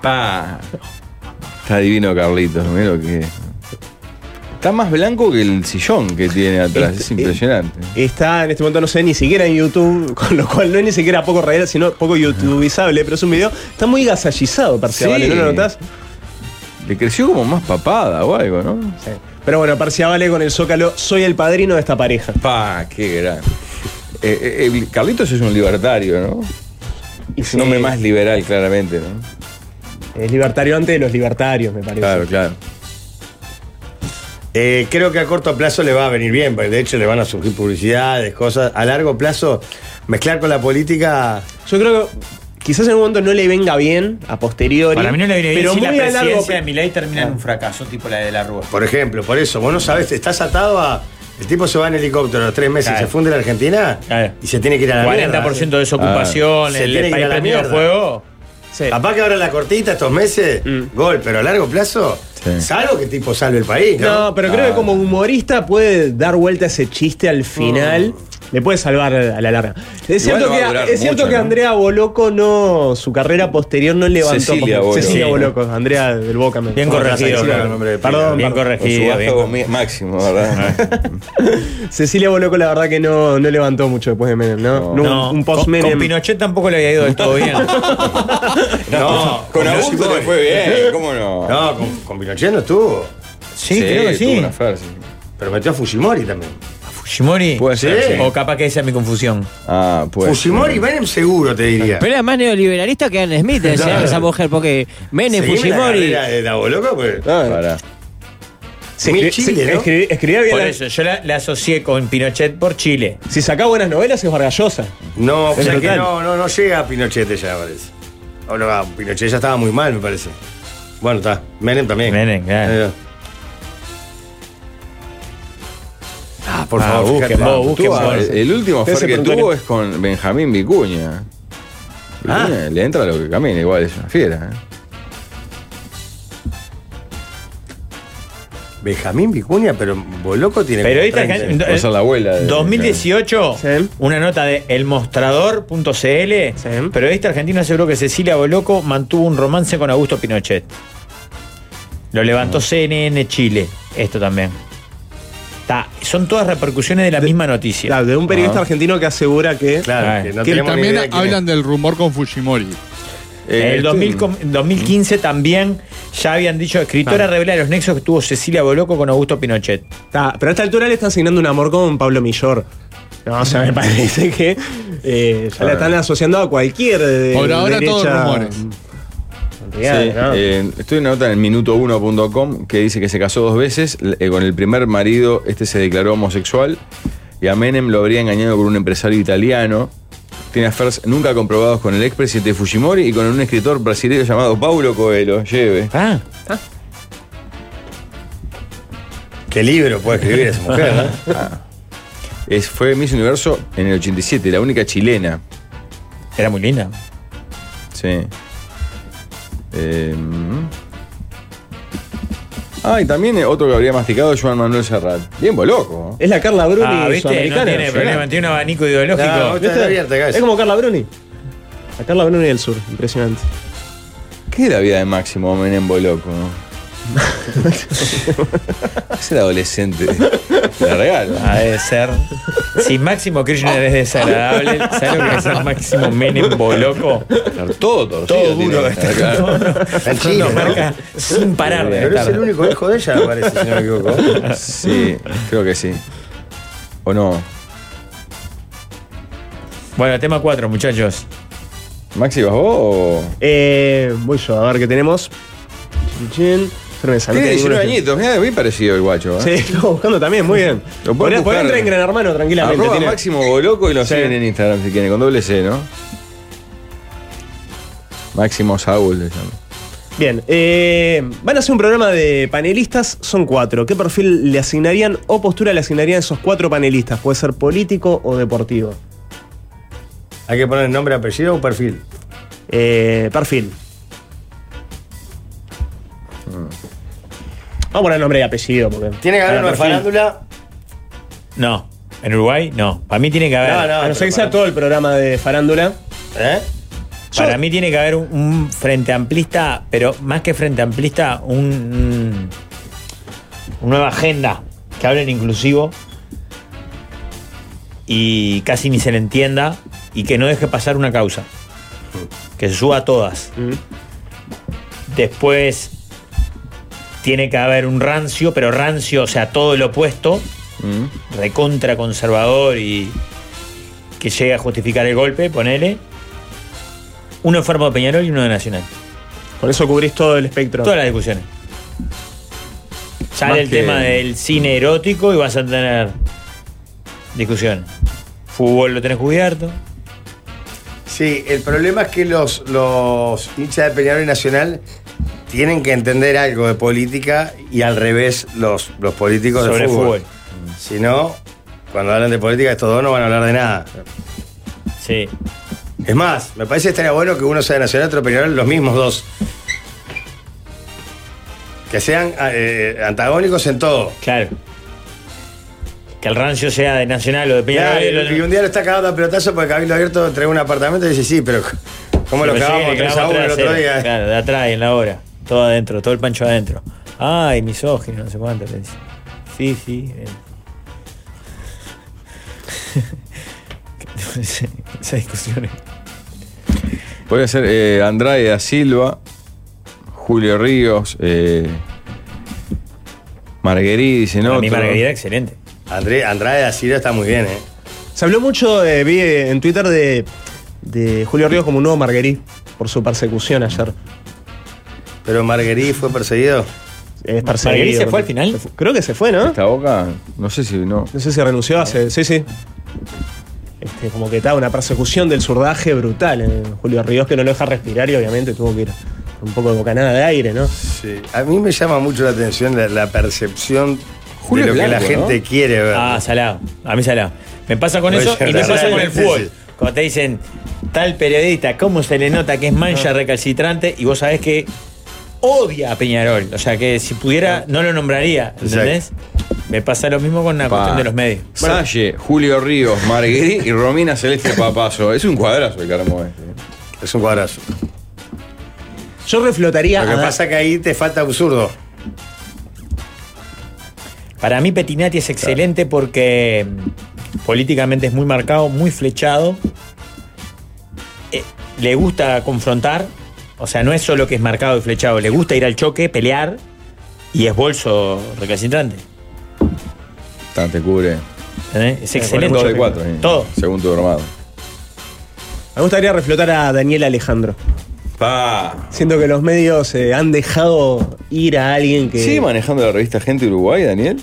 Pa. Está divino Carlitos, mira lo que. Está más blanco que el sillón que tiene atrás, es impresionante.
Está en este momento, no sé, ni siquiera en YouTube, con lo cual no es ni siquiera poco real, sino poco youtubizable, pero es un video. Está muy gasallizado, Perciabale,
Sí.
¿no lo notás?
Le creció como más papada o algo, ¿no?
Pero bueno, Perciabale con el Zócalo, soy el padrino de esta pareja.
Pa, qué gran. Eh, eh, el Carlitos es un libertario, ¿no? Es un hombre más liberal, claramente, ¿no?
Es libertario antes de los libertarios, me parece.
Claro, claro.
Eh, creo que a corto plazo le va a venir bien, porque de hecho le van a surgir publicidades, cosas. A largo plazo, mezclar con la política.
Yo creo que quizás en un momento no le venga bien a posteriori.
Para mí no le viene bien
pero
si la
muy a largo
presidencia
plazo.
de
Milei termina en un fracaso, tipo la de la Rúa.
Ah. Por ejemplo, por eso, vos no sabés, estás atado a. El tipo se va en helicóptero a los tres meses,
Claro.
se funde la Argentina y se tiene que ir a la mierda.
40% de desocupación,
Se
el
tiene que ir
país
a la
prendido
mierda.
fuego.
Capaz que ahora la cortita estos meses,
Mm.
gol, pero a largo plazo, salvo que tipo salve el país. No,
No, pero creo que como humorista puede dar vuelta ese chiste al final Le puede salvar a la larga. Es
Mm. Igual
cierto,
no va a
que,
durar
es cierto
mucho,
que
¿no?
Andrea Boloco no. Su carrera posterior no levantó.
Cecilia Boloco.
Cecilia
Sí.
Boloco. Andrea del Boca. me-
Bien
me
corregido,
pasa,
claro, nombre de pila.
Perdón,
Bien
perdón.
corregido, Con su bien bajo corregido. máximo,
Ah,
¿verdad?
Cecilia Boloco, la verdad que no, no levantó mucho después de Menem, ¿no? No,
No.
Un post
Con,
Menem.
con Pinochet tampoco le había ido del todo bien.
No, con Augusto le fue bien, ¿cómo no?
No, con, con Pinochet no estuvo.
Sí, creo que sí.
tuvo una fer, sí.
Pero metió a Fujimori también.
Fujimori.
Puede ser, sí.
O capaz que esa es mi confusión.
Ah, pues.
Fujimori, Menem seguro, te diría.
Pero era más neoliberalista que Anne Smith, decía
Claro.
esa mujer, porque Menem,
Seguime la
Fujimori. eh,
carrera de Daboloco, pues.
Pará.
Se
Muy
escri-
Chile,
se-
¿no?
escri- escribía bien.
Por
la-
eso, yo la, la asocié con Pinochet por Chile.
Si saca buenas novelas es Vargallosa.
No, o
Es
sea que
brutal.
no, no, no llega a Pinochet ya, me parece. O no, ah, Pinochet ya estaba muy mal, me parece. Bueno, está. Menem también.
Menem, claro.
Eh, Ah, por
Ah,
favor,
busquen
fíjate.
vos, busquen
Tuvo-
vos.
El, eh, el último
Ustedes
fer
se
que
preguntan
tuvo es con Benjamín Vicuña.
Ah.
Vicuña Le entra lo que camina, igual es una fiera. ¿eh?
Benjamín Vicuña, pero Boloco tiene
Pero eh, ahorita
30.
acá-
Va a ser la abuela. de-
2018,
Sí.
una nota de elmostrador.cl, periodista argentino aseguró que Cecilia Boloco mantuvo un romance con Augusto Pinochet. Lo levantó CNN Chile, esto también. Está- son todas repercusiones de la misma noticia.
Claro, de un periodista
Ah.
argentino que asegura que.
Ah.
Claro, que no
Que
tenemos ni
también
idea de quién es.
hablan del rumor con Fujimori.
Eh,
En el
este-
2000 com- 2015 también ya habían dicho, escritora
Ah.
revela los nexos que tuvo Cecilia Boloco con Augusto Pinochet.
Está, pero a esta altura le están asignando un amor con Pablo Millor. No, o sea, me parece que eh, ya la están asociando a cualquier de,
Por ahora
derecha.
todos rumores.
Mm.
Sí,
Real, ¿no?
eh, estoy en una nota en el minuto1.com que dice que se casó dos veces. eh, con el primer marido, este se declaró homosexual. Y a Menem lo habría engañado con un empresario italiano. Tiene affairs nunca comprobados con el expresidente Fujimori y con un escritor brasileño llamado Paulo Coelho. Lleve.
Ah,
¿Qué libro puede escribir esa mujer? ¿no?
Es, fue Miss Universo en el 87, la única chilena.
era muy linda.
Sí. Eh, ah, y también eh, otro que habría masticado es Joan Manuel Serrat. Bien, loco.
Es la Carla Bruni
Ah, viste, no
sudamericana.
tiene problema, tiene un abanico ideológico.
No, vos estás
¿Viste?
abierta, cabeza.
es como Carla Bruni. La Carla Bruni del sur, impresionante.
¿Qué es la vida de Máximo Menem Boloco? es el adolescente. La regalo.
Ha de ser. Si Máximo Kirchner es desagradable, ¿sabes lo que es ser Máximo Menem Boloco?
Todo torcido.
Todo
tiene
duro
que
que está.
estar, claro.
Está en Chile,
Nos
¿no?
marca sin parar de
Pero es el
estar.
único hijo de ella, me parece, si no me equivoco.
Sí, creo que sí. ¿O no?
Bueno, tema 4, muchachos.
¿Maxi vas vos o.?
Eh, voy yo, a ver qué tenemos. Chin, cerveza, no
Tiene 19
tengo ninguno.
añitos, mira, bien parecido el guacho. ¿eh?
Sí, estaba buscando también, muy bien.
Lo pueden
Podría,
buscar.
podría entrar en Gran Hermano tranquilamente.
Arroba
tiene-
Máximo Boloco y lo
Sí.
siguen en Instagram si quieren, con doble C, ¿no? Máximo Saúl le llaman.
Bien, eh, van a hacer un programa de panelistas, son cuatro. ¿Qué perfil le asignarían o postura le asignarían esos cuatro panelistas? Puede ser político o deportivo.
Hay que poner nombre, apellido o perfil.
Eh, perfil. Vamos a poner nombre y apellido. Porque
Tiene que haber
Para
una
perfil.
farándula.
No. ¿En Uruguay? No. Para mí tiene que haber.
No, no.
A no ser
pero
que sea
para-
todo el programa de farándula.
¿Eh?
Para
Yo-
mí tiene que haber un, un frente amplista, pero más que frente amplista, un, un- mm, una nueva agenda que hable en inclusivo y casi ni se le entienda y que no deje pasar una causa. Que se suba a todas. Después tiene que haber un rancio, pero rancio, o sea, todo lo opuesto,
Mm.
recontra conservador y que llegue a justificar el golpe, ponele. Uno enfermo de Peñarol y uno de Nacional.
Con eso cubrís todo el espectro.
Todas las discusiones. Sale
Más
el
que-
tema del cine erótico y vas a tener discusión. Fútbol lo tenés cubierto.
Sí, el problema es que los, los hinchas de Peñarol y Nacional tienen que entender algo de política y al revés los, los políticos
Sobre
de fútbol.
fútbol.
Si no, cuando hablan de política, estos dos no van a hablar de nada.
Sí.
Es más, me parece que estaría bueno que uno sea de Nacional y otro de Peñarol, los mismos dos. Que sean eh, antagónicos en todo.
Claro. que el rancio sea de Nacional o de
Claro,
Peñarol.
y un día lo está cagando a pelotazo porque Cabildo Abierto entregó un apartamento y dice, sí, pero ¿cómo lo
Pero sí,
cagamos?
le
3 a
clavamos
1 el
tres a
otro
cero.
día.
Claro, de atrás, en la hora. Todo adentro, todo el pancho adentro. Ay, misógino, no sé cuánto. le dice. Sí, sí. eh. No sé, Esas discusiones.
Podría ser eh, Andrade da Silva, Julio Ríos, eh, Marguerite, dice no.
mi Marguerite,
excelente.
André, Eh, Andrade Asilo está muy bien, ¿eh?
Se habló mucho, eh, vi eh, en Twitter, de, de Julio Ríos como un nuevo Marguerite por su persecución ayer.
Pero Marguerite fue perseguido.
Es perseguido.
¿Marguerite se fue al
final? Creo que se fue, ¿no?
Esta boca, no sé si no.
No sé si renunció hace. Sí, sí. Este, como que estaba una persecución del surdaje brutal en Julio Ríos que no lo deja respirar y obviamente tuvo que ir con un poco de bocanada de aire, ¿no?
Sí. A mí me llama mucho la atención la, la percepción
Julio
de lo
Blanco,
que la gente
¿no?
quiere ver.
Ah, salado. A mí salado. Me pasa con
No,
eso
es
y me
verdad.
pasa con el
Sí,
fútbol.
sí.
Cuando te dicen, tal periodista, ¿cómo se le nota que es mancha recalcitrante? Y vos sabés que odia a Peñarol. O sea, que si pudiera, no lo nombraría. ¿Entendés? Me pasa lo mismo con la cuestión de los medios.
Salle, Julio Ríos, Marguerite y Romina Celeste Papazo. Es un cuadrazo el que armó este.
Es un cuadrazo.
Yo reflotaría.
Lo que
a-
pasa que ahí te falta un zurdo.
Para mí Petinati es excelente porque mm, políticamente es muy marcado, muy flechado. Eh, le gusta confrontar. O sea, no es solo que es marcado y flechado. Le gusta ir al choque, pelear. Y es bolso recalcitrante.
Tan te cubre.
¿entendés? Es excelente.
Todo de cuatro, eh,
Todo.
Según tu armado.
Me gustaría reflotar a Daniel Alejandro. Siento que los medios eh, han dejado ir a alguien que.
¿Sigue manejando la revista Gente Uruguay, Daniel?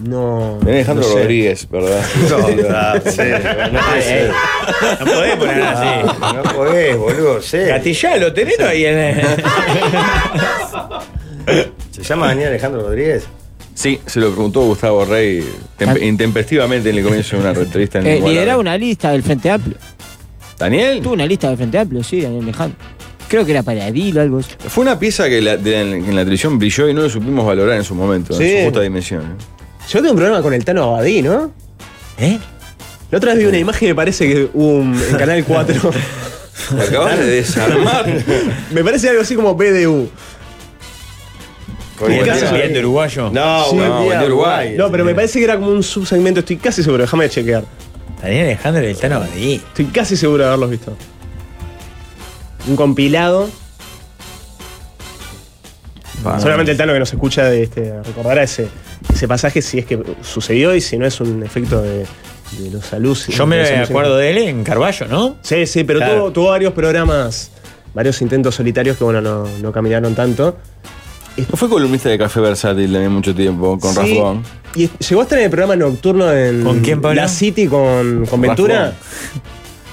No.
Daniel Alejandro
no sé.
Rodríguez, ¿verdad?
No, no, sí, no puede ser.
No podés poner así.
Ah, No podés, boludo, sí.
Gatillalo, tenelo ahí en.
¿Se llama Daniel Alejandro Rodríguez?
Sí, se lo preguntó Gustavo Rey tempe- intempestivamente en el comienzo de una entrevista en
Eh,
Uruguay.
lideraba una lista del Frente Amplio.
¿Daniel?
Tuvo una lista del Frente Amplio, sí, Daniel Alejandro. Creo que era para Edil o algo así.
Fue una pieza que, la- de la- en la televisión brilló y no lo supimos valorar en su momento,
Sí.
en su justa dimensión. ¿eh?
Yo tengo un problema con el Tano Abadí, ¿no?
¿Eh?
La otra vez vi una imagen, me parece que hubo un, en Canal 4.
Lo acabas de desarmar.
me parece algo así como BDU.
¿Y estás viendo uruguayo?
No,
Sí.
no, Buen Día Uruguay.
No, pero me parece que era como un subsegmento, estoy casi seguro, déjame chequear.
Daniel Alejandro del Tano Badí.
Estoy casi seguro de haberlos visto. Un compilado.
Ah.
Solamente el Tano que nos escucha de este, recordará ese, ese pasaje si es que sucedió y si no es un efecto de, de los alucinos.
Yo me acuerdo de él en Carballo, ¿no?
Sí, sí, pero
Claro.
tuvo, tuvo varios programas, varios intentos solitarios que, bueno, no, no caminaron tanto.
No fue columnista de Café Versátil también mucho tiempo, con
Sí,
Raspón.
Y es- llegó a estar en el programa nocturno en
¿Con quién, Pablo?
La City con, con Ventura.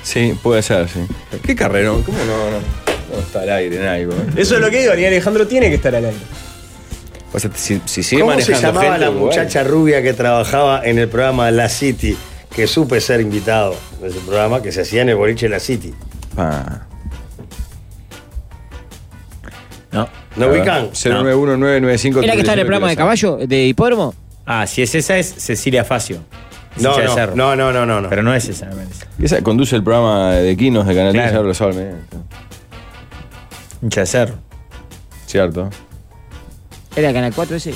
Sí, puede ser, sí. ¿Qué carrerón? ¿Cómo no, no, no está al aire en algo?
Eso es lo que digo, Daniel Alejandro tiene que estar al aire.
O sea, si, si sigue
¿Cómo se
manejando
llamaba
gente,
la
Uruguay?
muchacha rubia que trabajaba en el programa La City? Que supe ser invitado de ese programa que se hacía en el boliche La City.
Ah.
No.
¿No ubican?
091995375.
¿Era que estaba en el programa de caballo, de hipódromo?
Ah, si es esa, es Cecilia Facio.
No,
Cecilia
no,
Cerro.
no, no, no, no.
Pero no es esa, me parece.
Esa conduce el programa de Quinos de Canal 10, ahora lo sabe,
Hincha de Cerro.
Cierto.
Era Canal 4 ese.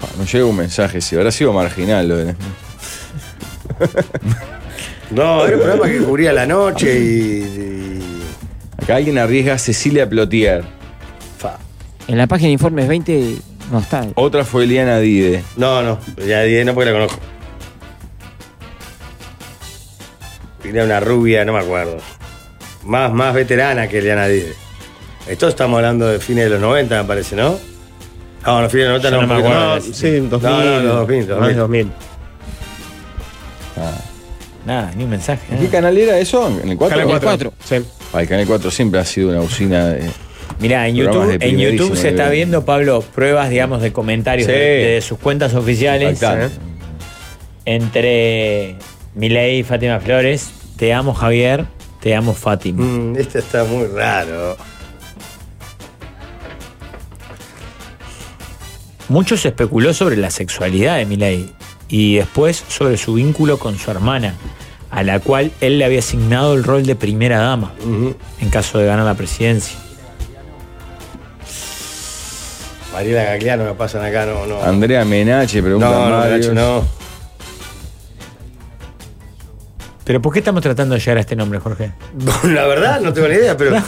Ah, Nos llega un mensaje, si habrá sido marginal lo de.
No, era un programa que cubría la noche y.
Acá alguien arriesga a Cecilia Plotier.
En la página de Informes 20 no está.
Otra fue Eliana Dide.
No, no, ya dije, no porque la conozco. Era una rubia, no me acuerdo. Más, más veterana que Eliana Díez. Esto estamos hablando de fines de los 90, me parece, ¿no? No, no, fines de los 90
Yo
no,
no me
porque
acuerdo.
no,
Sí, 2000.
No, no, no, 2000,
Más de 2000.
Nada, ni un mensaje.
¿Qué canal era eso? Ah. ¿En el 4?
Canal En el cuatro.
Sí.
Ah, el Canal 4 siempre ha sido una usina de.
Mirá, en
Programas
YouTube,
de
en YouTube
primerísimo
se está
nivel.
viendo, Pablo, pruebas, digamos, de comentarios
Sí.
de, de sus cuentas oficiales.
Impactante.
Entre Milei y Fátima Flores. Te amo, Javier. Te amo, Fátima.
Mm, este está muy raro.
Mucho se especuló sobre la sexualidad de Milei y después sobre su vínculo con su hermana, a la cual él le había asignado el rol de primera dama en caso de ganar la presidencia.
Mariela Gagliano me pasan acá, no, no.
Andrea Menache pregunta.
No, no,
Mario.
Menache no.
Pero ¿por qué estamos tratando de llegar a este nombre, Jorge?
La verdad, no tengo ni idea, pero.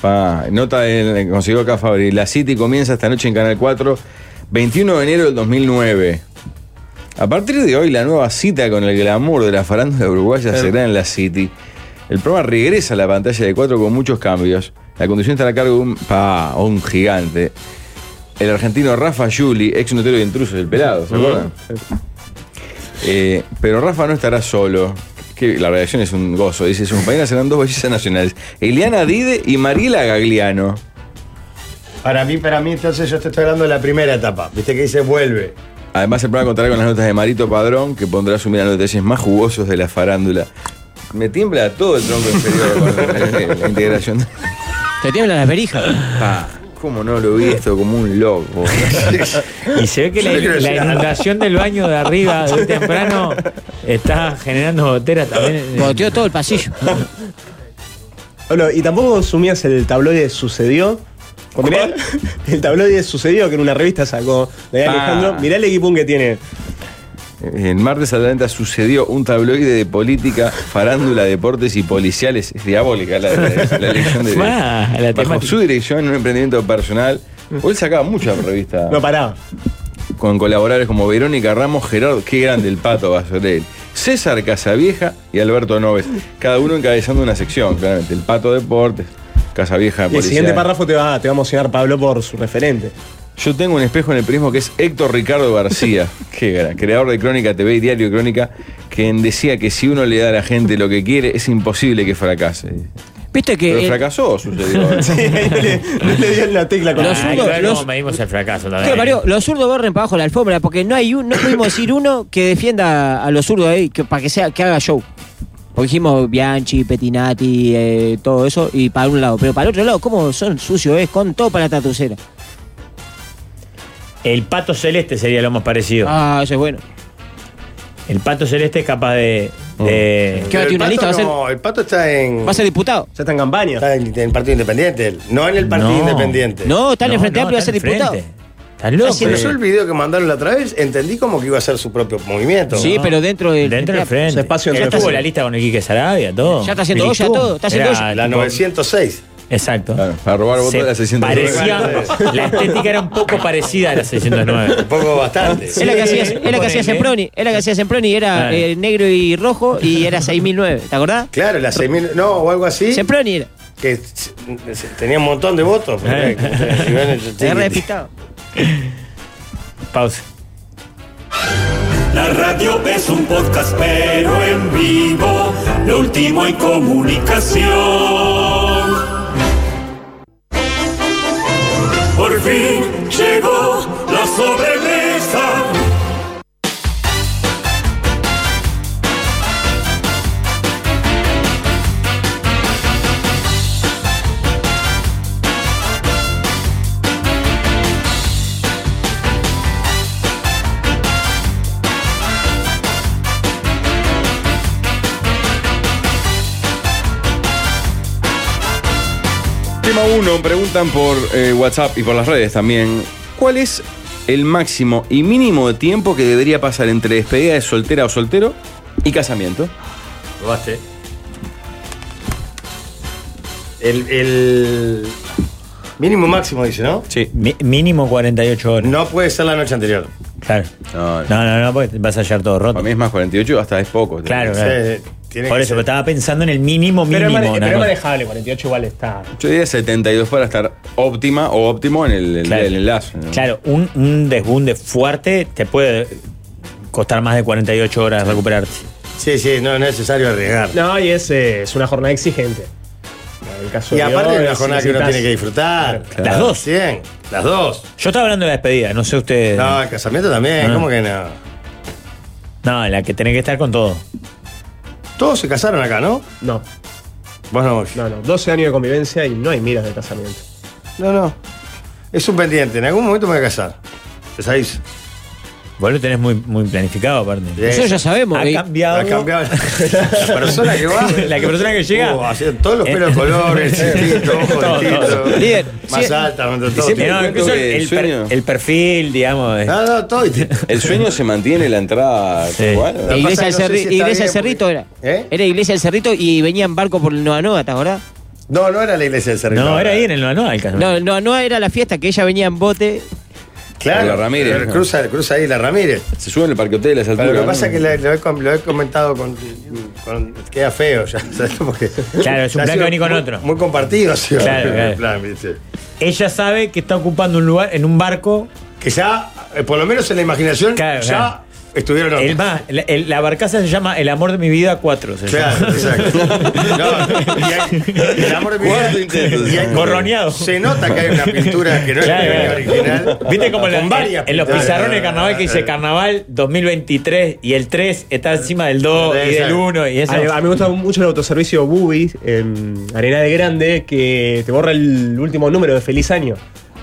Pa, nota del- consiguió acá Fabri. La City comienza esta noche en Canal 4, 21 de enero del 2009. A partir de hoy, la nueva cita con el glamour de la farándula uruguaya será en la City. El programa regresa a la pantalla de 4 con muchos cambios. La conducción estará a cargo de un, pa, un gigante. El argentino Rafa Juli, ex notero de intrusos, el pelado, ¿se
Ujú.
acuerdan? Eh, pero Rafa no estará solo. Que la redacción es un gozo. Dice, sus compañeras serán dos bellezas nacionales. Eliana Dide y Mariela Gagliano.
Para mí, para mí, entonces yo te estoy hablando de la primera etapa. Viste que dice vuelve.
Además, el programa contará con las notas de Marito Padrón, que pondrá su mirada en los detalles más jugosos de la farándula. Me tiembla todo el tronco inferior con la, la integración.
Te tiemblan las verijas.
Ah, ¿Cómo no lo vi esto como un loco?
Ah. Y se ve que la, la inundación del baño de arriba de temprano está generando goteras también.
Boteó todo el pasillo.
Bueno, y tampoco consumías el tabloide Sucedió. Porque mirá, el tabloide Sucedió, que en una revista sacó de
Ah.
Alejandro. Mirá el equipón que tiene.
El martes Atlanta sucedió un tabloide de política, farándula, deportes y policiales. Es diabólica la, la- la elección de
Ma, Ah, la
Bajo
temática. Mm.
su dirección en un emprendimiento personal. Hoy sacaba muchas revistas
No paraba.
con colaboradores como Verónica Ramos, Gerardo, qué grande el pato Basorel, César Casavieja y Alberto Noves. Cada uno encabezando una sección, claramente. El pato deportes, Casavieja
Y el
policial.
siguiente párrafo te va, te va a emocionar Pablo por su referente.
Yo tengo un espejo en el periodismo que es Héctor Ricardo García, que era creador de Crónica TV y Diario Crónica, quien decía que si uno le da a la gente lo que quiere, es imposible que fracase.
Viste que.
Pero
el-
fracasó, sucedió.
No le dio en la tecla con
Los
Ay,
zurdos-
claro,
los-
medimos el fracaso
Claro,
también.
Mario, los zurdos barren para abajo la alfombra porque no hay un, no pudimos decir uno que defienda a los zurdos ahí que, para que sea que haga show. Porque dijimos Bianchi, Petinati, eh, todo eso, y para un lado. Pero para el otro lado, ¿cómo son sucios? Es con todo para la tatucera.
El pato celeste sería lo más parecido.
Ah, eso es bueno.
El pato celeste es capaz de. de-
¿Qué va a
Eh, Pero
tener una
el
lista? ¿Va a
pato
ser-
no, el pato está en.
¿Va a ser diputado?
Ya está en campaña.
Está en en el Partido Independiente. él. No en el Partido
No.
Independiente.
No, está en el Frente
no,
Amplio, va a
está
ser
en
diputado.
frente. Está loco.
Haciendo
Pero yo el video que mandaron la otra vez entendí como que iba a ser su propio movimiento.
Sí,
¿no?
pero dentro del.
Dentro del frente.
Su espacio
Ya
entre
estuvo
fútbol.
la lista con el Quique Sarabia, todo.
Ya está haciendo
Militó.
olla todo, está haciendo
Era
olla.
La
tipo-
906.
Exacto.
Claro, para robar votos
Se
de la 609.
parecía, la estética era un poco parecida a la 609.
Un poco bastante.
Es la que hacía, es la que hacía
Ponele.
Semproni, es la que hacía Semproni, era
Claro.
eh, negro y rojo y era 6009, ¿te acordás?
Claro, la 6000. No, o algo así.
Semproni era.
Que s- s- tenía un montón de votos.
Eh.
porque- si ven el-
Se agarra despistado.
Pausa.
La radio es un podcast, pero en vivo, lo último en comunicación. Por fin llegó la sobremesa.
Tema 1, preguntan por eh, WhatsApp y por las redes también. ¿Cuál es el máximo y mínimo de tiempo que debería pasar entre despedida de soltera o soltero y casamiento?
Robaste.
El, el mínimo máximo dice, ¿no?
Sí.
Mi- mínimo 48 horas.
No puede ser la noche anterior.
Claro.
No, no.
No, no, no, porque vas a hallar todo roto.
Para mí es más 48, hasta es poco.
Claro, claro.
Eh, tiene
Por
que
eso,
ser-
pero estaba pensando en el mínimo
Pero, es
mínimo.
mane-
una
pero es
cosa.
manejable, 48 igual está.
Yo diría 72 para estar óptima o óptimo en el, el-
Claro.
el enlace. ¿no?
Claro, un, un desbunde fuerte te puede costar más de 48 horas recuperarte.
Sí, sí, no es necesario arriesgar.
No, y es, eh, es una jornada exigente. El caso
y
de
aparte
hoy, si
es una jornada que uno
necesitas-
tiene que disfrutar.
Las dos.
Bien, las dos.
Yo estaba hablando de la despedida, no sé usted.
No, el casamiento también,
Ah.
¿cómo que no?
No, en la que tenés que estar con todo.
Todos se casaron acá, ¿no?
No,
Vos no.
no, no. 12 años de convivencia y no hay miras de casamiento.
No, no. Es un pendiente, en algún momento me voy a casar. Pesadís.
Vos lo tenés muy, muy planificado, aparte.
Nosotros ya
sabemos. eh.
Ha
que-
cambiado.
Ha cambiado la, la persona que va.
La que persona que llega. Eh.
Uh, haciendo todos los pelos de colores, distintos, ojos
Todo, todo.
distintos.
Líder,
Más
sí.
alta, más
Y
todo.
siempre no, incluso el, el per- el perfil, digamos. de-
No, no, todo.
El sueño se mantiene en la entrada. tal cual.
La iglesia del Cerri- iglesia del Cerrito era.
¿Eh?
Era iglesia del Cerrito y venía en barco por el Noa Noa, ¿te acordás?
No, no era la iglesia del Cerrito.
No, era ahí en el Noanoa el casamiento.
No, el Noa Noa era la fiesta que ella venía en bote.
Claro,
La Ramírez,
pero
¿no?
Cruza, cruza ahí la Ramírez.
Se sube en el parque hotel a esa
Pero
altura.
lo que
¿no?
pasa es que lo, lo he, com- lo he comentado con, con- Queda feo ya. ¿sabes? Porque
Claro, es un
ha
plan
sido
que venir con
muy-
otro.
Muy compartido ha sido
Claro,
el
claro.
plan, ¿viste?
Ella sabe que está ocupando un lugar en un barco.
Que ya, eh, por lo menos en la imaginación,
Claro,
ya
claro.
estuvieron otros.
El más, la, el- la barcaza se llama El amor de mi vida 4.
Claro, exacto. El amor de mi vida. Y hay-
Borroneado.
Se nota que hay una pintura que no
Claro,
es la
claro.
original.
¿Viste como
Con
la- en,
varias
en los
pinturas.
pizarrones de carnaval que dice carnaval 2023 y el 3 está encima del 2 y del 1 y eso?
A, a mí me gusta mucho el autoservicio Bubis en Arena de Grande que te borra el último número de Feliz Año.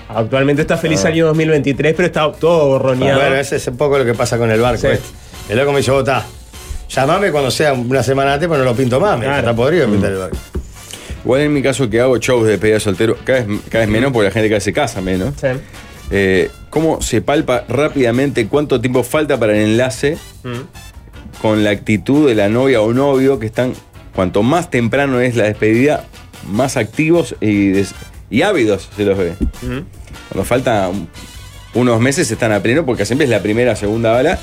Actualmente está Feliz Año 2023, pero está todo borroneado.
Ah. Bueno, ese es un poco lo que pasa con el barco.
Sí.
este. El loco me dice, vota, llamame cuando sea una semana antes, pero no lo pinto más. me dice, Mm. Está podrido de pintar el barco.
Igual en mi caso que hago shows de despedida de soltero, cada vez, cada vez menos porque la gente cada vez se casa menos. Eh, ¿Cómo se palpa rápidamente cuánto tiempo falta para el enlace con la actitud de la novia o novio que están, cuanto más temprano es la despedida, más activos y, des- y ávidos se los ve? Cuando falta un- unos meses están a pleno porque siempre es la primera, segunda bala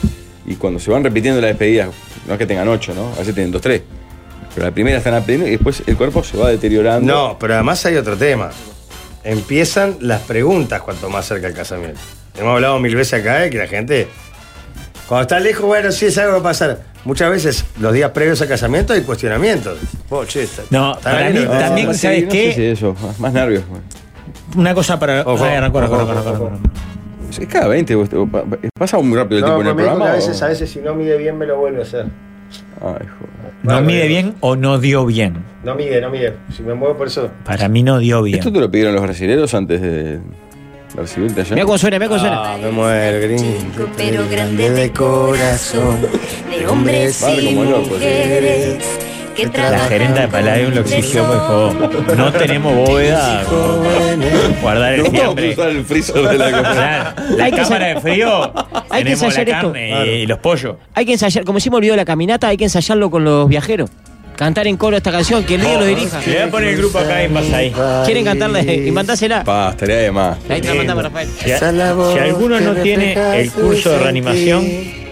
y cuando se van repitiendo las despedidas, no es que tengan ocho, ¿no? A veces tienen dos, tres. Pero la primera están a pleno y después el cuerpo se va deteriorando.
No, pero además hay otro tema. Empiezan las preguntas cuanto más cerca el casamiento. Hemos hablado mil veces acá de que la gente. Cuando está lejos, bueno, sí es algo que va a pasar. Muchas veces, los días previos al casamiento hay cuestionamientos. Vos, Oh, che, está-
No,
está
para
bien,
mí
¿no?
también,
Sí,
¿sabes
no
qué?
sé si-
Eso, más nervios. güey.
Una cosa para. Ay, arrancó, arrancó,
ojo,
arrancó,
ojo.
arrancó.
Es cada 20, vos- o pa- pa- pasa muy rápido el
No,
tiempo en el
conmigo que
programa.
a,
o-
veces, a veces, si no mide bien, me lo vuelve a hacer.
Ay, joder.
¿No mide bien o no dio bien?
No mide, no mide. Si me muevo por eso.
Para mí no dio bien.
¿Esto te lo pidieron los brasileños antes de recibirte allá?
Mira cómo suena, mira cómo suena.
Ah, me muero, gringo.
pero grande de corazón, de hombres
Padre,
y
como loco, sí.
mujeres que
La
trabajan.
gerente de Palladium lo exigió, pues dijo, no tenemos bóveda, guardar el fiambre.
usar el freezer de la
Claro,
Hay
la
que
cámara
sacar-
de frío,
Hay que
tenemos la
ensayar esto.
carne y- y los pollos.
Hay que ensayar, como hicimos el video de la caminata, hay que ensayarlo con los viajeros. Cantar en coro esta canción, que el líder lo dirija.
Le voy a poner el grupo acá y pasa ahí.
Quieren cantarla y mandásela.
Pa, estaría de más.
Ahí te la mandamos, Rafael.
Si, a- si alguno no tiene el curso de reanimación,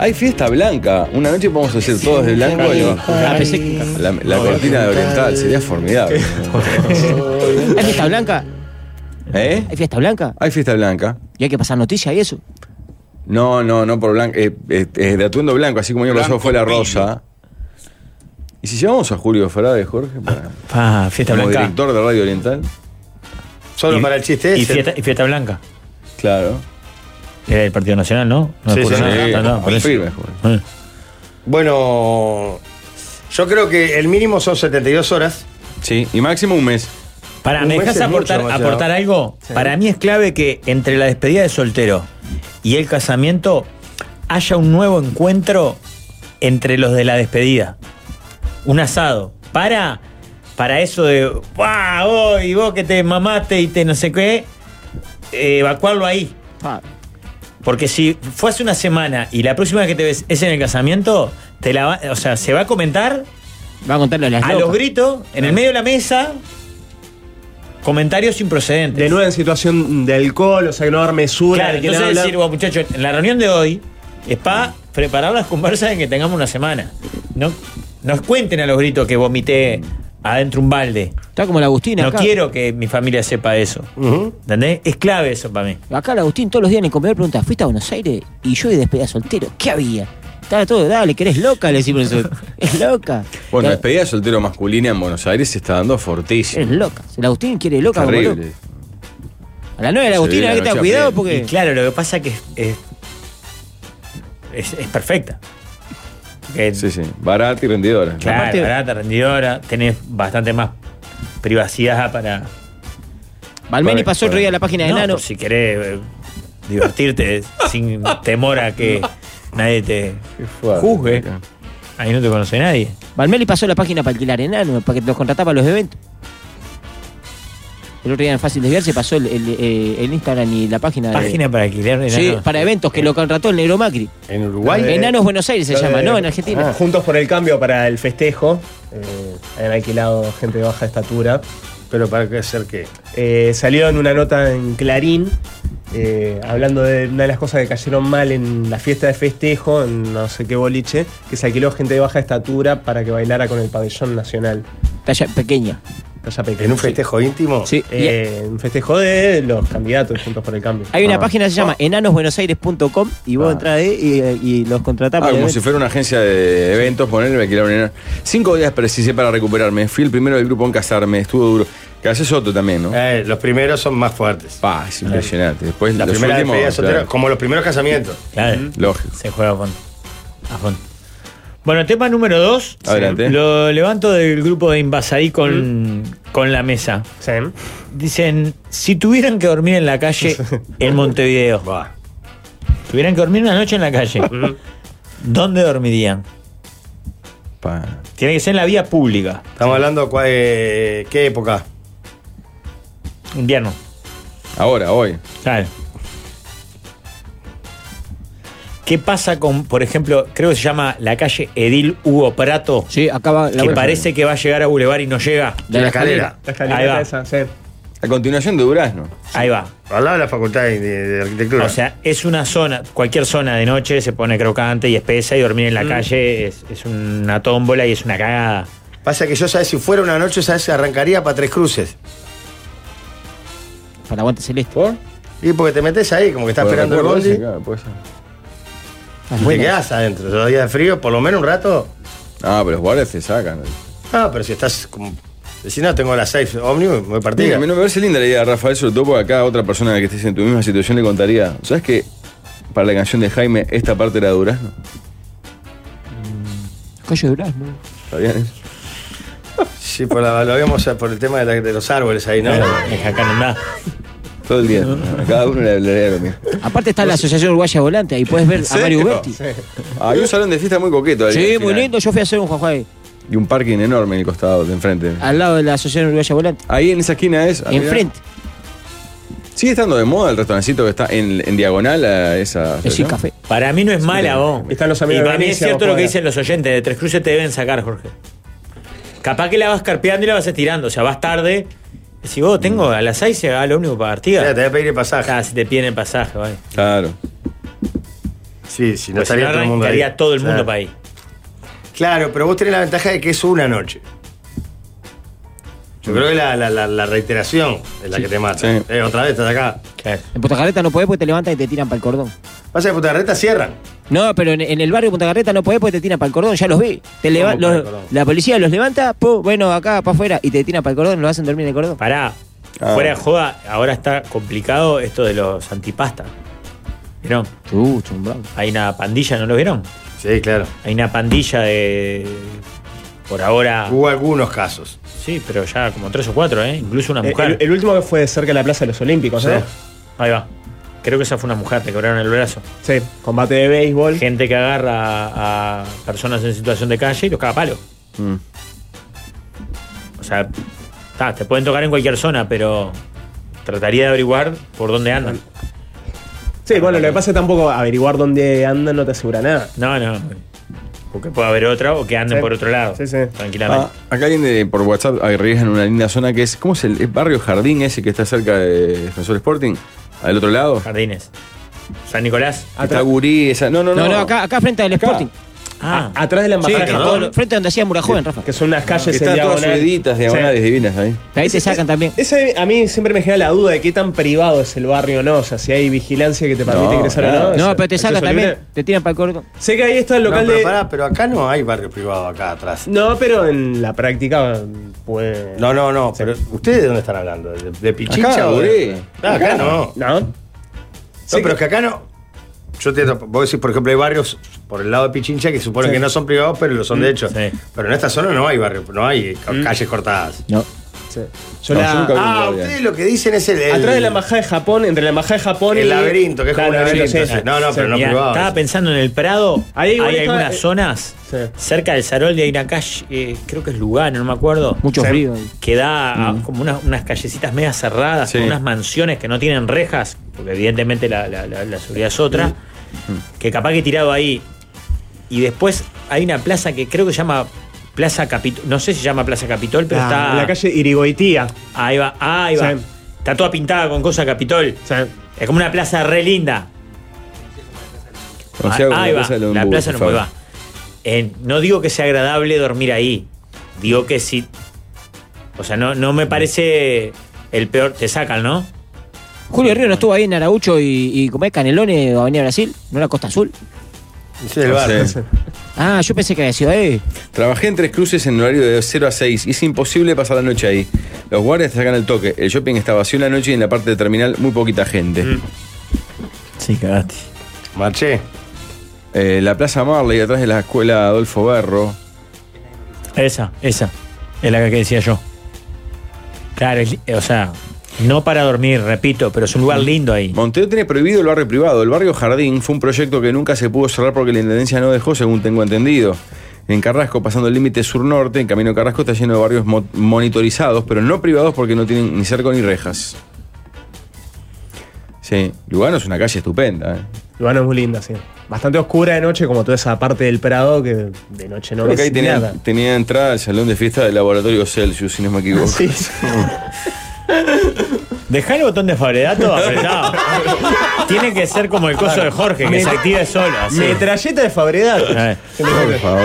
Hay fiesta blanca. Una noche podemos hacer todos de blanco y
Ah, pensé que-
la, la cortina de oriental. Sería formidable.
¿Hay fiesta blanca?
¿Eh?
¿Hay fiesta blanca?
Hay fiesta blanca.
Y hay que pasar noticias y eso.
No, no, no por blanco. eh, eh, eh, de atuendo blanco, así como yo pasó fue la rosa. ¿Y si llevamos a Julio Frade, Jorge?
Ah,
Para,
pa, fiesta
como
blanca.
director de Radio Oriental.
Solo
Y-
para el chiste
Y
ese.
fiesta, y fiesta blanca.
Claro.
Era del Partido Nacional, ¿no? No
Sí,
es puro
sí,
nada,
sí.
no, no, por eso.
Firme, joder.
Eh.
Bueno, yo creo que el mínimo son 72 horas.
Sí, y máximo un mes.
Para,
Un
¿me
mes
dejas
es
aportar,
mucho, demasiado.
aportar algo? Para mí es clave que entre la despedida de soltero y el casamiento haya un nuevo encuentro entre los de la despedida. Un asado. Para, para eso de, ¡guau! Vos, y vos que te mamaste y te no sé qué, eh, evacuarlo ahí.
Pa,
Porque si fue hace una semana y la próxima vez que te ves es en el casamiento, te la va- o sea, se va a comentar
Va a contarlo a las
a
locas.
los gritos, en el medio de la mesa, comentarios improcedentes.
De nuevo en situación de alcohol, o sea que no haber mesura.
Claro,
de quién
entonces
habla.
decir, bueno, muchachos, en la reunión de hoy es para preparar las conversas en que tengamos una semana. No nos cuenten a los gritos que vomité adentro un balde.
Está como la Agustina.
No
acá.
quiero que mi familia sepa eso. ¿Entendés? Es clave eso para mí.
Acá el Agustín todos los días en el comedor pregunta, ¿fuiste a Buenos Aires? Y yo y despedida soltero. ¿Qué había? Estaba todo, dale, que eres loca, le decimos nosotros. Es loca.
Bueno, la
La-
despedida de soltero masculina en Buenos Aires se está dando fortísimo.
es loca. El Agustín quiere loca, como loco.
Terrible.
A Eh, la novia de
Se
la Agustina
viene la
hay que tener
noche
cuidado
a pleno.
Y
porque.
claro, lo que pasa es que es, es, es- es perfecta. Que-
Sí, sí. Barata y rendidora.
Claro,
Aparte-
barata, rendidora, tenés bastante más privacidad para.
Balmeni
Correcto,
pasó otro día a la página de
No,
Nano.
por si querés eh, divertirte sin temor a que nadie te juzgue. Ahí no te conoce nadie.
Valmeli pasó la página para alquilar enano, para que los contrataba para los eventos. El otro día en Fácil Desviarse pasó el, el, eh, el Instagram y la página. de-
Página para alquilar enanos.
Sí, para eventos que lo contrató el Negro Macri.
En
Uruguay.
Enanos Buenos Aires se
Lo de-
llama, ¿no? En Argentina.
Ah, Juntos por el cambio para el festejo. eh, habían alquilado gente de baja estatura.
¿Pero para qué hacer qué?
Eh, salió en una nota en Clarín, eh, hablando de una de las cosas que cayeron mal en la fiesta de festejo, en no sé qué boliche, que se alquiló gente de baja estatura para que bailara con el pabellón nacional.
Talla pequeña.
Talla pequeña.
¿En un festejo íntimo?
Sí.
Eh, un festejo de los candidatos juntos por el cambio.
Hay una
Ah.
página que se llama enanosbuenosaires.com y vos entrás ahí y, y los
Ah,
contratás para
como
eventos.
si fuera una agencia de eventos, ponerme me alquilaron en- Cinco días precisé para recuperarme. Fui el primero del grupo en casarme, estuvo duro. Que haces otro también, ¿no?
Eh, los primeros son más fuertes.
Pa, es impresionante. Después
La
los
primera
últimos,
despedida soltera,
claro.
como los primeros casamientos.
Claro.
Lógico.
Se juega con- a fondo. Bueno, tema número dos.
Adelante.
Lo levanto del grupo de Invasadí con, con la mesa. Dicen, si tuvieran que dormir en la calle en Montevideo. Tuvieran que dormir una noche en la calle. ¿Dónde dormirían?
Pa.
Tiene que ser en la vía pública.
Estamos hablando cua- eh, qué época.
Invierno.
Ahora, hoy.
Claro. ¿Qué pasa con, por ejemplo, creo que se llama la calle Edil Hugo Prato?
Sí, acá va la
Que
vuelta.
parece que va a llegar a Boulevard y no llega.
De la escalera.
La
Ahí
escalera
va.
esa, sí.
A continuación de Durazno.
Ahí va.
Al lado de la Facultad de, de Arquitectura.
O sea, es una zona, cualquier zona de noche se pone crocante y espesa y dormir en
Mm.
la calle es, es una tómbola y es una cagada.
Pasa que yo, ¿sabes? Si fuera una noche, ¿sabes? Arrancaría para Tres Cruces.
Para Aguante Celeste.
Y porque te metes ahí, como que estás
Por
esperando el
recuerdo
bondi.
ese, claro, puede ser.
Las
y te
buenas.
quedás adentro. Los días de frío, por lo menos un rato.
Ah, pero los guardias te sacan.
Ah, pero si estás como. Si no, tengo la safe ómnibus, me
Mira,
partida.
a mí no me parece linda la idea, Rafael, sobre todo porque acá otra persona que estés en tu misma situación le contaría. ¿Sabes que para la canción de Jaime esta parte era de Durazno?
Calle Durazno.
¿Está bien?
Sí, por la- lo vimos por el tema de, la- de los árboles ahí, ¿no?
Es acá no nada.
Todo el día. A Cada uno le hablaría lo mismo.
Ah,
Aparte está la Asociación Uruguaya Volante, ahí puedes ver a
¿En
Mario
serio?
Berti. Sí,
Ah, Hay un salón de fiesta muy coqueto. ahí al
muy
final.
lindo. Yo fui a hacer un Juan
Y un parking enorme en el costado, de enfrente.
al lado de la Asociación Uruguaya Volante.
Ahí en esa esquina es. ah, mirá.
Enfrente,
Sigue estando de moda el restaurancito que está en, en diagonal a esa.
es el
¿no?
café.
Para mí no es mala vos.
Están los amigos
y
de
para mí es
Venecia,
cierto
vos
lo que
podrás.
dicen los oyentes, de Tres Cruces te deben sacar, Jorge. Capaz que la vas carpeando y la vas estirando, o sea, vas tarde. Si vos tengo a las 6 se va lo único para
Mira, te
partida.
voy a pedir el pasaje.
Ah, si te piden el pasaje, vale.
Claro.
Sí, si no
Pues si
estaría
no
todo el mundo ahí.
arrancaría todo el mundo
Claro.
para ahí.
Claro, pero vos tenés la ventaja de que es una noche. Yo creo que la, la- la- la reiteración es la que te mata.
Sí.
Eh, otra vez estás acá.
En Punta Carreta no podés porque te levantan y te tiran para el cordón.
Pasa que Punta Reta cierran.
No, pero en, en el barrio de Punta Carreta no podés porque te tiran para el cordón, ya los vi. Te leva-
¿Cómo para el
los-
cordón?
la policía los levanta, po, bueno, acá para afuera, y te tiran para el cordón, lo hacen dormir en el cordón.
Pará,
Ah.
fuera de joda, ahora está complicado esto de los antipastas. ¿Vieron?
Uh, chumbrado.
Hay una pandilla, ¿no lo vieron?
Sí, claro.
Hay una pandilla de. Por ahora.
Hubo algunos casos.
Sí, pero ya como tres o cuatro, ¿eh? Incluso una
Eh,
mujer.
El, el último que fue cerca de la Plaza de los Olímpicos, ¿no?
Ahí va. Creo que esa fue una mujer, te quebraron el brazo.
Sí, combate de béisbol.
Gente que agarra a, a personas en situación de calle y los caga a palo.
Mm.
O sea, ta, te pueden tocar en cualquier zona, pero trataría de averiguar por dónde andan.
Sí, bueno, lo que pasa es tampoco averiguar dónde andan no te asegura nada.
No, no. Porque puede haber otra o que anden
Sí.
por otro lado.
Sí, sí.
Tranquilamente.
Ah, acá alguien de- por WhatsApp arriesga en una linda zona que es. ¿Cómo es el, el barrio Jardín ese que está cerca de Defensor Sporting? Al otro lado.
Jardines. San Nicolás.
Está Gurí, esa. No, no, no.
No, no, acá, acá frente al Sporting.
Ah,
Atrás de la
Sí,
embajada de
que todo
Japón,
lo- frente a donde hacía Murajoven, Rafa.
que son unas
Que
calles en
están todas
diagonal.
subiditas, diagonales divinas ahí.
Ahí te sacan también.
Ese a mí siempre me genera la duda de qué tan privado es el barrio o no. O sea, si hay vigilancia que te permite
No,
ingresar
claro.
o no.
No,
Ese-
pero te sacan
acceso
también,
libre.
te tiran para el cordón.
Sé que ahí está el local
no, pero
de.
pará, pero acá no hay barrio privado acá atrás.
No, pero en la práctica puede.
No, no, no. Pero ¿ustedes de dónde están hablando? ¿De, de Pichicha
Acá,
o de-
Gurí.
Ah, acá no.
¿No?
No, pero es que acá no. Yo te vos decís, por ejemplo, hay barrios por el lado de Pichincha que
Sí.
suponen Mm, que no son privados, pero lo son de hecho.
sí.
Pero en esta zona Mm. no hay barrio, no hay ca- calles cortadas.
No.
Sí. ese. Yo
No,
la-
yo nunca vi un
ah,
guardián. ustedes lo que dicen es el- el-
Atrás de la embajada de Japón, entre la embajada de Japón y.
El laberinto, que es como
Claro,
un laberinto.
sí, sí.
No, no, pero no
Mirá,
privado.
Estaba pensando en el Prado.
Ahí igual
hay
está-
algunas
eh,
zonas cerca del Saroldi, hay una calle, eh, creo que es Lugano, no me acuerdo.
Mucho
Sí.
frío.
Que da a como unas, unas callecitas media cerradas, con unas mansiones que no tienen rejas, porque evidentemente la, la- la- la seguridad es otra. Que capaz que tirado ahí. Y después hay una plaza que creo que se llama Plaza Capitol. No sé si se llama Plaza Capitol, pero
Ah,
está.
en la calle Irigoitía.
Ahí va, ahí va.
Sí.
Está toda pintada con cosa Capitol. Es como una plaza re linda.
O sea,
Ah,
la
ahí va,
plaza de Lombú,
la plaza
por
no
favor.
va. Eh, no digo que sea agradable dormir ahí. Digo que sí. O sea, no, no me parece el peor. Te sacan, ¿no?
Julio Río no estuvo ahí en Araucho y, y comé canelones o Avenida Brasil, no la Costa Azul.
Sí, el bar.
Ah, yo pensé que había sido ahí.
Trabajé en Tres Cruces en horario de 0 a 6 y es imposible pasar la noche ahí. Los guardias te sacan el toque. El shopping está vacío en la noche y en la parte de terminal muy poquita gente.
Sí, cagaste.
Mm. Marché.
Eh, la Plaza Marley, atrás de la escuela Adolfo Berro.
Esa, esa. Es la que decía yo. Claro, es li- o sea, no para dormir, repito, pero es un lugar lindo ahí.
Montevideo tiene prohibido el barrio privado. El barrio Jardín fue un proyecto que nunca se pudo cerrar porque la intendencia no dejó, según tengo entendido. En Carrasco, pasando el límite sur-norte, en Camino Carrasco está lleno de barrios mo- monitorizados, pero no privados porque no tienen ni cerco ni rejas. Sí, Lugano es una calle estupenda. ¿eh?
Lugano es muy linda, sí. Bastante oscura de noche, como toda esa parte del Prado que de noche no
Creo
ves
que ahí tenía,
nada.
tenía entrada al salón de fiesta del laboratorio Celsius, si no me equivoco.
Sí.
Dejá el botón de favoredato apretado. Tiene que ser como el coso de Jorge, que se active solo. así.
Metralleta de Fabredad.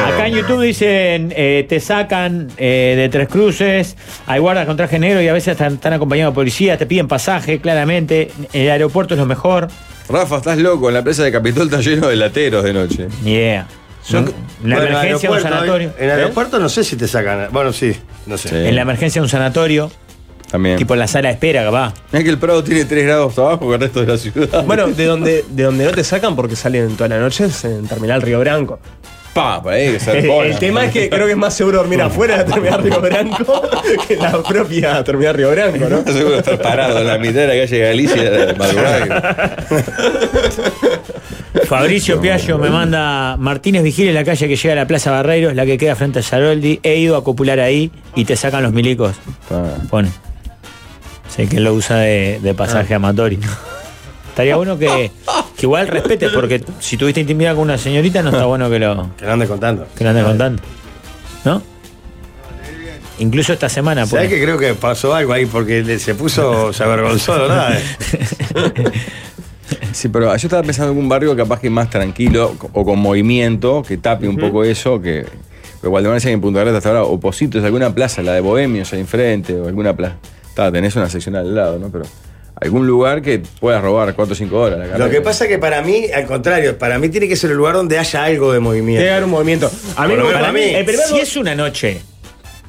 Acá en YouTube dicen, eh, te sacan eh, de tres cruces, hay guardas con traje negro y a veces están, están acompañados de policías, te piden pasaje, claramente, el aeropuerto es lo mejor.
Rafa, estás loco, en la presa de Capitol está lleno de lateros de noche.
Yeah. la
Bueno,
emergencia de un
aeropuerto,
sanatorio.
En el aeropuerto no sé si te sacan. Bueno, sí, no sé.
En la emergencia de un sanatorio, ¿Eh?
También.
tipo en la sala de espera, capaz.
Es que el Prado tiene 3 grados abajo que el resto de la ciudad.
Bueno, de donde, de donde no te sacan porque salen toda la noche es en Terminal Río Branco.
Papa, eh, que se
El
arpona.
tema es que creo que es más seguro dormir afuera de la Terminal Río Branco que en la propia Terminal Río Branco, ¿no?
Seguro estar parado en la mitad de la calle Galicia de madrugada.
Fabricio Piaggio me manda Martínez Vigile, la calle que llega a la Plaza Barreiros, la que queda frente a Saroldi. He ido a copular ahí y te sacan los milicos. Pone. Sé que lo usa de, de
Ah.
pasaje amatorio. Estaría bueno que, que igual respetes, porque si tuviste intimidad con una señorita, no está bueno que lo,
Que no andes contando.
que lo andes contando. ¿No? Incluso esta semana.
¿Sabes
pone.
que creo que pasó algo ahí? Porque le- se puso, se avergonzó, ¿verdad?
Sí, pero yo estaba pensando en un barrio capaz que más tranquilo o con movimiento, que tape un poco eso, que. Pero Gualdemar decía que en Punta Grata hasta ahora, opositos, alguna plaza, la de Bohemios ahí enfrente, o alguna plaza. Está, tenés una seccional al lado, ¿no? Pero algún lugar que puedas robar 4 o 5 horas la
Lo
carrera.
que pasa es que para mí, al contrario, para mí tiene que ser el lugar donde haya algo de movimiento.
Debe haber un movimiento. A mí
Por lo
me
menos
para
a mí.
mí.
En primer lugar, si es una noche,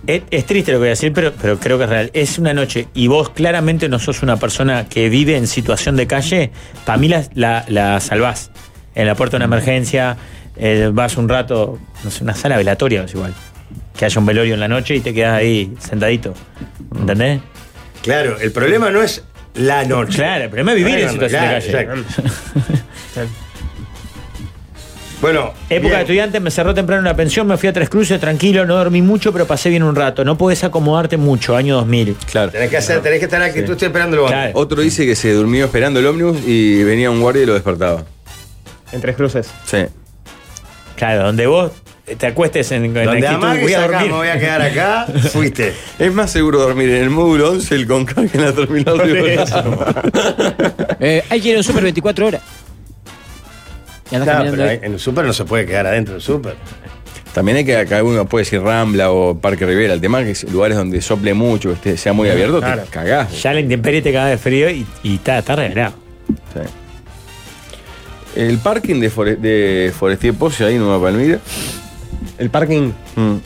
es, es triste lo que voy a decir, pero, pero creo que es real. Es una noche y vos claramente no sos una persona que vive en situación de calle, para mí la, la, la salvás. En la
Mm.
puerta de una emergencia, eh, vas un rato, no sé, una sala velatoria es igual. Que haya un velorio en la noche y te quedas ahí sentadito. ¿Entendés?
Claro, el problema no es la noche.
Claro, el problema es vivir en
Claro,
situación
claro,
de calle.
exacto. bueno,
Época de estudiante, me cerró temprano una pensión, me fui a Tres Cruces, tranquilo, no dormí mucho, pero pasé bien un rato. No podés acomodarte mucho, año 2000.
Claro.
tenés que, hacer, tenés que estar aquí, tú estoy esperando el
Claro.
Otro dice que se durmió esperando el ómnibus y venía un guardia y lo despertaba.
En tres cruces.
Sí.
Claro, donde vos te acuestes en, en
Donde
actitud,
amagues
voy a
acá,
dormir.
me voy a quedar acá, fuiste.
Es más seguro dormir en el módulo 11 el Concar que en la terminal de
Eh, ahí quiere un super 24 horas. Y andás
No,
caminando
pero
ahí.
ahí- en el súper no se puede quedar adentro del súper.
También hay que acá uno puede decir Rambla o Parque Rivera. El tema es que es lugares donde sople mucho, que esté- sea muy abierto,
Claro.
te cagás.
Ya la intemperie te caga de frío y, y está, está regalado.
Sí. El parking de, Fore- de Forestier Pose ahí en Nueva Palmira.
El parking.
mm,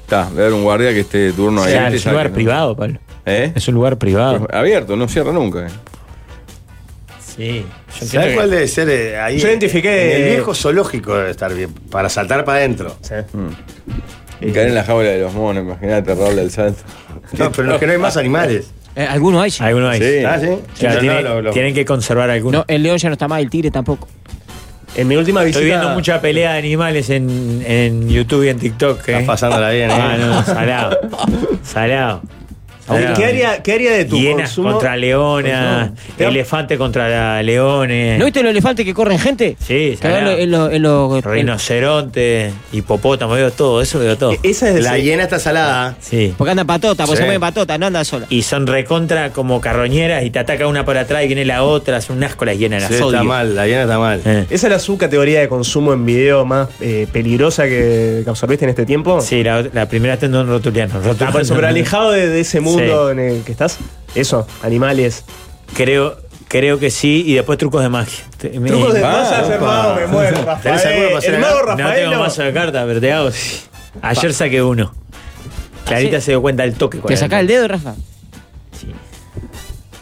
Está, debe haber un guardia que esté de turno
O
ahí.
sea,
te
es un
saque,
lugar
¿no?
privado, Pablo.
¿Eh?
Es un lugar privado.
Abierto, no cierra nunca. eh.
Sí. Yo
¿Sabes cuál debe ser eh, ahí?
Yo identifiqué-
En el viejo zoológico debe estar bien, para saltar para adentro.
Sí.
Mm. Caer en la jaula de los monos, imagínate, robarle el salto.
No, pero no, que no hay más animales.
algunos Eh, hay.
Algunos hay.
Sí. Ah, sí.
Claro,
No,
tiene-
no, lo- lo-
Tienen que conservar algunos.
No, el león ya no está más, el tigre tampoco.
En mi última visita.
Estoy viendo mucha pelea de animales en, en YouTube y en TikTok. ¿eh?
Estás pasándola bien, ¿eh?
Ah, no, salado. Salado.
¿Qué, qué haría, ¿Qué haría de tu
Hienas
consumo?
contra leonas,
Te-
elefante contra la- leones,
¿No viste los elefantes que corren gente?
sí,
Que van
salado.
en los- en los- en-
rinoceronte, hipopótamo, veo todo, eso veo todo.
E-, Esa es de
La hiena está salada.
Sí.
porque andan patota, porque
Sí.
se mueven patota, no andan sola.
Y son recontra como carroñeras y te ataca una por atrás y viene la otra, son un asco las hienas, las
Sí,
odio.
está mal, la hiena está mal.
Eh.
¿Esa es su categoría de consumo en video más eh, peligrosa que, que absorbiste en este tiempo?
Sí, la, la primera está en Don Rotuliano.
Ah, por eso, pero alejado de, de ese mundo en el que estás. Eso, animales.
Creo, creo que sí, y después trucos de magia. Te- me-
Trucos de
no
pasas, hermano, me muero.
¿Tenés alguno para
Rafael,
hacer
el
acá?
mago
tengo
Rafael.
mazo de cartas, pero te hago. Ayer saqué uno. Clarita se dio cuenta del toque. cuál
Ah, ¿Te
era
sacás el
toque.
dedo, Rafa?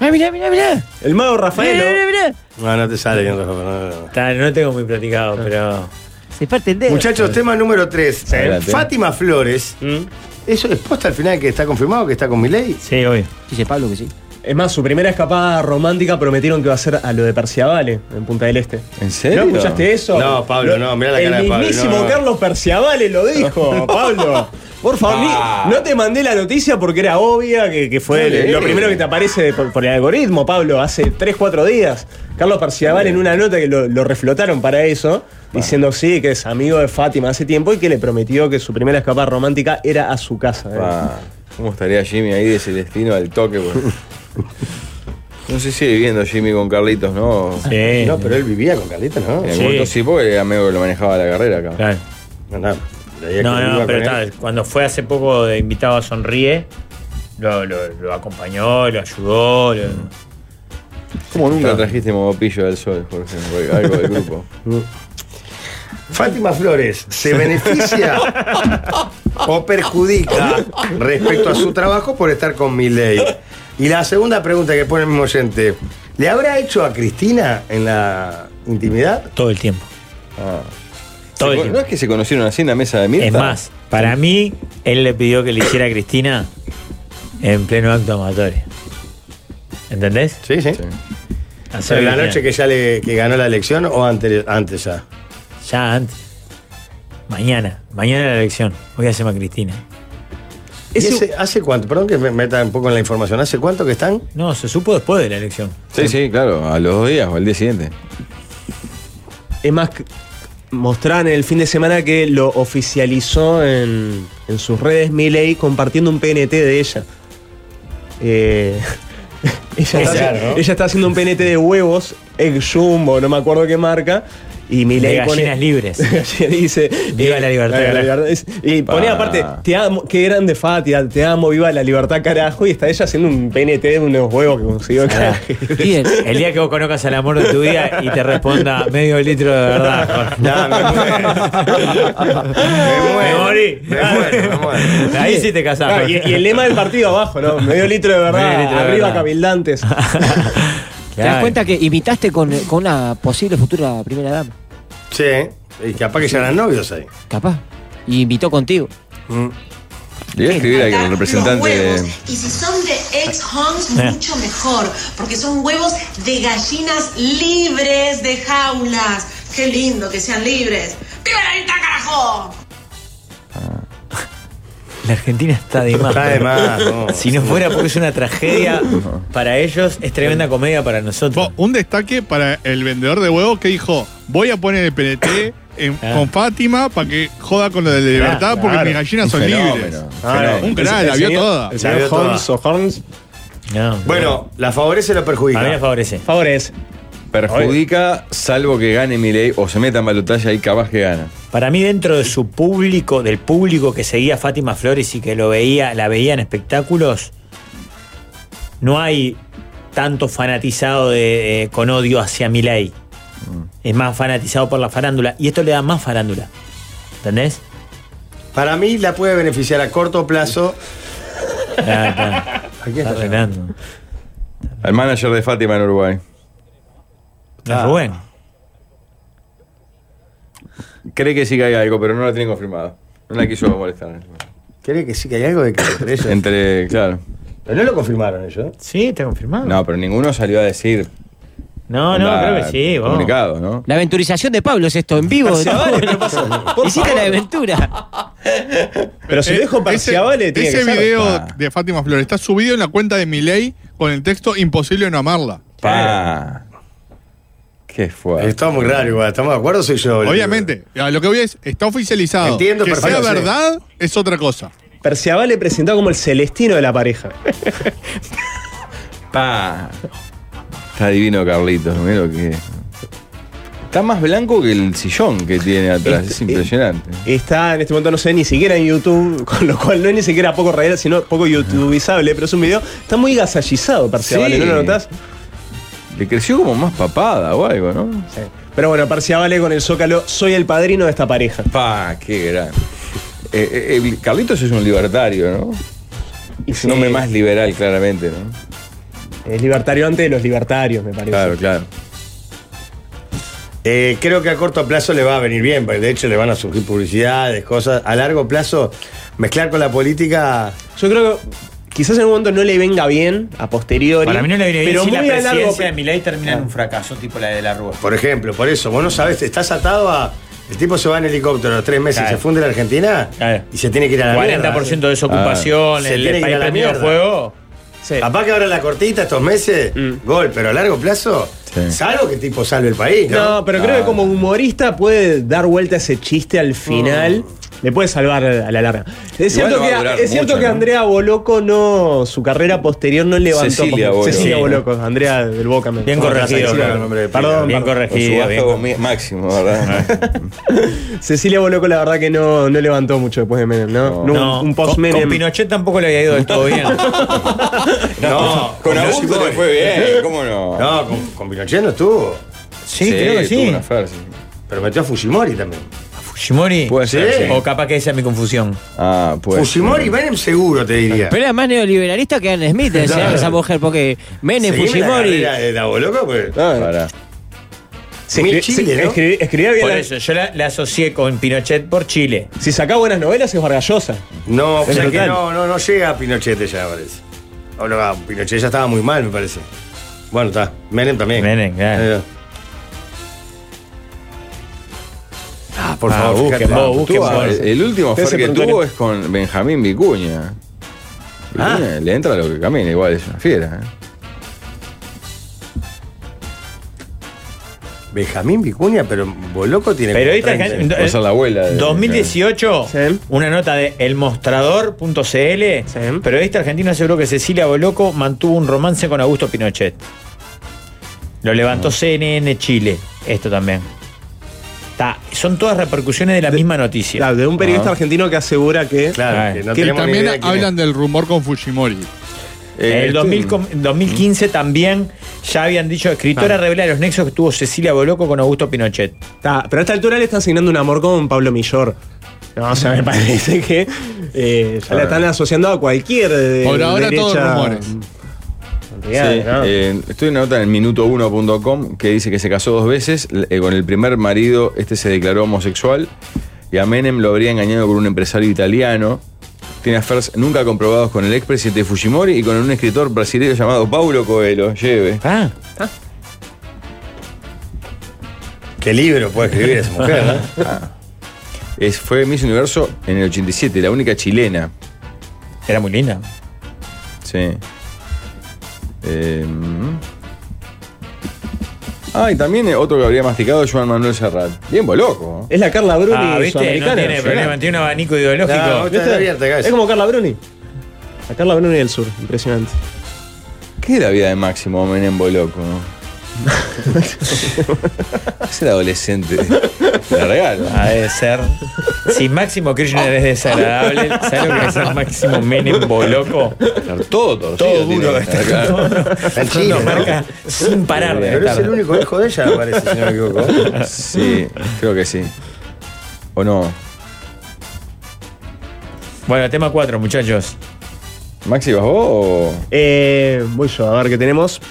¡Ay, mirá, mirá, mirá!
el mago Rafael.
Mirá, mirá, mirá.
No, no te sale bien, Rafa. no, no, no.
Está, no lo tengo muy platicado, pero.
Se parte el dedo.
Muchachos, tema número 3.
Adelante.
Fátima Flores.
¿Mm?
¿Eso es posta al final que está confirmado que está con Milei?
Sí, obvio.
Dice Pablo que sí.
Es más, su primera escapada romántica prometieron que va a ser a lo de Perciavale, en Punta del Este.
¿En serio?
¿No escuchaste eso?
No, Pablo, no, mirá la cara de
El
Pablo,
mismísimo
no, no.
Carlos Perciavale lo dijo, Pablo. Por favor, ni-
Ah.
no te mandé la noticia porque era obvia, que, que fue
Dale.
lo primero que te aparece por, por el algoritmo, Pablo, hace 3, 4 días. Carlos Perciabal en una nota que lo, lo reflotaron para eso, diciendo sí, que es amigo de Fátima hace tiempo y que le prometió que su primera escapada romántica era a su casa. ¿eh?
Ah.
Pa, ¿Cómo estaría Jimmy ahí de Celestino al toque? pues? No sé si sigue viviendo Jimmy con Carlitos, ¿no?
Sí.
No, pero él vivía con Carlita, ¿no?
En el
Sí.
momento sí, porque era medio que lo manejaba la carrera acá.
Claro.
No, no, la idea
No,
que
no,
viva
pero
con él.
está, cuando fue hace poco de invitado a Sonríe, lo, lo- lo acompañó, lo ayudó. lo-
Mm.
¿Cómo nunca trajiste Mogopillo del Sol, por ejemplo? Algo del grupo.
Fátima Flores, ¿se beneficia o perjudica respecto a su trabajo por estar con Milei? Y la segunda pregunta que pone el mismo oyente, ¿le habrá hecho a Cristina en la intimidad?
Todo el tiempo.
Ah.
Todo
Se
el
con- ¿No
tiempo.
es que se conocieron así en la mesa de Mirta?
Es más, para mí, él le pidió que le hiciera a Cristina en pleno acto amatorio. ¿Entendés?
Sí, sí.
Hacer
¿Pero la
Cristina.
noche que ya le que ganó la elección o antes, antes ya?
Ya antes. Mañana. Mañana la elección. Hoy hacemos a Cristina.
¿Y ese- ¿Hace cuánto? Perdón que me meta un poco en la información. ¿Hace cuánto que están?
No, se supo después de la elección.
Sí, sí, claro, a los dos días o al día siguiente.
Es más, que- mostraron el fin de semana que lo oficializó en, en sus redes Miley compartiendo un PNT de ella. Eh, ella, está,
Claro,
haci-
¿no?
ella está haciendo un PNT de huevos, egg jumbo, no me acuerdo qué marca. Y
De
Miley
gallinas libres.
dice
Viva
eh,
la libertad,
viva la
carajo.
libertad. y ponía
Pa.
aparte te amo qué grande Fatia te amo viva la libertad carajo y está ella haciendo un PNT de unos huevos que consiguió acá.
Bien.
El día que vos conozcas al amor de tu vida y te responda medio litro de verdad. Jorge.
Ya, me muero. Me muero.
Me morí.
Me muero, me muero.
Ahí sí te casás.
Ah, y,
Jorge.
y el lema del partido abajo, ¿no? Medio litro de verdad,
Medio litro de
arriba
verdad.
cabildantes.
¿Te das
Claro.
cuenta que imitaste con, con una posible futura primera dama?
Sí, y capaz que ya eran novios ahí.
Capaz. Y invitó contigo.
Le voy a escribir a
Acá
un
los
representante
huevos.
de.
Y si son de ex homes, mucho mejor, porque son huevos de gallinas libres de jaulas. Qué lindo que sean libres. ¡Viva la libertad, carajo!
La Argentina está de más.
Está de más, no.
Si no fuera porque es una tragedia para ellos, es tremenda comedia para nosotros.
Bo- un destaque para el vendedor de huevos que dijo: Voy a poner el PNT en-
Ah.
con Fátima para que joda con lo de la libertad
Claro,
Ah, porque
claro.
mis gallinas son
Fenómeno,
libres. Ah,
fenómeno.
Un canal, la vio toda.
El
La vio
señor
toda.
Holmes o Horns.
No,
Bueno, ¿la favorece o la
a mí me
perjudica?
favorece.
Favores.
Perjudica, salvo que gane Milei o se meta en balotaje ahí capaz que gana.
Para mí, dentro de su público, del público que seguía a Fátima Flores y que lo veía, la veía en espectáculos, no hay tanto fanatizado de- eh, con odio hacia Milei. Es más fanatizado por la farándula. Y esto le da más farándula. ¿Entendés?
Para mí la puede beneficiar a corto plazo.
Ah, está.
Aquí
Está
está.
Renando.
Al manager de Fátima en Uruguay.
Ah.
Rubén.
Cree que sí que hay algo, pero no lo tiene confirmado. No la quiso molestar.
¿Cree que sí que hay algo de que entre ellos?
Entre, claro.
Pero no lo confirmaron ellos.
Sí, está confirmado.
No, pero ninguno salió a decir.
No, no,
onda,
creo que sí, vos.
Comunicado, ¿no?
La aventurización de Pablo es esto, en vivo. Hiciste la aventura.
Pero si
Eh,
dejo parciavale,
ese,
tiene que
ese
ser.
video
Ah.
de Fátima Flores está subido en la cuenta de Milei con el texto Imposible no amarla.
Pa. Qué fue.
Está muy raro igual. ¿Estamos de acuerdo o soy yo? boludo?
Obviamente, a lo que voy es, está oficializado.
Entiendo
que
perfecto,
sea
sí.
verdad es otra cosa.
Perciabale presentado como el celestino de la pareja.
Pa. Está divino Carlitos, mirá lo que. Está más blanco que el sillón que tiene atrás, es impresionante.
Está en este momento, no sé, ni siquiera en YouTube, con lo cual no es ni siquiera poco real, sino poco youtubizable, pero es un video. Está muy gasallizado, Parciavale,
Sí.
¿no lo notás?
Le creció como más papada o algo, ¿no?
Pero bueno, Parciavale con el Zócalo, soy el padrino de esta pareja.
Pa, qué gran. Eh, eh, el Carlitos es un libertario, ¿no? Es un hombre más liberal, claramente, ¿no?
Es libertario antes de los libertarios, me parece.
Claro, claro.
Eh, creo que a corto plazo le va a venir bien, porque de hecho le van a surgir publicidades, cosas. A largo plazo, mezclar con la política.
Yo creo que quizás en un momento no le venga bien, a posteriori.
Para mí no le viene bien
pero
si la
muy a
presidencia
largo
de Milei termina en un fracaso, tipo la de la Rúa.
Por ejemplo, por eso, vos no sabés, estás atado a. El tipo se va en helicóptero a los tres meses,
Claro.
se funde la Argentina
Claro.
y se tiene que ir a la mierda. Ah.
40% de
Ah.
desocupación,
Se
el
tiene que ir
país
a la
prendido a
mierda.
fuego.
Sí.
Capaz que ahora la cortita estos meses, gol, pero a largo plazo, salvo que tipo salve el país, ¿no?
No, pero creo que como humorista puede dar vuelta ese chiste al final. Le puede salvar a la larga. Es
Igual
cierto,
no va a durar
que, es cierto
mucho,
que
¿no?
Andrea Boloco no. Su carrera posterior no levantó.
Cecilia
como-
Boloco.
Cecilia
Sí.
Boloco. Andrea del Boca. me-
Bien
no,
corregido,
Cecilia,
claro.
nombre de
Perdón,
Bien
Con
perdón.
su
corregido, bien
bajo comi- máximo, ¿verdad?
Cecilia Boloco, la verdad que no, no levantó mucho después de Menem,
No.
¿no? No, un-
No,
un,
con- con,
post-Menem.
Pinochet tampoco le había ido del todo bien.
no, con Augusto le fue bien, ¿cómo no?
No, con, con Pinochet no estuvo,
sí, creo que
tuvo
sí.
una affair, sí.
pero metió a Fujimori también.
Fujimori.
Puede ser.
Sí.
sí.
O capaz que esa es mi confusión.
Ah, puede
Fujimori,
ser.
Menem seguro, te diría.
Pero era más neoliberalista que Anne Smith, decía esa mujer, porque Menem,
Seguime la
Fujimori.
carrera de Daboloco, pues.
Ah,
Pará.
Se
Muy
escri-
Chile,
se-
¿no?
escribí- escribía bien.
Por
la-
eso, yo la, la asocié con Pinochet por Chile.
Si saca buenas novelas es Vargallosa.
No, o sea que
brutal.
no, no, no llega a Pinochet ya, me parece. O no, a Pinochet ya estaba muy mal, me parece. Bueno, está. Menem también.
Menem, claro.
Eh. Ah, por
Ah,
favor,
busquen
fíjate.
vos, busquen
Tuvo-
vos.
El último
Ustedes
affair que
se preguntan-
tuvo es con Benjamín Vicuña. Vicuña Le entra lo que camina, igual es una fiera. ¿eh?
Benjamín Vicuña, pero Boloco tiene.
Pero
como
ahorita
30.
Argentina-
Va a ser la abuela. de-
2018,
Sí.
una nota de elmostrador.cl,
Sí.
periodista argentino aseguró que Cecilia Boloco mantuvo un romance con Augusto Pinochet. Lo
Ah.
levantó CNN Chile, esto también. Está- son todas repercusiones de la misma noticia.
Claro, de un periodista
Ah.
argentino que asegura que.
Claro, que no
Ah, Que
tenemos ni
también
idea quién es.
hablan del rumor con Fujimori.
Eh,
En el
este-
2000 com- 2015 también ya habían dicho, escritora
Ah.
revela los nexos que tuvo Cecilia Boloco con Augusto Pinochet.
Está, pero a esta altura le están asignando un amor con Pablo Millor. No, o sea, me parece que eh, ya la están asociando a cualquier. de-
Por ahora
derecha-
todos rumores.
Real,
Sí,
¿no?
eh, estoy en una nota en minuto1.com que dice que se casó dos veces. eh, con el primer marido, este se declaró homosexual. Y a Menem lo habría engañado con un empresario italiano. Tiene affairs nunca comprobados con el expresidente Fujimori y con un escritor brasileño llamado Paulo Coelho. Lleve.
Ah,
¿Qué libro puede escribir esa mujer? ¿no?
Es, fue Miss Universo en el 87, la única chilena.
era muy linda.
Sí. Eh, ah, y también otro que habría masticado es Joan Manuel Serrat. Bien boloco. ¿eh?
Es la Carla Bruni.
Ah, viste, no
sudamericana.
tiene problema, tiene un abanico ideológico.
No,
¿Viste?
Está abierta, cabeza.
Es como Carla Bruni. La Carla Bruni del sur, impresionante.
¿Qué es la vida de Máximo Menem Boloco? es el adolescente. La regalo.
Ha de ser. Si Máximo Kirchner es desagradable, ¿sabes lo que es ser Máximo Menem Boloco?
Todo torcido.
Todo
tiene
duro
que
está
estar, claro.
Está en Chile, ¿no?
marca sin parar de
Pero es el
estar.
único hijo de ella, me parece, si no me equivoco.
Sí, creo que sí. ¿O no?
Bueno, tema 4, muchachos.
¿Maxi vas vos o.?
Eh, voy yo, a ver qué tenemos.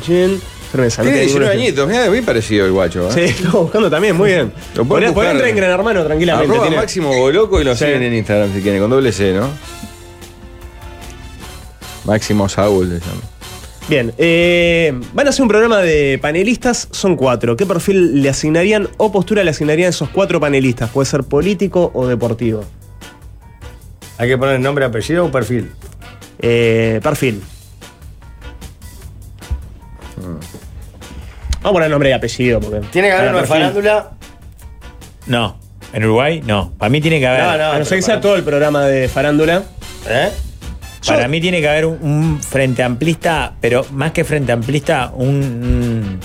Chin. firmeza. no
Tiene 19
tiene ninguna firmeza.
añitos, mira, bien parecido el guacho. ¿eh?
Sí, lo buscando también, muy bien.
Lo pueden
Podría
buscar.
podría entrar en Gran Hermano tranquilamente.
Arroba
tiene-
Máximo Boloco y lo siguen en Instagram si quieren, con doble C, ¿no? Máximo Saúl le llaman.
Bien, eh, van a hacer un programa de panelistas, son cuatro. ¿Qué perfil le asignarían o postura le asignarían esos cuatro panelistas? Puede ser político o deportivo.
¿Hay que poner nombre, apellido o perfil?
Eh, perfil. Vamos a poner nombre y apellido. Porque
Tiene que haber
Para
una
perfil.
farándula.
No. ¿En Uruguay? No. Para mí tiene que haber.
No, no, a no ser que sea todo el programa de farándula.
¿Eh?
Para mí tiene que haber un, un frente amplista, pero más que frente amplista, un, un-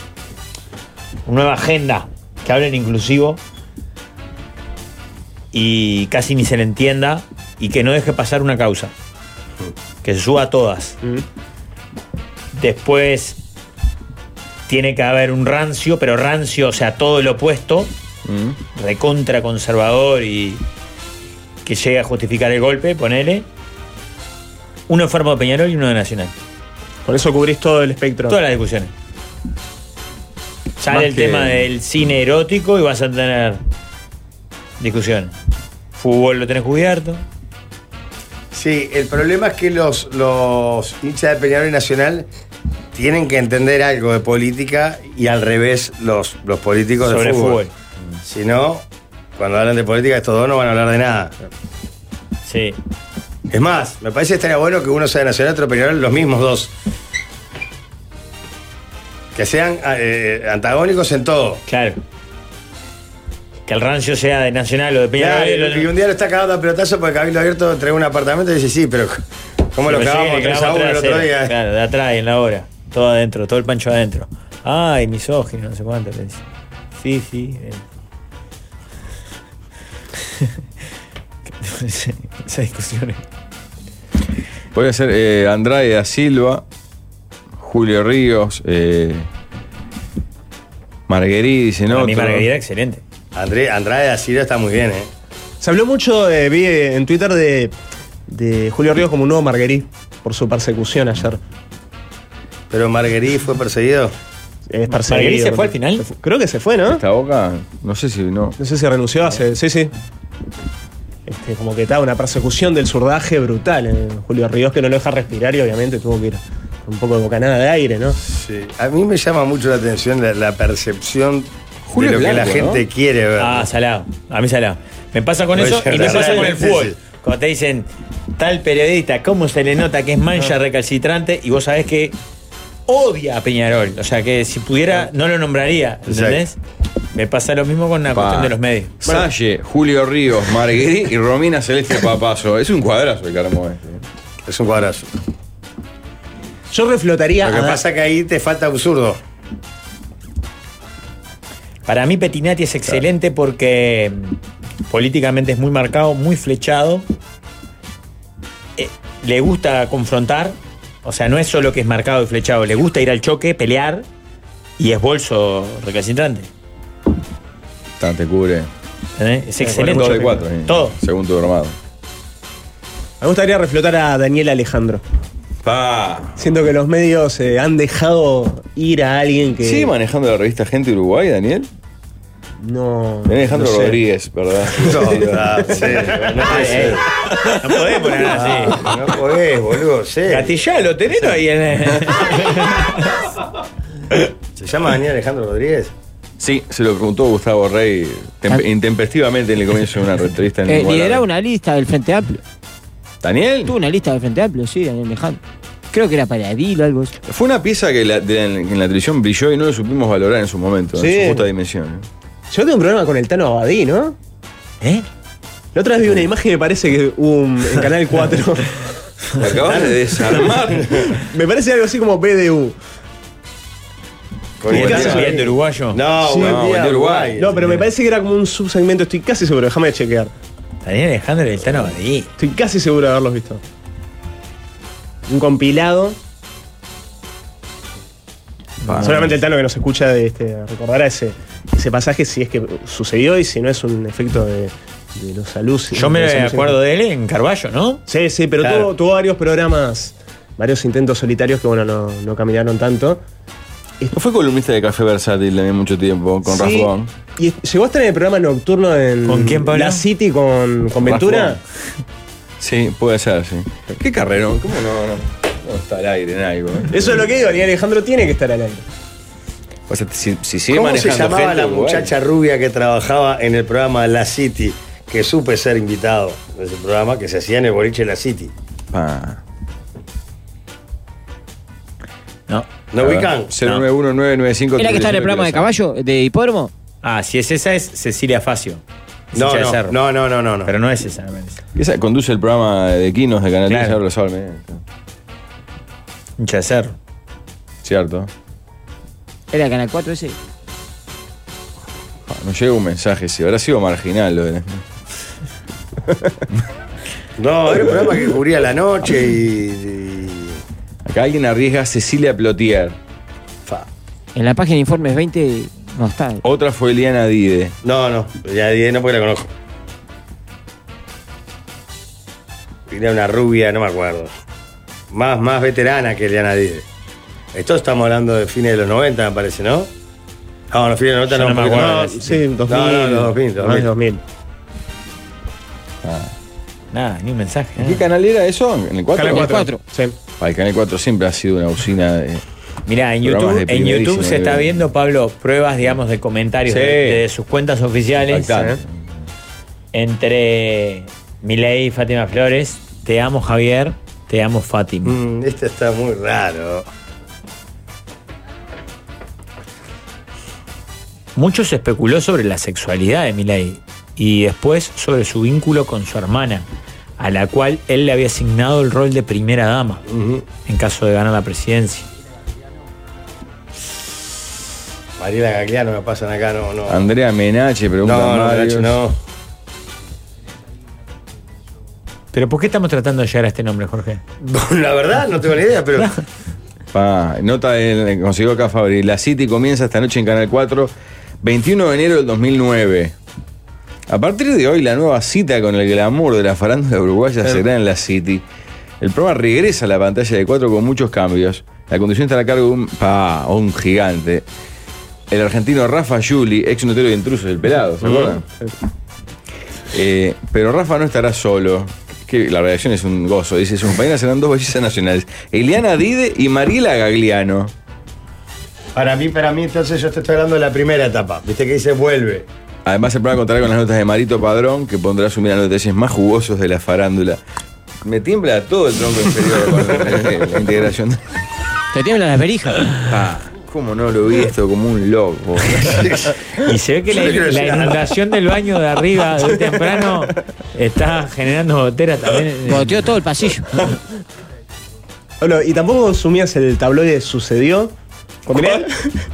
una nueva agenda que hablen inclusivo y casi ni se le entienda y que no deje pasar una causa. Que se suba a todas.
Mm.
Después tiene que haber un rancio, pero rancio, o sea, todo lo opuesto,
Mm.
recontra conservador y que llegue a justificar el golpe, ponele. Uno enfermo de Peñarol y uno de Nacional.
Por eso cubrís todo el espectro.
Todas las discusiones. Sale
Más
el
que-
tema del cine erótico y vas a tener discusión. Fútbol lo tenés cubierto.
Sí, el problema es que los, los hinchas de Peñarol y Nacional tienen que entender algo de política y al revés los, los políticos
Sobre
de fútbol.
fútbol.
Si no, cuando hablan de política estos dos no van a hablar de nada.
Sí.
Es más, me parece que estaría bueno que uno sea de Nacional y otro de Peñarol, los mismos dos. Que sean eh, antagónicos en todo.
Claro. Que el rancio sea de Nacional o de Peñarol.
Ya,
y el otro-
y un día lo está cagando a pelotazo porque Cabildo Abierto entregó un apartamento y dice, sí, pero ¿cómo lo
Pero sí,
cagamos?
le
3 a
clavamos
1 el
tres a
otro
cero.
día.
Claro, de atrás y en la hora. Todo adentro, todo el pancho adentro. Ay, misógino, no sé cuánto le dice. Sí, sí. eh. Esas discusiones.
Podría ser eh, Andrade da Silva, Julio Ríos, eh, Marguerite, dicen
Para
otro.
mí Margarita, excelente.
André, Andrade Asilo está muy bien, ¿eh?
Se habló mucho, eh, vi en Twitter, de, de Julio Ríos como un nuevo Marguerite por su persecución ayer.
Pero Marguerite fue perseguido.
Es perseguido.
¿Marguerite se fue al final?
Creo que se fue, ¿no?
Esta boca, no sé si no.
No sé si renunció hace. Sí, sí. Este, como que estaba una persecución del surdaje brutal. en Julio Ríos que no lo deja respirar y obviamente tuvo que ir con un poco de bocanada de aire, ¿no?
Sí. A mí me llama mucho la atención la, la percepción
Julio
de lo que la
Blanco,
gente
¿no?
quiere ver.
Ah, salado. A mí salado. Me pasa con
Pues
eso
ya
y me
la
pasa con el
realmente sí.
fútbol. Cuando te dicen, tal periodista, ¿cómo se le nota que es mancha recalcitrante? Y vos sabés que odia a Peñarol. O sea, que si pudiera, no lo nombraría. ¿Entendés? Me pasa lo mismo con la
Pa.
cuestión de los medios.
Salle, Julio Ríos, Marguerite y Romina Celeste Papazo. Es un cuadrazo el que armó este.
Es un cuadrazo.
Yo reflotaría.
Lo que
a-
pasa que ahí te falta absurdo.
Para mí Petinati es excelente porque mm, políticamente es muy marcado, muy flechado. Eh, le gusta confrontar. O sea, no es solo que es marcado y flechado. Le gusta ir al choque, pelear y es bolso recalcitrante.
Tan te cubre.
¿entendés? Es excelente.
2 de 4.
Todo.
Segundo armado.
Me gustaría reflotar a Daniel Alejandro.
Pa.
Siento que los medios eh, han dejado ir a alguien que.
¿Sigue manejando la revista Gente Uruguay, Daniel?
No.
Daniel Alejandro
no sé.
Rodríguez, ¿verdad?
No, no, sí,
Ah,
no puede
eh,
ser.
No podés poner así.
No podés, boludo, sí.
Gatillalo, tenelo ahí en.
¿Se llama Daniel Alejandro Rodríguez?
Sí, se lo preguntó Gustavo Rey
Ah.
tem- intempestivamente en el comienzo de una entrevista en
Eh,
Uruguay.
lideraba una lista del Frente Amplio.
¿Daniel?
Tuvo una lista del Frente Amplio, sí, Daniel Alejandro. Creo que era para Edil o algo así.
Fue una pieza que la, de la- en la televisión brilló y no lo supimos valorar en su momento, en
Sí.
su justa dimensión. ¿eh?
Yo tengo un problema con el Tano Abadí, ¿no?
¿Eh?
La otra vez vi una imagen, me parece que hubo un- en Canal 4.
Lo acabas de
eh.
desarmar.
me parece algo así como BDU.
Con
¿Y
el-
el
caso
bien de uruguayo?
No,
Sí,
bueno,
el de Uruguay.
No, pero me parece que era como un subsegmento, estoy casi seguro, déjame chequear.
Daniel Alejandro y el Tano Badí.
Estoy casi seguro de haberlos visto. Un compilado.
Ah.
Solamente el Tano que nos escucha de este, recordará ese, ese pasaje si es que sucedió y si no es un efecto de, de los alucinados.
Yo me acuerdo de él en Carballo, ¿no?
Sí, sí, pero
Claro.
tuvo, tuvo varios programas, varios intentos solitarios que, bueno, no, no caminaron tanto.
Fue columnista de Café Versátil también mucho tiempo, con
Sí.
Raspón.
¿Y llegó a estar en el programa nocturno en
¿Con quién, Pablo?
La City con, con Ventura?
Sí, puede ser, sí. Qué carrerón, ¿cómo no, no, no está al aire en algo? eh?
Eso es lo que digo, ni Alejandro tiene que estar al aire.
O sea, si, si sigue
¿Cómo se
manejando
llamaba
gente,
la
igual.
muchacha rubia que trabajaba en el programa La City? Que supe ser invitado de ese programa que se hacía en el boliche La City.
Pa.
No.
¿No ubican?
091995319.
¿Era que está en el programa de caballo, de hipódromo?
Ah, si es esa, es Cecilia Facio.
No,
Cecilia
no,
Cerro.
no, no, no, no.
Pero no es esa, me parece.
Esa conduce el programa de Quinos de Canal 10,
Claro.
ahora lo sabe,
Hincha de Cerro.
Cierto.
Era Canal 4 ese.
Ah, Nos llega un mensaje, si habrá sido marginal lo de...
No, eh. era un programa que cubría la noche y.
Acá alguien arriesga a Cecilia Plotier.
En la página de Informes 20 no está.
Otra fue Eliana Dide.
No, no, ya dije, no porque la conozco. Era una rubia, no me acuerdo. Más, más veterana que Eliana Díez. Esto estamos hablando de fines de los 90, me parece, ¿no? Ah, bueno, fines de los 90
Yo
no,
no me
porque-
acuerdo.
no,
Sí, 2000.
No, no, no, 2000, 2000.
Más 2000.
Nada, ni un mensaje. nada.
¿Qué canal Ah. era eso? ¿En el 4?
Canal cuatro.
Sí.
el Canal 4 siempre ha sido una usina de...
Mirá, en
Programas
YouTube,
de
en YouTube
primerísimo
se está
nivel.
viendo, Pablo, pruebas, digamos, de comentarios
Sí.
de, de sus cuentas oficiales.
Impactante.
¿eh? Entre Milei y Fátima Flores. Te amo, Javier. Te amo, Fátima.
Mm, este está muy raro.
Mucho se especuló sobre la sexualidad de Milei y después sobre su vínculo con su hermana, a la cual él le había asignado el rol de primera dama en caso de ganar la presidencia.
Mariela Gagliano me pasan acá, no, no.
Andrea Menache, pregunta
No, no,
Mario.
Nacho, no.
Pero ¿por qué estamos tratando de llegar a este nombre, Jorge?
La verdad, no tengo ni idea, pero.
Pa, nota del- consiguió acá Fabri. La City comienza esta noche en Canal 4, 21 de enero del 2009. A partir de hoy, la nueva cita con el glamour de la farándula uruguaya será en la City. El programa regresa a la pantalla de 4 con muchos cambios. La conducción estará a cargo de un, pa, un gigante. El argentino Rafa Juli, ex notero de intrusos del pelado, ¿se acuerdan? Eh, pero Rafa no estará solo. Que la redacción es un gozo. Dice, sus compañeras serán dos bellezas nacionales. Eliana Dide y Mariela Gagliano.
Para mí, para mí, entonces yo te estoy hablando de la primera etapa. Viste que dice vuelve.
Además, el programa contará con las notas de Marito Padrón, que pondrá su mirada en los detalles más jugosos de la farándula. Me tiembla todo el tronco inferior con la,
Ah.
la integración.
Te tiemblan las verijas.
Pa, Ah, ¿Cómo no lo vi esto como un loco?
Y se ve que
Yo
la,
no quiero
la
decir nada.
inundación del baño de arriba de temprano está generando goteras también.
Goteó todo el pasillo.
Bueno, y tampoco consumías el tabloide Sucedió. Porque mirá,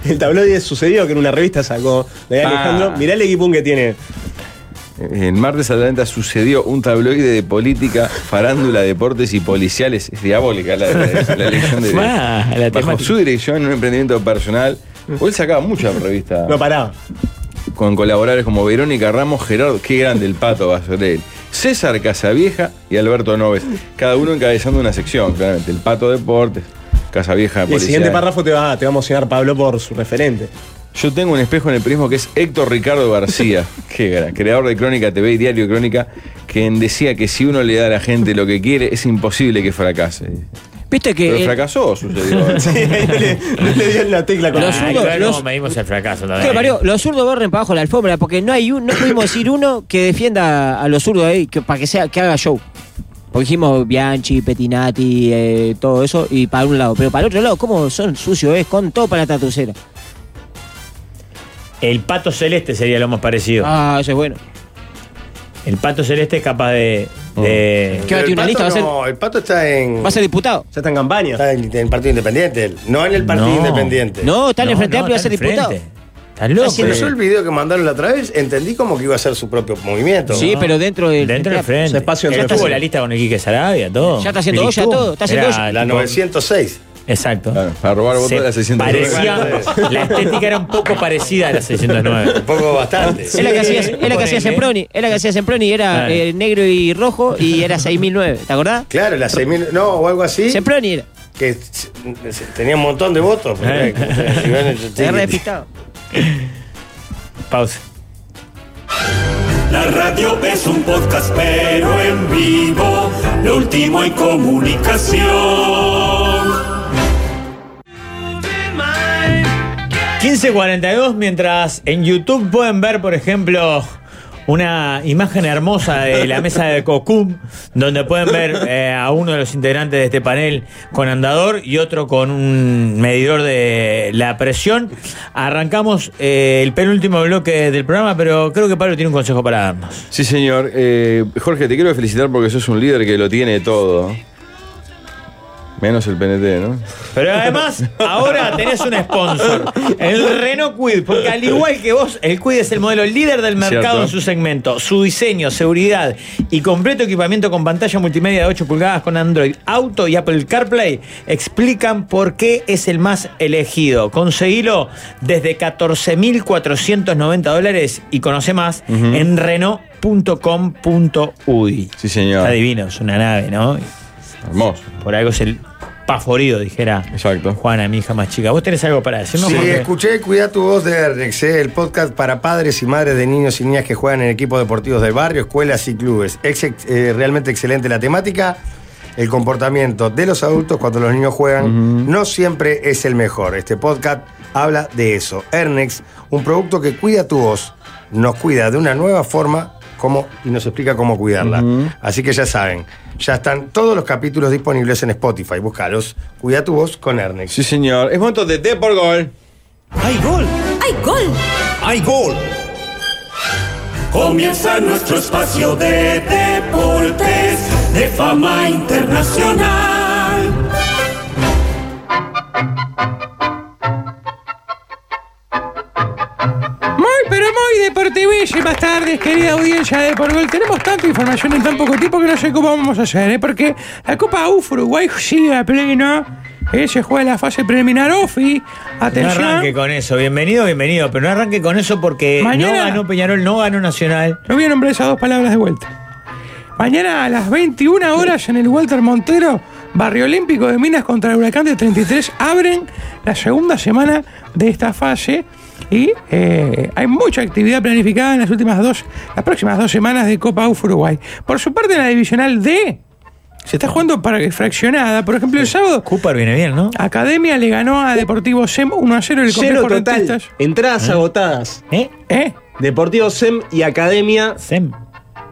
el tabloide Sucedió, que en una revista sacó de
Ah.
Alejandro. Mirá el equipón que tiene.
En martes Atlanta sucedió un tabloide de política, farándula, deportes y policiales. Es diabólica la, la- la elección de.
Ma, Ah, la
Bajo
temática.
su dirección en un emprendimiento personal. Él sacaba muchas revistas
No paraba.
con colaboradores como Verónica Ramos, Gerardo, qué grande el pato va a ser él, César Casavieja y Alberto Noves, cada uno encabezando una sección, claramente. El pato deportes, Casavieja
Y el
policial.
siguiente párrafo te va, te va a emocionar Pablo por su referente.
Yo tengo un espejo en el prismo que es Héctor Ricardo García, que era creador de Crónica TV y Diario Crónica, quien decía que si uno le da a la gente lo que quiere, es imposible que fracase.
Viste que.
Pero
el-
fracasó, sucedió. Ah,
Le dio en la tecla con
Los
Ay,
zurdos,
claro,
los-
medimos el fracaso
¿Qué
también.
parió? Los zurdos barren para abajo la alfombra porque no hay un, no pudimos decir uno que defienda a los zurdos ahí que, para que sea que haga show. Porque dijimos Bianchi, Petinati, eh, todo eso, y para un lado. Pero para el otro lado, ¿cómo son sucios? Es con todo para la tatucera.
El pato celeste sería lo más parecido.
Ah, eso es bueno.
El pato celeste es capaz de. de-
¿Qué Oh. va a
Pero
tener
el
una
Pato
lista? ¿Va a ser-
No, el pato está en.
¿Va a ser diputado?
Ya está en campaña.
Está en, en el Partido Independiente, él. no en el Partido
No.
Independiente.
No, está en el
No,
Frente
no,
Amplio, va a
está
ser
en
diputado.
frente. Está loco.
Pero yo el video que mandaron la otra vez entendí como que iba a ser su propio movimiento.
Sí, pero dentro del.
Dentro del
Amplio.
frente.
espacio
ya
entre
estuvo
frente.
la lista con el Quique Sarabia, todo.
Ya está haciendo
Militú.
olla, todo, está haciendo
Era
olla.
La
tipo-
906.
Exacto.
Claro, para robar votos
Se
de la 609.
parecía, la estética era un poco parecida a la 609.
Un poco bastante.
Es la que hacías, es la que
Ponele.
hacías en Proni, es la que hacías en Proni, era
Claro.
eh, negro y rojo y era 6009, ¿te acordás?
Claro, la 6000. No, o algo así.
Semproni era.
que s- s- tenía un montón de votos. porque, eh, si ven el-
Te repitado.
Pausa.
La radio es un podcast, pero en vivo, lo último en comunicación.
15.42, mientras en YouTube pueden ver, por ejemplo, una imagen hermosa de la mesa de Cocum, donde pueden ver eh, a uno de los integrantes de este panel con andador y otro con un medidor de la presión. Arrancamos eh, el penúltimo bloque del programa, pero creo que Pablo tiene un consejo para darnos.
Sí, señor. Eh, Jorge, te quiero felicitar porque sos un líder que lo tiene todo. Menos el PNT, ¿no?
Pero además, ahora tenés un sponsor, el Renault Quid, porque al igual que vos, el Quid es el modelo líder del mercado
Cierto.
en su segmento. Su diseño, seguridad y completo equipamiento con pantalla multimedia de 8 pulgadas con Android Auto y Apple CarPlay explican por qué es el más elegido. Conseguilo desde 14.490 dólares y conoce más
Ujú.
en Renault.com.uy.
Sí, señor.
Está divino, es una nave, ¿no?
Hermoso.
Por algo es el paforido, dijera Juana, mi hija más chica. ¿Vos tenés algo para decirnos?
Sí,
Porque-
escuché Cuida tu voz de Ernex, eh, el podcast para padres y madres de niños y niñas que juegan en equipos deportivos del barrio, escuelas y clubes. Ex- ex- eh, realmente excelente la temática. El comportamiento de los adultos cuando los niños juegan no siempre es el mejor. Este podcast habla de eso. Ernex, un producto que cuida tu voz, nos cuida de una nueva forma cómo- y nos explica cómo cuidarla. Así que ya saben, ya están todos los capítulos disponibles en Spotify. Búscalos. Cuida tu voz con Ernex.
Sí, señor. Es momento de T por gol.
¡Hay gol! ¡Hay gol! ¡Hay gol! Comienza nuestro espacio de deportes de fama internacional.
Muy, pero muy deportivísimo. Más tardes, querida audiencia de Por Gol. Tenemos tanta información en tan poco tiempo que no sé cómo vamos a hacer, ¿eh? Porque la Copa UF Uruguay sigue a pleno. ¿eh? Se juega la fase preliminar OFI. Atención.
No arranque con eso. Bienvenido, bienvenido. Pero no arranque con eso porque
Mañana-
no ganó Peñarol, no ganó Nacional.
No voy a nombrar esas dos palabras de vuelta. Mañana a las 21 horas en el Walter Montero, Barrio Olímpico de Minas contra el Huracán de 33, abren la segunda semana de esta fase y eh, hay mucha actividad planificada en las últimas dos, las próximas dos semanas de Copa UF Uruguay. Por su parte, en la divisional D se está jugando para fraccionada. Por ejemplo, el sábado.
Cooper viene bien, ¿no?
Academia le ganó a Deportivo SEM 1 a 0 el
Cero
complejo
total.
rentistas.
Entradas agotadas.
¿Eh?
¿Eh?
Deportivo SEM y Academia.
SEM.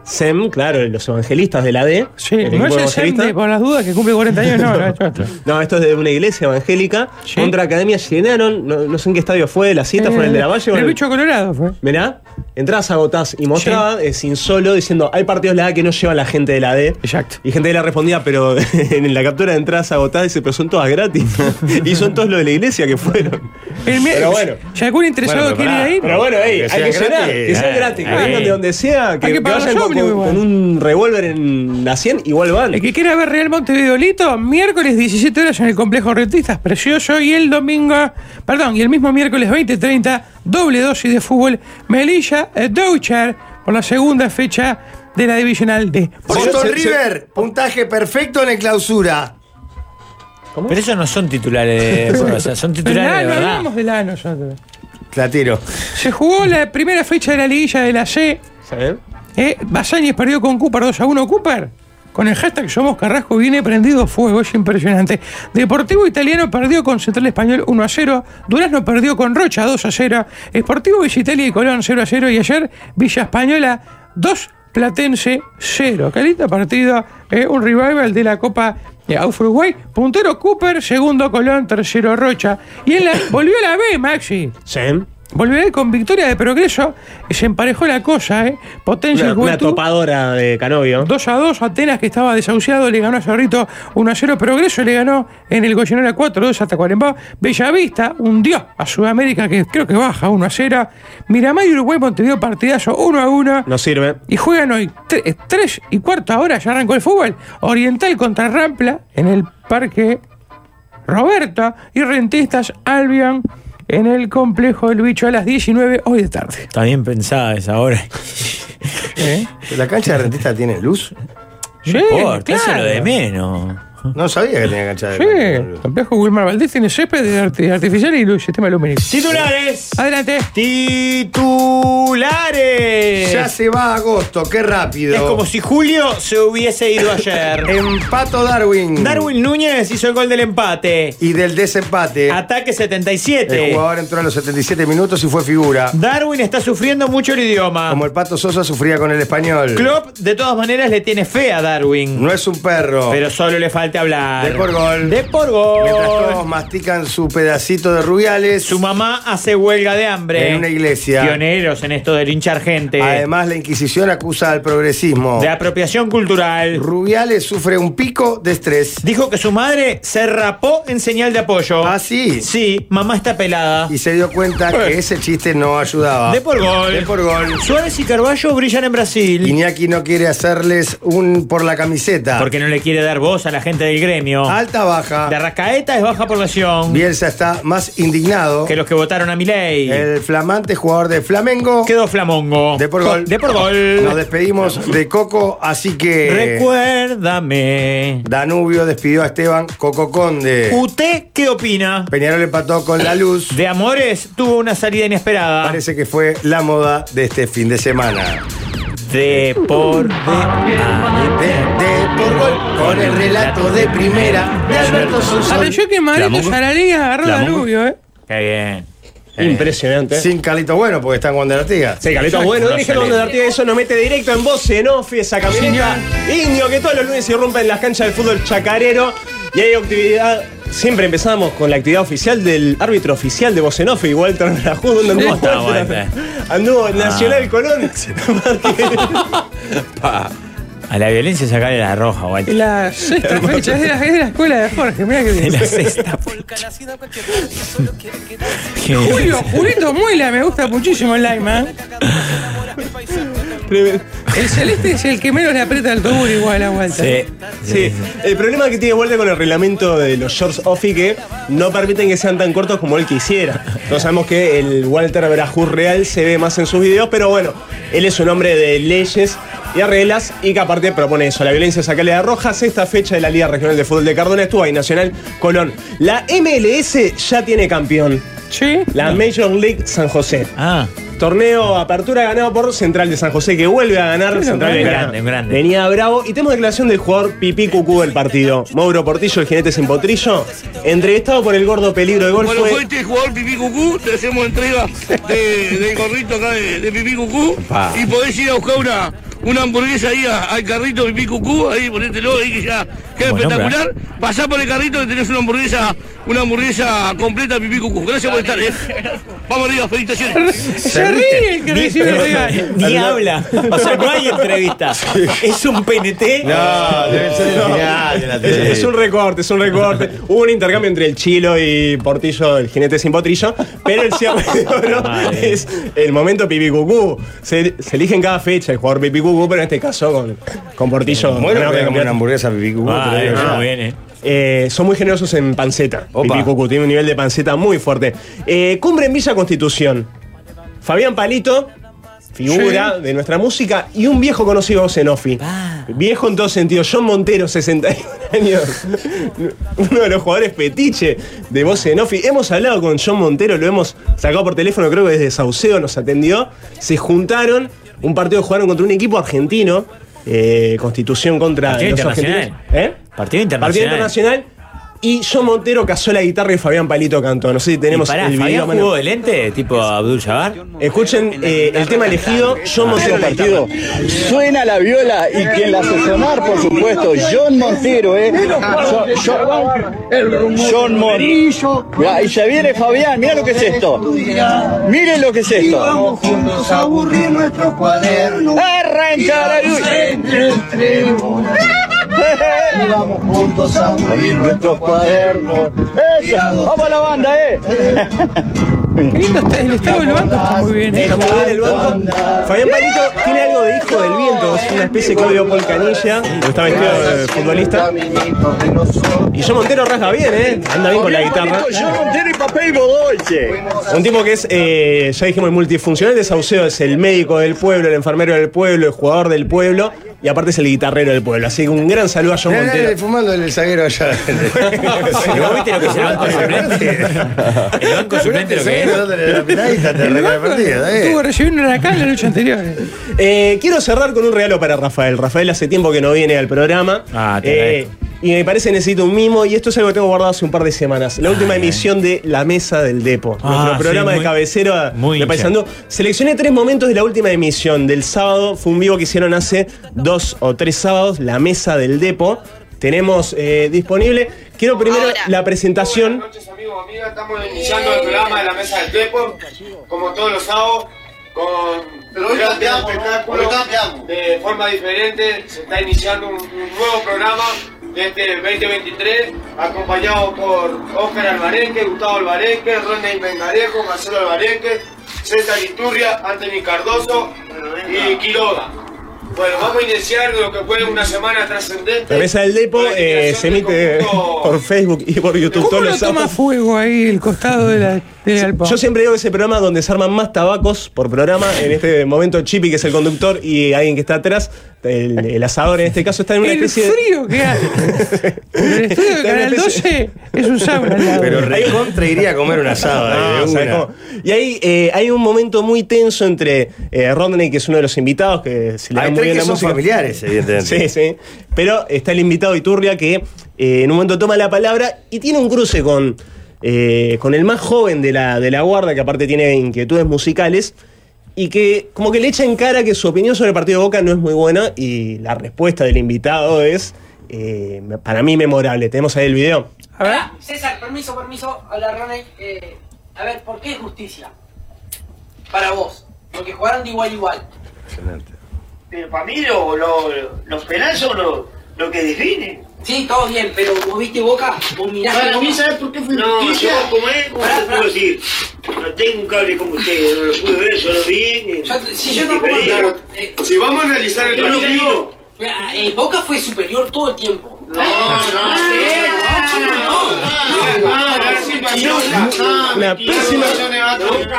SEM, claro, los evangelistas de la D.
Sí, Eh, no es el SEM de- por las dudas que cumple 40 años, no, no, no.
No, esto es de una iglesia evangélica. Contra Academia llenaron, no, no sé en qué estadio fue, la cita fue en el de la Valle. o en
Eh, El
el-
bicho colorado fue.
Mirá, entradas agotadas y mostraba eh, sin solo diciendo, hay partidos de la A que no lleva la gente de la D.
Exacto.
Y gente de la respondía, pero en la captura de entradas agotadas dice, pero son todas gratis. y son todos los de la iglesia que fueron.
El mie-
pero bueno.
Si algún interesado
Bueno, pero
quiere ir
pará.
ahí.
Pero bueno, ey, hay que llenar, que sea
Eh,
gratis. Que
eh.
vengan de donde sea, que,
Hay que
que
pagar
vayan
los
con,
ómnibus,
con-
igual.
con un revólver en la 100, igual van.
El que quiera ver Real Montevideo Lito, miércoles 17 horas en el complejo Rentistas, precioso. Y el domingo, perdón, y el mismo miércoles 20-30, doble dosis de fútbol Melilla eh, Doucher por la segunda fecha de la Divisional D. Por
Boston
eso-
River, puntaje perfecto en el clausura.
Pero esos no son titulares de bueno, o sea, son titulares de
Lano,
verdad.
hablamos de la nosotros.
La tiro.
Se jugó la primera fecha de la liguilla de la C. Eh, Basáñez perdió con Cooper 2 a 1. Cooper, con el hashtag Somos Carrasco, viene prendido fuego. Es impresionante. Deportivo Italiano perdió con Central Español 1 a 0. Durazno perdió con Rocha 2 a 0. Esportivo Visitalia y Colón 0 a 0. Y ayer Villa Española 2 Platense 0. Qué lindo partido. eh, un revival de la Copa de Auf Uruguay. Puntero Cooper, segundo Colón, tercero Rocha. Y en la, volvió a la B, Maxi.
SEM.
Volveré con victoria de progreso. Se emparejó la cosa, ¿eh? Potencia y
Una, una
Juventud.
topadora de Canovio.
2 a 2, Atenas que estaba desahuciado le ganó a Cerrito 1 a 0, Progreso le ganó en el Goyenora 4 2 hasta Cuarembá, Bellavista hundió a Sudamérica que creo que baja 1 a 0, Miramar y Uruguay Montevideo partidazo 1 a 1
No sirve.
y juegan hoy 3 y cuarto ahora ya arrancó el fútbol, Oriental contra Rampla en el Parque Roberta y Rentistas Albion en el complejo del bicho a las 19 hoy de tarde.
Está bien pensada esa hora.
¿La cancha de rentista tiene luz?
¿Eh? Sí,
No importa, eso es
claro.
lo de menos.
No sabía que tenía cancha de
Sí, el complejo Wilmar Valdés tiene césped de arte- artificial y luz, sistema lumínico.
Titulares.
Adelante.
Titulares.
Ya se va agosto, qué rápido.
Es como si Julio se hubiese ido ayer.
Empato Darwin.
Darwin Núñez hizo el gol del empate.
Y del desempate.
Ataque 77.
El jugador entró a los 77 minutos y fue figura.
Darwin está sufriendo mucho el idioma.
Como el Pato Sosa sufría con el español.
Klopp, de todas maneras, le tiene fe a Darwin.
No es un perro.
Pero solo le falta hablar.
De por gol.
De por gol.
Mientras todos mastican su pedacito de rubiales.
Su mamá hace huelga de hambre.
En una iglesia.
Pioneros en esto del hinchar gente.
Además, la Inquisición acusa al progresismo.
De apropiación cultural.
Rubiales sufre un pico de estrés.
Dijo que su madre se rapó en señal de apoyo.
Ah, sí.
Sí, mamá está pelada.
Y se dio cuenta
Eh.
que ese chiste no ayudaba.
De por gol.
Ah. De por gol.
Suárez y Carballo brillan en Brasil.
Iñaki no quiere hacerles un por la camiseta.
Porque no le quiere dar voz a la gente del gremio.
Alta baja.
De Arrascaeta es baja población.
Bielsa está más indignado.
Que los que votaron a Milei.
El flamante jugador de Flamengo.
Quedó Flamongo.
De por gol.
De por gol.
Nos despedimos de Coco, así que.
Recuérdame.
Danubio despidió a Esteban Coco Conde.
¿Usted qué opina?
Peñarol empató con la luz.
De Amores tuvo una salida inesperada.
Parece que fue la moda de este fin de semana.
De por de- ah,
De, de por gol, con el relato de primera de Alberto Suso.
Atención que Marito
Clamongo.
Saralía agarró
Clamongo.
Danubio, ¿eh.
Qué bien.
Impresionante. ¿eh?
Sin Calito Bueno, porque está en Wanderatiga.
Sí, Caleta, bueno,
No
dije
sale.
que cuando Dartiga eso nos mete directo en voce, ¿no? Fui esa camioneta. Indio, que todos los lunes irrumpen las canchas del fútbol chacarero. Y hay actividad. Siempre empezamos con la actividad oficial del árbitro oficial de Bocenofi, Walter Belajú, donde anduvo,
está,
Walter?
Walter?
anduvo en Nacional Colón.
A la violencia sacarle la roja,
Y
Walter.
La sexta fecha es la, es la escuela de Jorge, mirá que
En
bien.
la sexta. Qué bien.
Julio, Julito Muela, me gusta muchísimo el Lima. ¿eh? El celeste es el que menos le aprieta el tubo igual a Walter.
Sí.
Sí, el problema que tiene Walter con el reglamento de los shorts offi que no permiten que sean tan cortos como él quisiera. Todos sabemos que el Walter Berajú real se ve más en sus videos, pero bueno, él es un hombre de leyes y reglas y que aparte propone eso. La violencia sacarle de roja, sexta fecha de la Liga Regional de Fútbol de Cardona, estuvo ahí Nacional Colón. La MLS ya tiene campeón,
Sí.
la Major League San José.
Ah,
Torneo Apertura ganado por Central de San José, que vuelve a ganar. Central
grande,
de
grande, grande.
Venía bravo. Y tenemos declaración del jugador Pipí Cucú del partido. Mauro Portillo, el jinete sin potrillo, entrevistado por el gordo peligro de gol.
Bueno,
fue-
fue este jugador Pipí Cucú, te hacemos entrega de- del gorrito acá de, de Pipí Cucú.
Pa.
Y podés ir a buscar una, una hamburguesa ahí a- al carrito Pipí Cucú, ahí ponételo, ahí que ya queda
Buen hombre,
espectacular. Pasá por el carrito que tenés una hamburguesa, una hamburguesa completa Pipí Cucú. Gracias por estar, eh. Vamos arriba, felicitaciones.
Se ríe el que recibe el regalo.
ni habla. O sea, no hay entrevista. Es un PNT.
No, debe ser el final de la
Es,
tele.
es un recorte, es un recorte. Hubo un intercambio entre el Chilo y Portillo, el jinete sin potrillo, pero el cierre de oro
Madre.
es el momento Pipí Cucú. Se, se elige en cada fecha el jugador Pipí Cucú, pero en este caso con, con Portillo.
Bueno,
ganador
voy
del
a comer
campeonato.
una hamburguesa, Pipí Cucú,
Ah,
te lo digo
eh,
ya.
muy bien, eh.
Eh, son muy generosos en panceta.
Opa.
Pipí Cucú tiene un nivel de panceta muy fuerte. Eh, cumbre en Villa Constitución. Fabián Palito, figura de nuestra música, y un viejo conocido Zenofi.
Ah.
Viejo en todo sentido, John Montero, 61 años. Uno de los jugadores petiche de voz Zenofi. Hemos hablado con John Montero, lo hemos sacado por teléfono, creo que desde Sauceo nos atendió. Se juntaron, un partido jugaron contra un equipo argentino. eh, Constitución contra
Partido
los
internacional.
argentinos. ¿Eh?
Partido
Partido
internacional.
internacional. Y John Montero cazó la guitarra y Fabián Palito cantó. No sé si
Y
tenemos
pará,
el video.
Fabián
mano.
jugó de lente, tipo Abdul Jabbar.
Escuchen eh, el tema elegido, John Montero partido.
Suena la viola y quien la hace sonar, por supuesto, John Montero, ¿eh? Yo- yo- John Montero. Y ya viene Fabián, mira lo que es esto. Miren lo que es esto.
juntos a aburrir nuestro cuaderno.
Arranca la luz.
Entre el trébol. Y vamos juntos a aburrir nuestro cuaderno.
Eso, vamos a la banda, ¿eh?
Qué lindo está el estado del banco, está muy bien. ¿eh?
Está muy bien el banco. Fabián Palito tiene algo de hijo del viento, es una especie de Claudio Paul Canilla, porque está vestido de futbolista.
Caminitos de nosotros.
Y John Montero rasga bien, ¿eh? Anda bien con la guitarra.
John Montero y papel Godoy, che.
Un tipo que es, eh, ya dijimos, el multifuncional de Sauceo, es el médico del pueblo, el enfermero del pueblo, el jugador del pueblo y aparte es el guitarrero del pueblo. Así que un gran saludo a John
Mirá,
Montero.
mirá, Eh, Fumando el zaguero allá.
¿Vos viste lo que es el banco suplente?
eh,
El banco suplente lo que es.
El banco
Estuvo recibiendo una acá en la noche anterior.
Eh, quiero cerrar con un regalo para Rafael. Rafael hace tiempo que no viene al programa.
Ah, te
Eh, y me parece necesito un mimo y esto es algo que tengo guardado hace un par de semanas. La última emisión de La Mesa del Depo.
Ah,
nuestro
sí,
programa
muy-
de cabecera
muy
de
hincha.
Paisandú. Seleccioné tres momentos de la última emisión del sábado. Fue un vivo que hicieron hace dos o tres sábados, La Mesa del Depo. Tenemos eh, disponible. Quiero primero la presentación.
Estamos iniciando el programa de la mesa del tiempo, como todos los sábados, con grandes espectáculos de forma diferente. Se está iniciando un, un nuevo programa de este 2023, acompañado por Óscar Albarenque, Gustavo Albarenque, René Mengarejo, Marcelo Albarenque, César Iturria, Anthony Cardoso y Quiroga. Bueno, vamos a iniciar lo que fue una semana trascendente.
La Mesa del Depo eh, se emite por Facebook y por YouTube
¿Cómo
todos
no
los sábados.
toma fuego ahí el costado de la, del galpón?
Yo siempre digo que ese programa donde se arman más tabacos por programa, en este momento Chipi, que es el conductor, y alguien que está atrás, el, el asador en este caso, está en una
El
especie de...
frío que hace. El estudio de
Está en una
Canal 12
especie-
es un sauna al lado.
Pero recontra iría a comer un asado.
Ah,
eh, de
¿sabes
una.
cómo? Y ahí eh, hay un momento muy tenso entre eh, Rodney, que es uno de los invitados, que se le
Hay
da muy
tres
bien
que
la
son
música.
familiares,
Sí,
evidentemente.
sí. Pero está el invitado Iturria que eh, en un momento toma la palabra y tiene un cruce con, eh, con el más joven de la, de la guarda, que aparte tiene inquietudes musicales, y que como que le echa en cara que su opinión sobre el partido de Boca no es muy buena y la respuesta del invitado es, eh, para mí, memorable. Tenemos ahí el video.
A ver.
César, permiso, permiso. Habla Ronald. Eh, a ver, ¿por qué justicia? Para vos. Porque jugaron de igual a igual.
Para mí lo- lo- los penales son lo, lo que definen.
Sí, todo bien, pero vos viste Boca, vos mirás...
Para
que
mí,
Boca-
¿sabes por qué fue injusticia? No, yo como es, como
Pará,
te puedo
pará.
decir, no tengo un cable como ustedes, no lo pude ver, yo lo vi. eh,
Yo- si yo no
y
puedo
perdí.
hablar-
Si vamos a analizar el
Yo lo
partido-
digo. Mira, eh, Boca fue superior todo el tiempo. No, no,
Una pésima...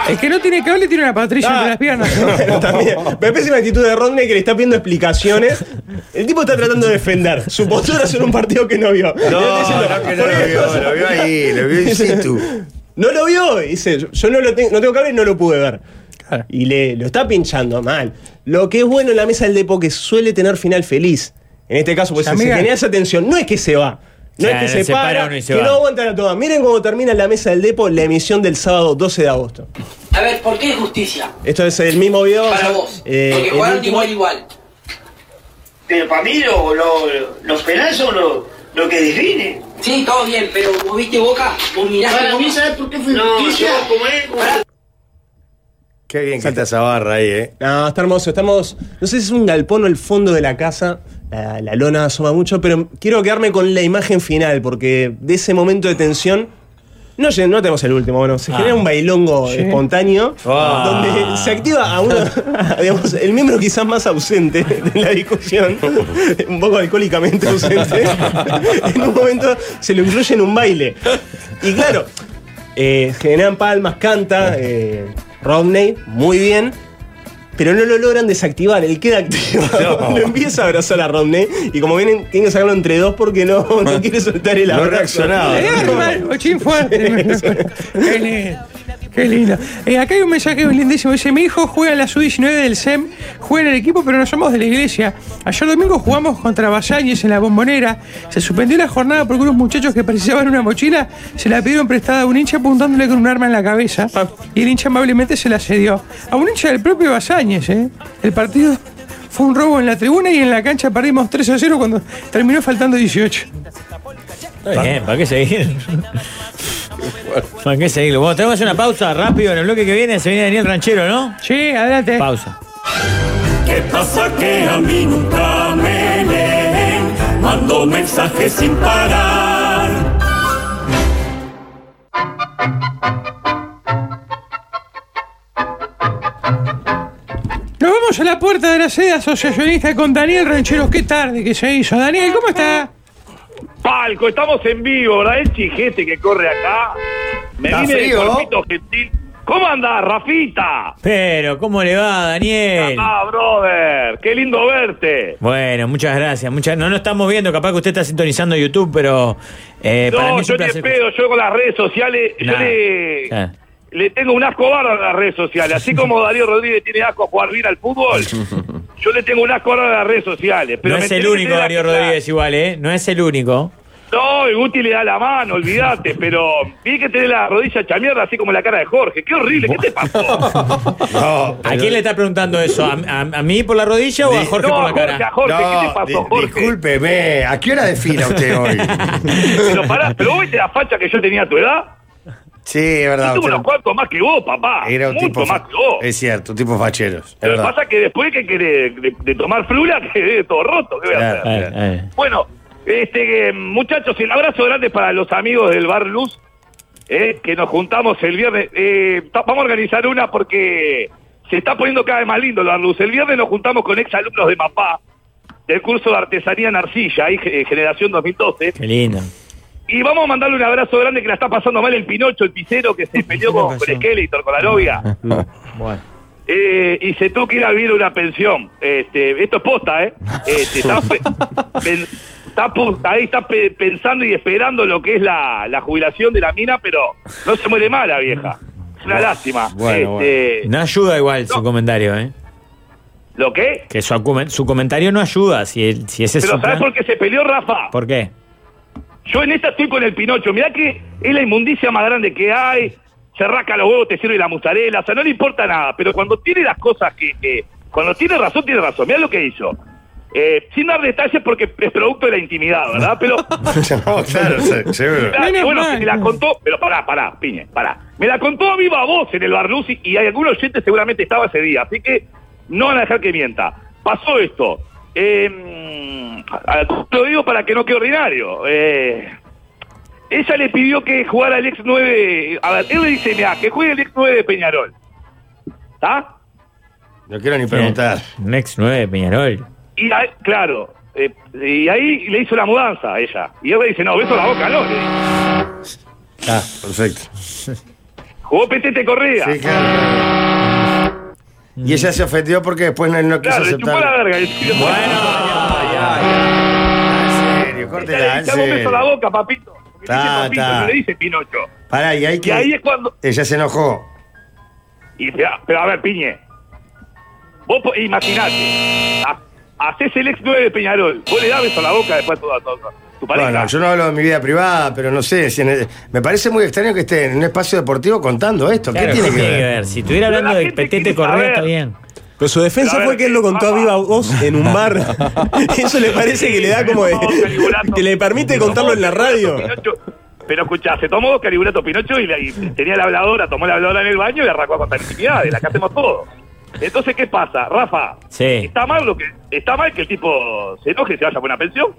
El que no tiene cable tiene una patrilla entre las piernas.
Bueno, también. Pero pésima actitud de Rodney que le está pidiendo explicaciones. El tipo está tratando de defender su postura sobre un partido que no vio.
No,
Le está diciendo,
no, que no
"¿Por
lo
qué
vio,
estás-?"
lo vio ahí, lo vio in situ.
No lo vio, dice, yo- yo no, lo tengo, no tengo cable y no lo pude ver. Y le, lo está pinchando mal. Lo que es bueno en la mesa del depo que suele tener final feliz. En este caso, pues si
Amiga.
tenía esa tensión, no es que se va. No
Claro,
es que se,
se para
para,
uno y se
que
va.
no aguantan a todas. Miren cómo termina en la mesa del depo la emisión del sábado 12 de agosto.
A ver, ¿por qué justicia?
Esto es el mismo video.
Para
o sea,
vos.
eh,
Porque
el
jugaron de
último-
igual a igual.
Pero para mí lo- lo- los penales son lo, lo que definen.
Sí, todo bien, pero vos viste Boca, vos mirás...
Para
que
mí,
Boca-
¿sabes por qué fue
No,
injusticia?
yo como
es, como-
Qué bien que está esa barra ahí, eh.
No, está hermoso. Estamos. No sé si es un galpón o el fondo de la casa. La, la lona asoma mucho, pero quiero quedarme con la imagen final, porque de ese momento de tensión. No, lle- no tenemos el último, bueno, se
Ah.
genera un bailongo
Sí.
espontáneo
Ah.
donde se activa a uno, digamos, el miembro quizás más ausente de la discusión, un poco alcohólicamente ausente, en un momento se lo incluye en un baile. Y claro, eh, generan palmas, canta eh, Rodney, muy bien. Pero no lo logran desactivar, él queda activo. Lo empieza a abrazar a Rodney y como vienen, tienen que sacarlo entre dos porque no, no quiere soltar el
No
abrazo.
reaccionaba.
Eh, hermano, chin fuerte. Qué lindo. Qué lindo. Eh, acá hay un mensaje lindísimo. Dice, mi hijo juega en la sub-19 del SEM, juega en el equipo, pero no somos de la iglesia. Ayer domingo jugamos contra Bayañez en la bombonera. Se suspendió la jornada porque unos muchachos que precisaban una mochila se la pidieron prestada a un hincha apuntándole con un arma en la cabeza. Y el hincha amablemente se la cedió. A un hincha del propio Bayañez, ¿eh? El partido fue un robo en la tribuna y en la cancha perdimos 3 a 0 cuando terminó faltando 18.
Está bien, ¿para qué seguir? ¿Para qué seguirlo? Bueno, tenemos que hacer una pausa rápido. En el bloque que viene se viene Daniel Ranchero, ¿no?
Sí, adelante.
Pausa.
¿Qué pasa que a mí nunca me leen? Mando mensajes sin parar.
Nos vamos a la puerta de la sede asociacionista con Daniel Rancheros. Qué tarde que se hizo. Daniel, ¿cómo está?
Palco, estamos en vivo, ¿verdad? El chijete que corre acá. Me
Está
vine de
frío.
cuerpito gentil. ¿Cómo andás, Rafita?
Pero, ¿cómo le va, Daniel?
Ah, brother, qué lindo verte.
Bueno, muchas gracias. Muchas... No nos estamos viendo, capaz que usted está sintonizando YouTube, pero eh, para
no,
mí es un
yo te
placer.
pedo, yo con las redes sociales, yo
Nah.
le,
Ah.
le tengo un asco bárbaro a las redes sociales. Así como Darío Rodríguez tiene asco a jugar bien al fútbol, yo le tengo un asco bárbaro a las redes sociales. Pero
no
me
es el
enteré que
único,
era-
Darío Rodríguez, igual, ¿eh? No es el único.
No, el Guti le da la mano, olvídate, pero vi que tenés la rodilla chamierda así como la cara de Jorge. Qué horrible, ¿qué te pasó?
¿A quién le está preguntando eso? ¿A, a- a mí por la rodilla o a Jorge por la cara?
No, di- Discúlpeme, ¿a qué hora defina usted hoy?
pero pará, pero viste la facha que yo tenía a tu edad.
Sí, es
Yo
verdad.
tuve
usted
unos cuantos más que vos, papá.
era un
Mucho
tipo.
más
fa-
que vos.
Es cierto, un tipo facheros. Es
Lo que
verdad.
pasa es que después que querés de, de tomar frula quedé todo roto. ¿qué voy a
Eh,
hacer? Bueno, este eh, muchachos, el abrazo grande para los amigos del Bar Luz, eh, que nos juntamos el viernes. Eh, ta- vamos a organizar una porque se está poniendo cada vez más lindo el Bar Luz. El viernes nos juntamos con ex alumnos de MAPA, del curso de artesanía en arcilla, ahí, eh, generación 2012.
Qué lindo.
Y vamos a mandarle un abrazo grande que la está pasando mal el Pinocho, el pisero que se peleó con, con Skeletor, con la novia.
Bueno.
Eh, y se tuvo que ir a vivir a una pensión. Este, esto es posta, ¿eh? Este, está pe- pen- está pu- ahí está pe- pensando y esperando lo que es la, la jubilación de la mina, pero no se muere mal la vieja. Es una lástima.
Bueno,
Este,
bueno. No ayuda igual su comentario, ¿eh?
¿Lo qué?
Que su, acumen- su comentario no ayuda si, el- si ese es
¿Eh? Pero
su
¿sabes
plan.
por qué se peleó Rafa?
¿Por qué?
Yo en esta estoy con el Pinocho. Mirá que es la inmundicia más grande que hay. Se rasca los huevos, te sirve la mozzarella. O sea, no le importa nada. Pero cuando tiene las cosas que. eh, cuando tiene razón, tiene razón. Mirá lo que hizo. Eh, sin dar detalles porque es producto de la intimidad, ¿verdad? Pero.
No, claro, se- seguro.
Claro, bueno, se me la contó. Pero pará, pará, piñe, pará. Me la contó a viva voz en el bar Lucy y algún oyente seguramente estaba ese día. Así que no van a dejar que mienta. Pasó esto. Eh, a- lo digo para que no quede ordinario. Eh, ella le pidió que jugara el ex 9. A ver, él le dice, mira, que juegue el ex 9 de Peñarol. ¿Está?
No quiero ni preguntar.
Next 9, Peñarol.
Y ahí- claro. eh, y ahí le hizo la mudanza a ella. Y él le dice, no, beso la boca, no. le dice.
Ah, perfecto.
Jugó Petete Correa.
Sí, Y ella se ofendió porque después no, no quiso
Claro, le chupó la
aceptar.
verga.
Bueno. Córtela, en
Dame un beso a la
serio.
boca, papito. Porque le
Ta,
dice papito,
ta.
no le dice Pinocho.
Pará, y ahí que.
ahí es cuando-
Ella se enojó.
Y, dice, ah, pero a ver, Piñe. Vos po- imaginate. ha- Hacés el ex 9 de Peñarol. Vos le das beso a la boca después a tu, a tu- a tu pareja.
Bueno, yo no hablo de mi vida privada, pero no sé. si en el- me parece muy extraño que esté en un espacio deportivo contando esto. ¿Qué
Claro,
tiene
¿qué
que
tiene
ver?
que ver? Si estuviera hablando de Petete Correa, está bien.
Pero su defensa fue que él lo contó a viva voz en un bar. Eso le parece que le da como de- que le permite contarlo en la radio.
Pero escuchá, se tomó dos caribulatos Pinocho y, la- y tenía la habladora, tomó la habladora en el baño y arrancó a contar intimidades. La que hacemos todos. Entonces, ¿qué pasa? Rafa,
Sí.
¿está mal, lo que, ¿está mal que el tipo se enoje y se vaya por una pensión?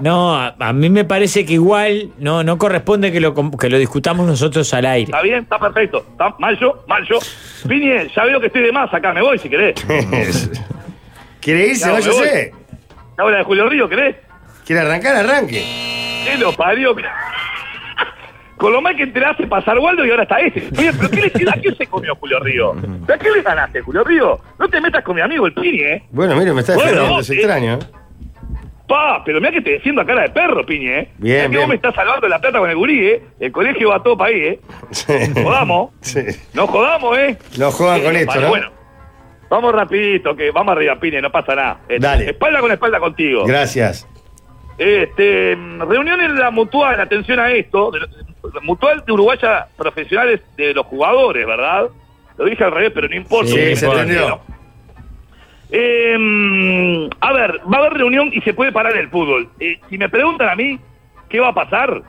No, a, a mí me parece que igual no, no corresponde que lo, com- que lo discutamos nosotros al aire.
Está bien, está perfecto. Está mal yo, mal yo. Vini, ya veo que estoy de más acá, me voy si querés.
¿Quiere irse?
Claro, me
Váyase.
La hora de Julio Río, ¿querés?
¿Quiere arrancar? Arranque.
¿Qué lo parió? Con lo mal que te la hace pasar Waldo y ahora está este. Oye, ¿pero qué le queda? ¿A quién se comió Julio Río? ¿Pero ¿A qué le ganaste, Julio Río? No te metas con mi amigo el Pini, ¿eh?
Bueno, mire, me está
Bueno,
defendiendo.
vos,
es
eh.
extraño.
Pa, pero mira que te defiendo a cara de perro, Pini, ¿eh?
Bien,
Mirá que
bien.
vos me estás salvando la plata con el gurí, ¿eh? El colegio va todo para ahí, ¿eh? Jodamos.
Sí.
No jodamos, ¿eh?
No juegan con
Eh,
esto,
vale,
¿no?
Bueno, vamos rapidito, que vamos arriba, Pini, no pasa nada. Eh,
Dale.
Espalda con espalda contigo.
Gracias.
Este, mm, reunión en la mutual, atención a esto, de lo- mutual de Uruguaya Profesionales de los Jugadores, ¿verdad? Lo dije al revés, pero no importa.
Sí,
porque
se
me-
entendió.
Eh, mm, a ver, va a haber reunión y se puede parar el fútbol. Eh, si me preguntan a mí qué va a pasar,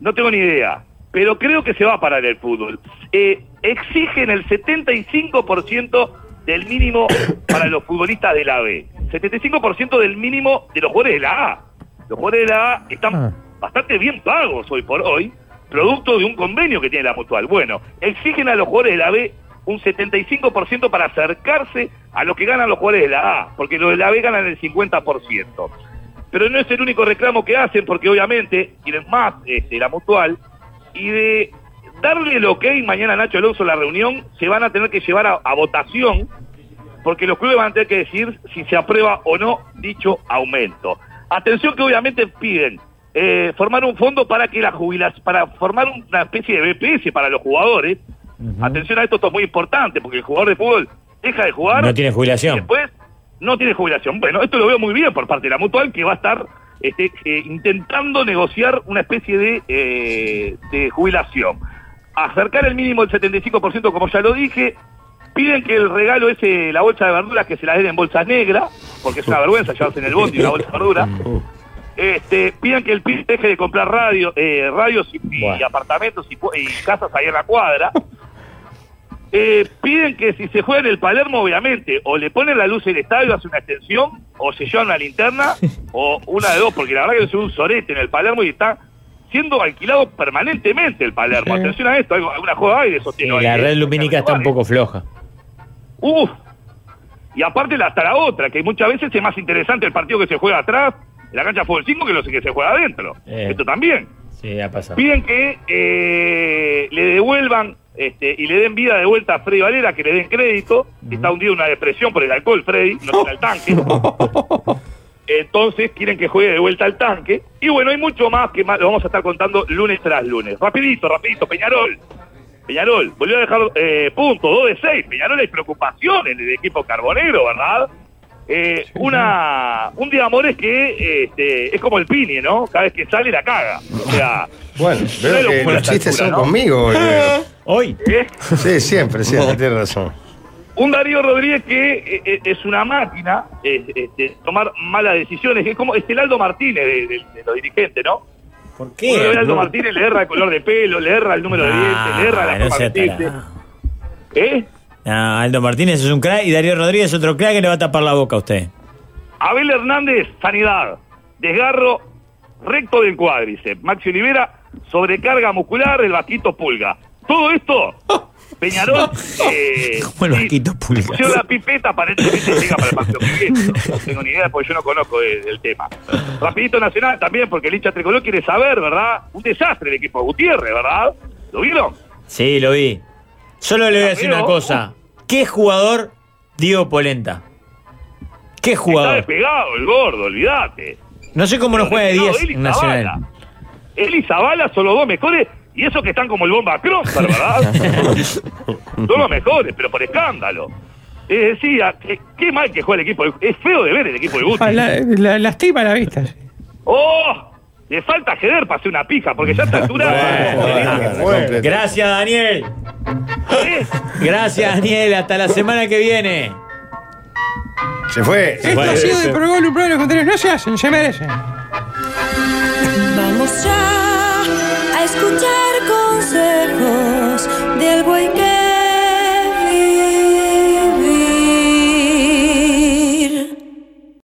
no tengo ni idea, pero creo que se va a parar el fútbol. Eh, exigen el 75% del mínimo para los futbolistas de la B, 75% del mínimo de los jugadores de la A. Los jugadores de la A están bastante bien pagos hoy por hoy, producto de un convenio que tiene la Mutual. Bueno, exigen a los jugadores de la B un 75% para acercarse a lo que ganan los jugadores de la A, porque los de la B ganan el 50%. Pero no es el único reclamo que hacen, porque obviamente tienen más este, la Mutual, y de darle el ok mañana a Nacho Alonso en la reunión, se van a tener que llevar a, a votación, porque los clubes van a tener que decir si se aprueba o no dicho aumento. Atención que obviamente piden eh, formar un fondo para que las jubilas, para formar una especie de BPS para los jugadores. Atención a esto, esto es muy importante, porque el jugador de fútbol deja de jugar.
No tiene jubilación.
y después no tiene jubilación. Bueno, esto lo veo muy bien por parte de la Mutual, que va a estar este, eh, intentando negociar una especie de, eh, de jubilación. Acercar el mínimo del 75%, como ya lo dije. Piden que el regalo ese, la bolsa de verduras, que se la den en bolsas negras, porque es una vergüenza llevarse en el bondi una bolsa de verduras. Este, pidan que el PIB deje de comprar radio, eh, radios y, y apartamentos y, pu- y casas ahí en la cuadra. Eh, piden que si se juega en el Palermo, obviamente, o le ponen la luz del estadio, hace una extensión, o se llevan una linterna, o una de dos, porque la verdad que es un sorete en el Palermo y está siendo alquilado permanentemente el Palermo.
Sí.
Atención a esto, algo- alguna joda hay de esos
Y
tiros
la
ahí,
red
¿eh?
lumínica está un poco floja.
Uf. Y aparte la- hasta la otra, que muchas veces es más interesante el partido que se juega atrás, en la cancha de fútbol 5, que los que se juega adentro.
Eh.
Esto también.
Sí, ha pasado.
Piden que eh, le devuelvan este, y le den vida de vuelta a Freddy Valera, que le den crédito, que está hundido en una depresión por el alcohol, Freddy, no está el tanque. Entonces quieren que juegue de vuelta al tanque. Y bueno, hay mucho más que más, lo vamos a estar contando lunes tras lunes. Rapidito, rapidito, Peñarol. Peñarol, volvió a dejar eh, punto, 2 de 6. Peñarol hay preocupación en el equipo carbonero, ¿verdad? Eh, una, un día amores que eh, este, es como el Pini, ¿no? Cada vez que sale la caga. O sea,
Bueno,
Una
veo que
locura
los
esta
chistes
altura,
son
¿no?
conmigo.
Hoy.
Sí, siempre, siempre, tienes razón.
Un Darío Rodríguez que eh, eh, es una máquina eh, este, tomar malas decisiones, es como es el Aldo Martínez de, de- de los dirigentes, ¿no? ¿Por
qué?
Aldo
No.
Martínez le erra el color de pelo, le erra el número de dientes, le erra la
no
forma
sea
que dice. ¿Eh?
Ah, Aldo Martínez es un crack y Darío Rodríguez es otro crack que le va a tapar la boca a usted.
Abel Hernández, sanidad, desgarro recto del cuádriceps. Maxi Olivera, sobrecarga muscular, el vaquito pulga. Todo esto, Peñarol, eh,
Como el vaquito pulga.
Pusieron la pipeta, aparentemente llega para el partido que viene. No tengo ni idea porque yo no conozco el, el tema. Rapidito Nacional también, porque el hincha tricolor quiere saber, ¿verdad? Un desastre el equipo de Gutiérrez, ¿verdad? ¿Lo vieron?
Sí, lo vi. Solo le voy a decir una cosa. ¿Qué jugador Diego Polenta? ¿Qué
Está
jugador?
despegado el gordo, olvídate.
No sé cómo no juega de
Pero
10
despegado él
en
y
Nacional.
Zavala. Él y Zavala son los dos mejores, y esos que están como el bomba Crosser, ¿verdad? son los mejores, pero por escándalo. Eh, decía, que- qué mal que juega el equipo. de- Es feo de ver el equipo de Guti.
Ah,
eh.
la- la- lastima la vista.
¡Oh! Le falta Jeder para hacer una pija, porque ya está
Eh,
altura.
Gracias, Daniel.
¿Eh?
Gracias, Daniel. Hasta la semana que viene.
Se fue.
Esto ha sido de Progol, un programa de los contrarios. No se hacen, se merecen.
Vamos ya a escuchar consejos del buen que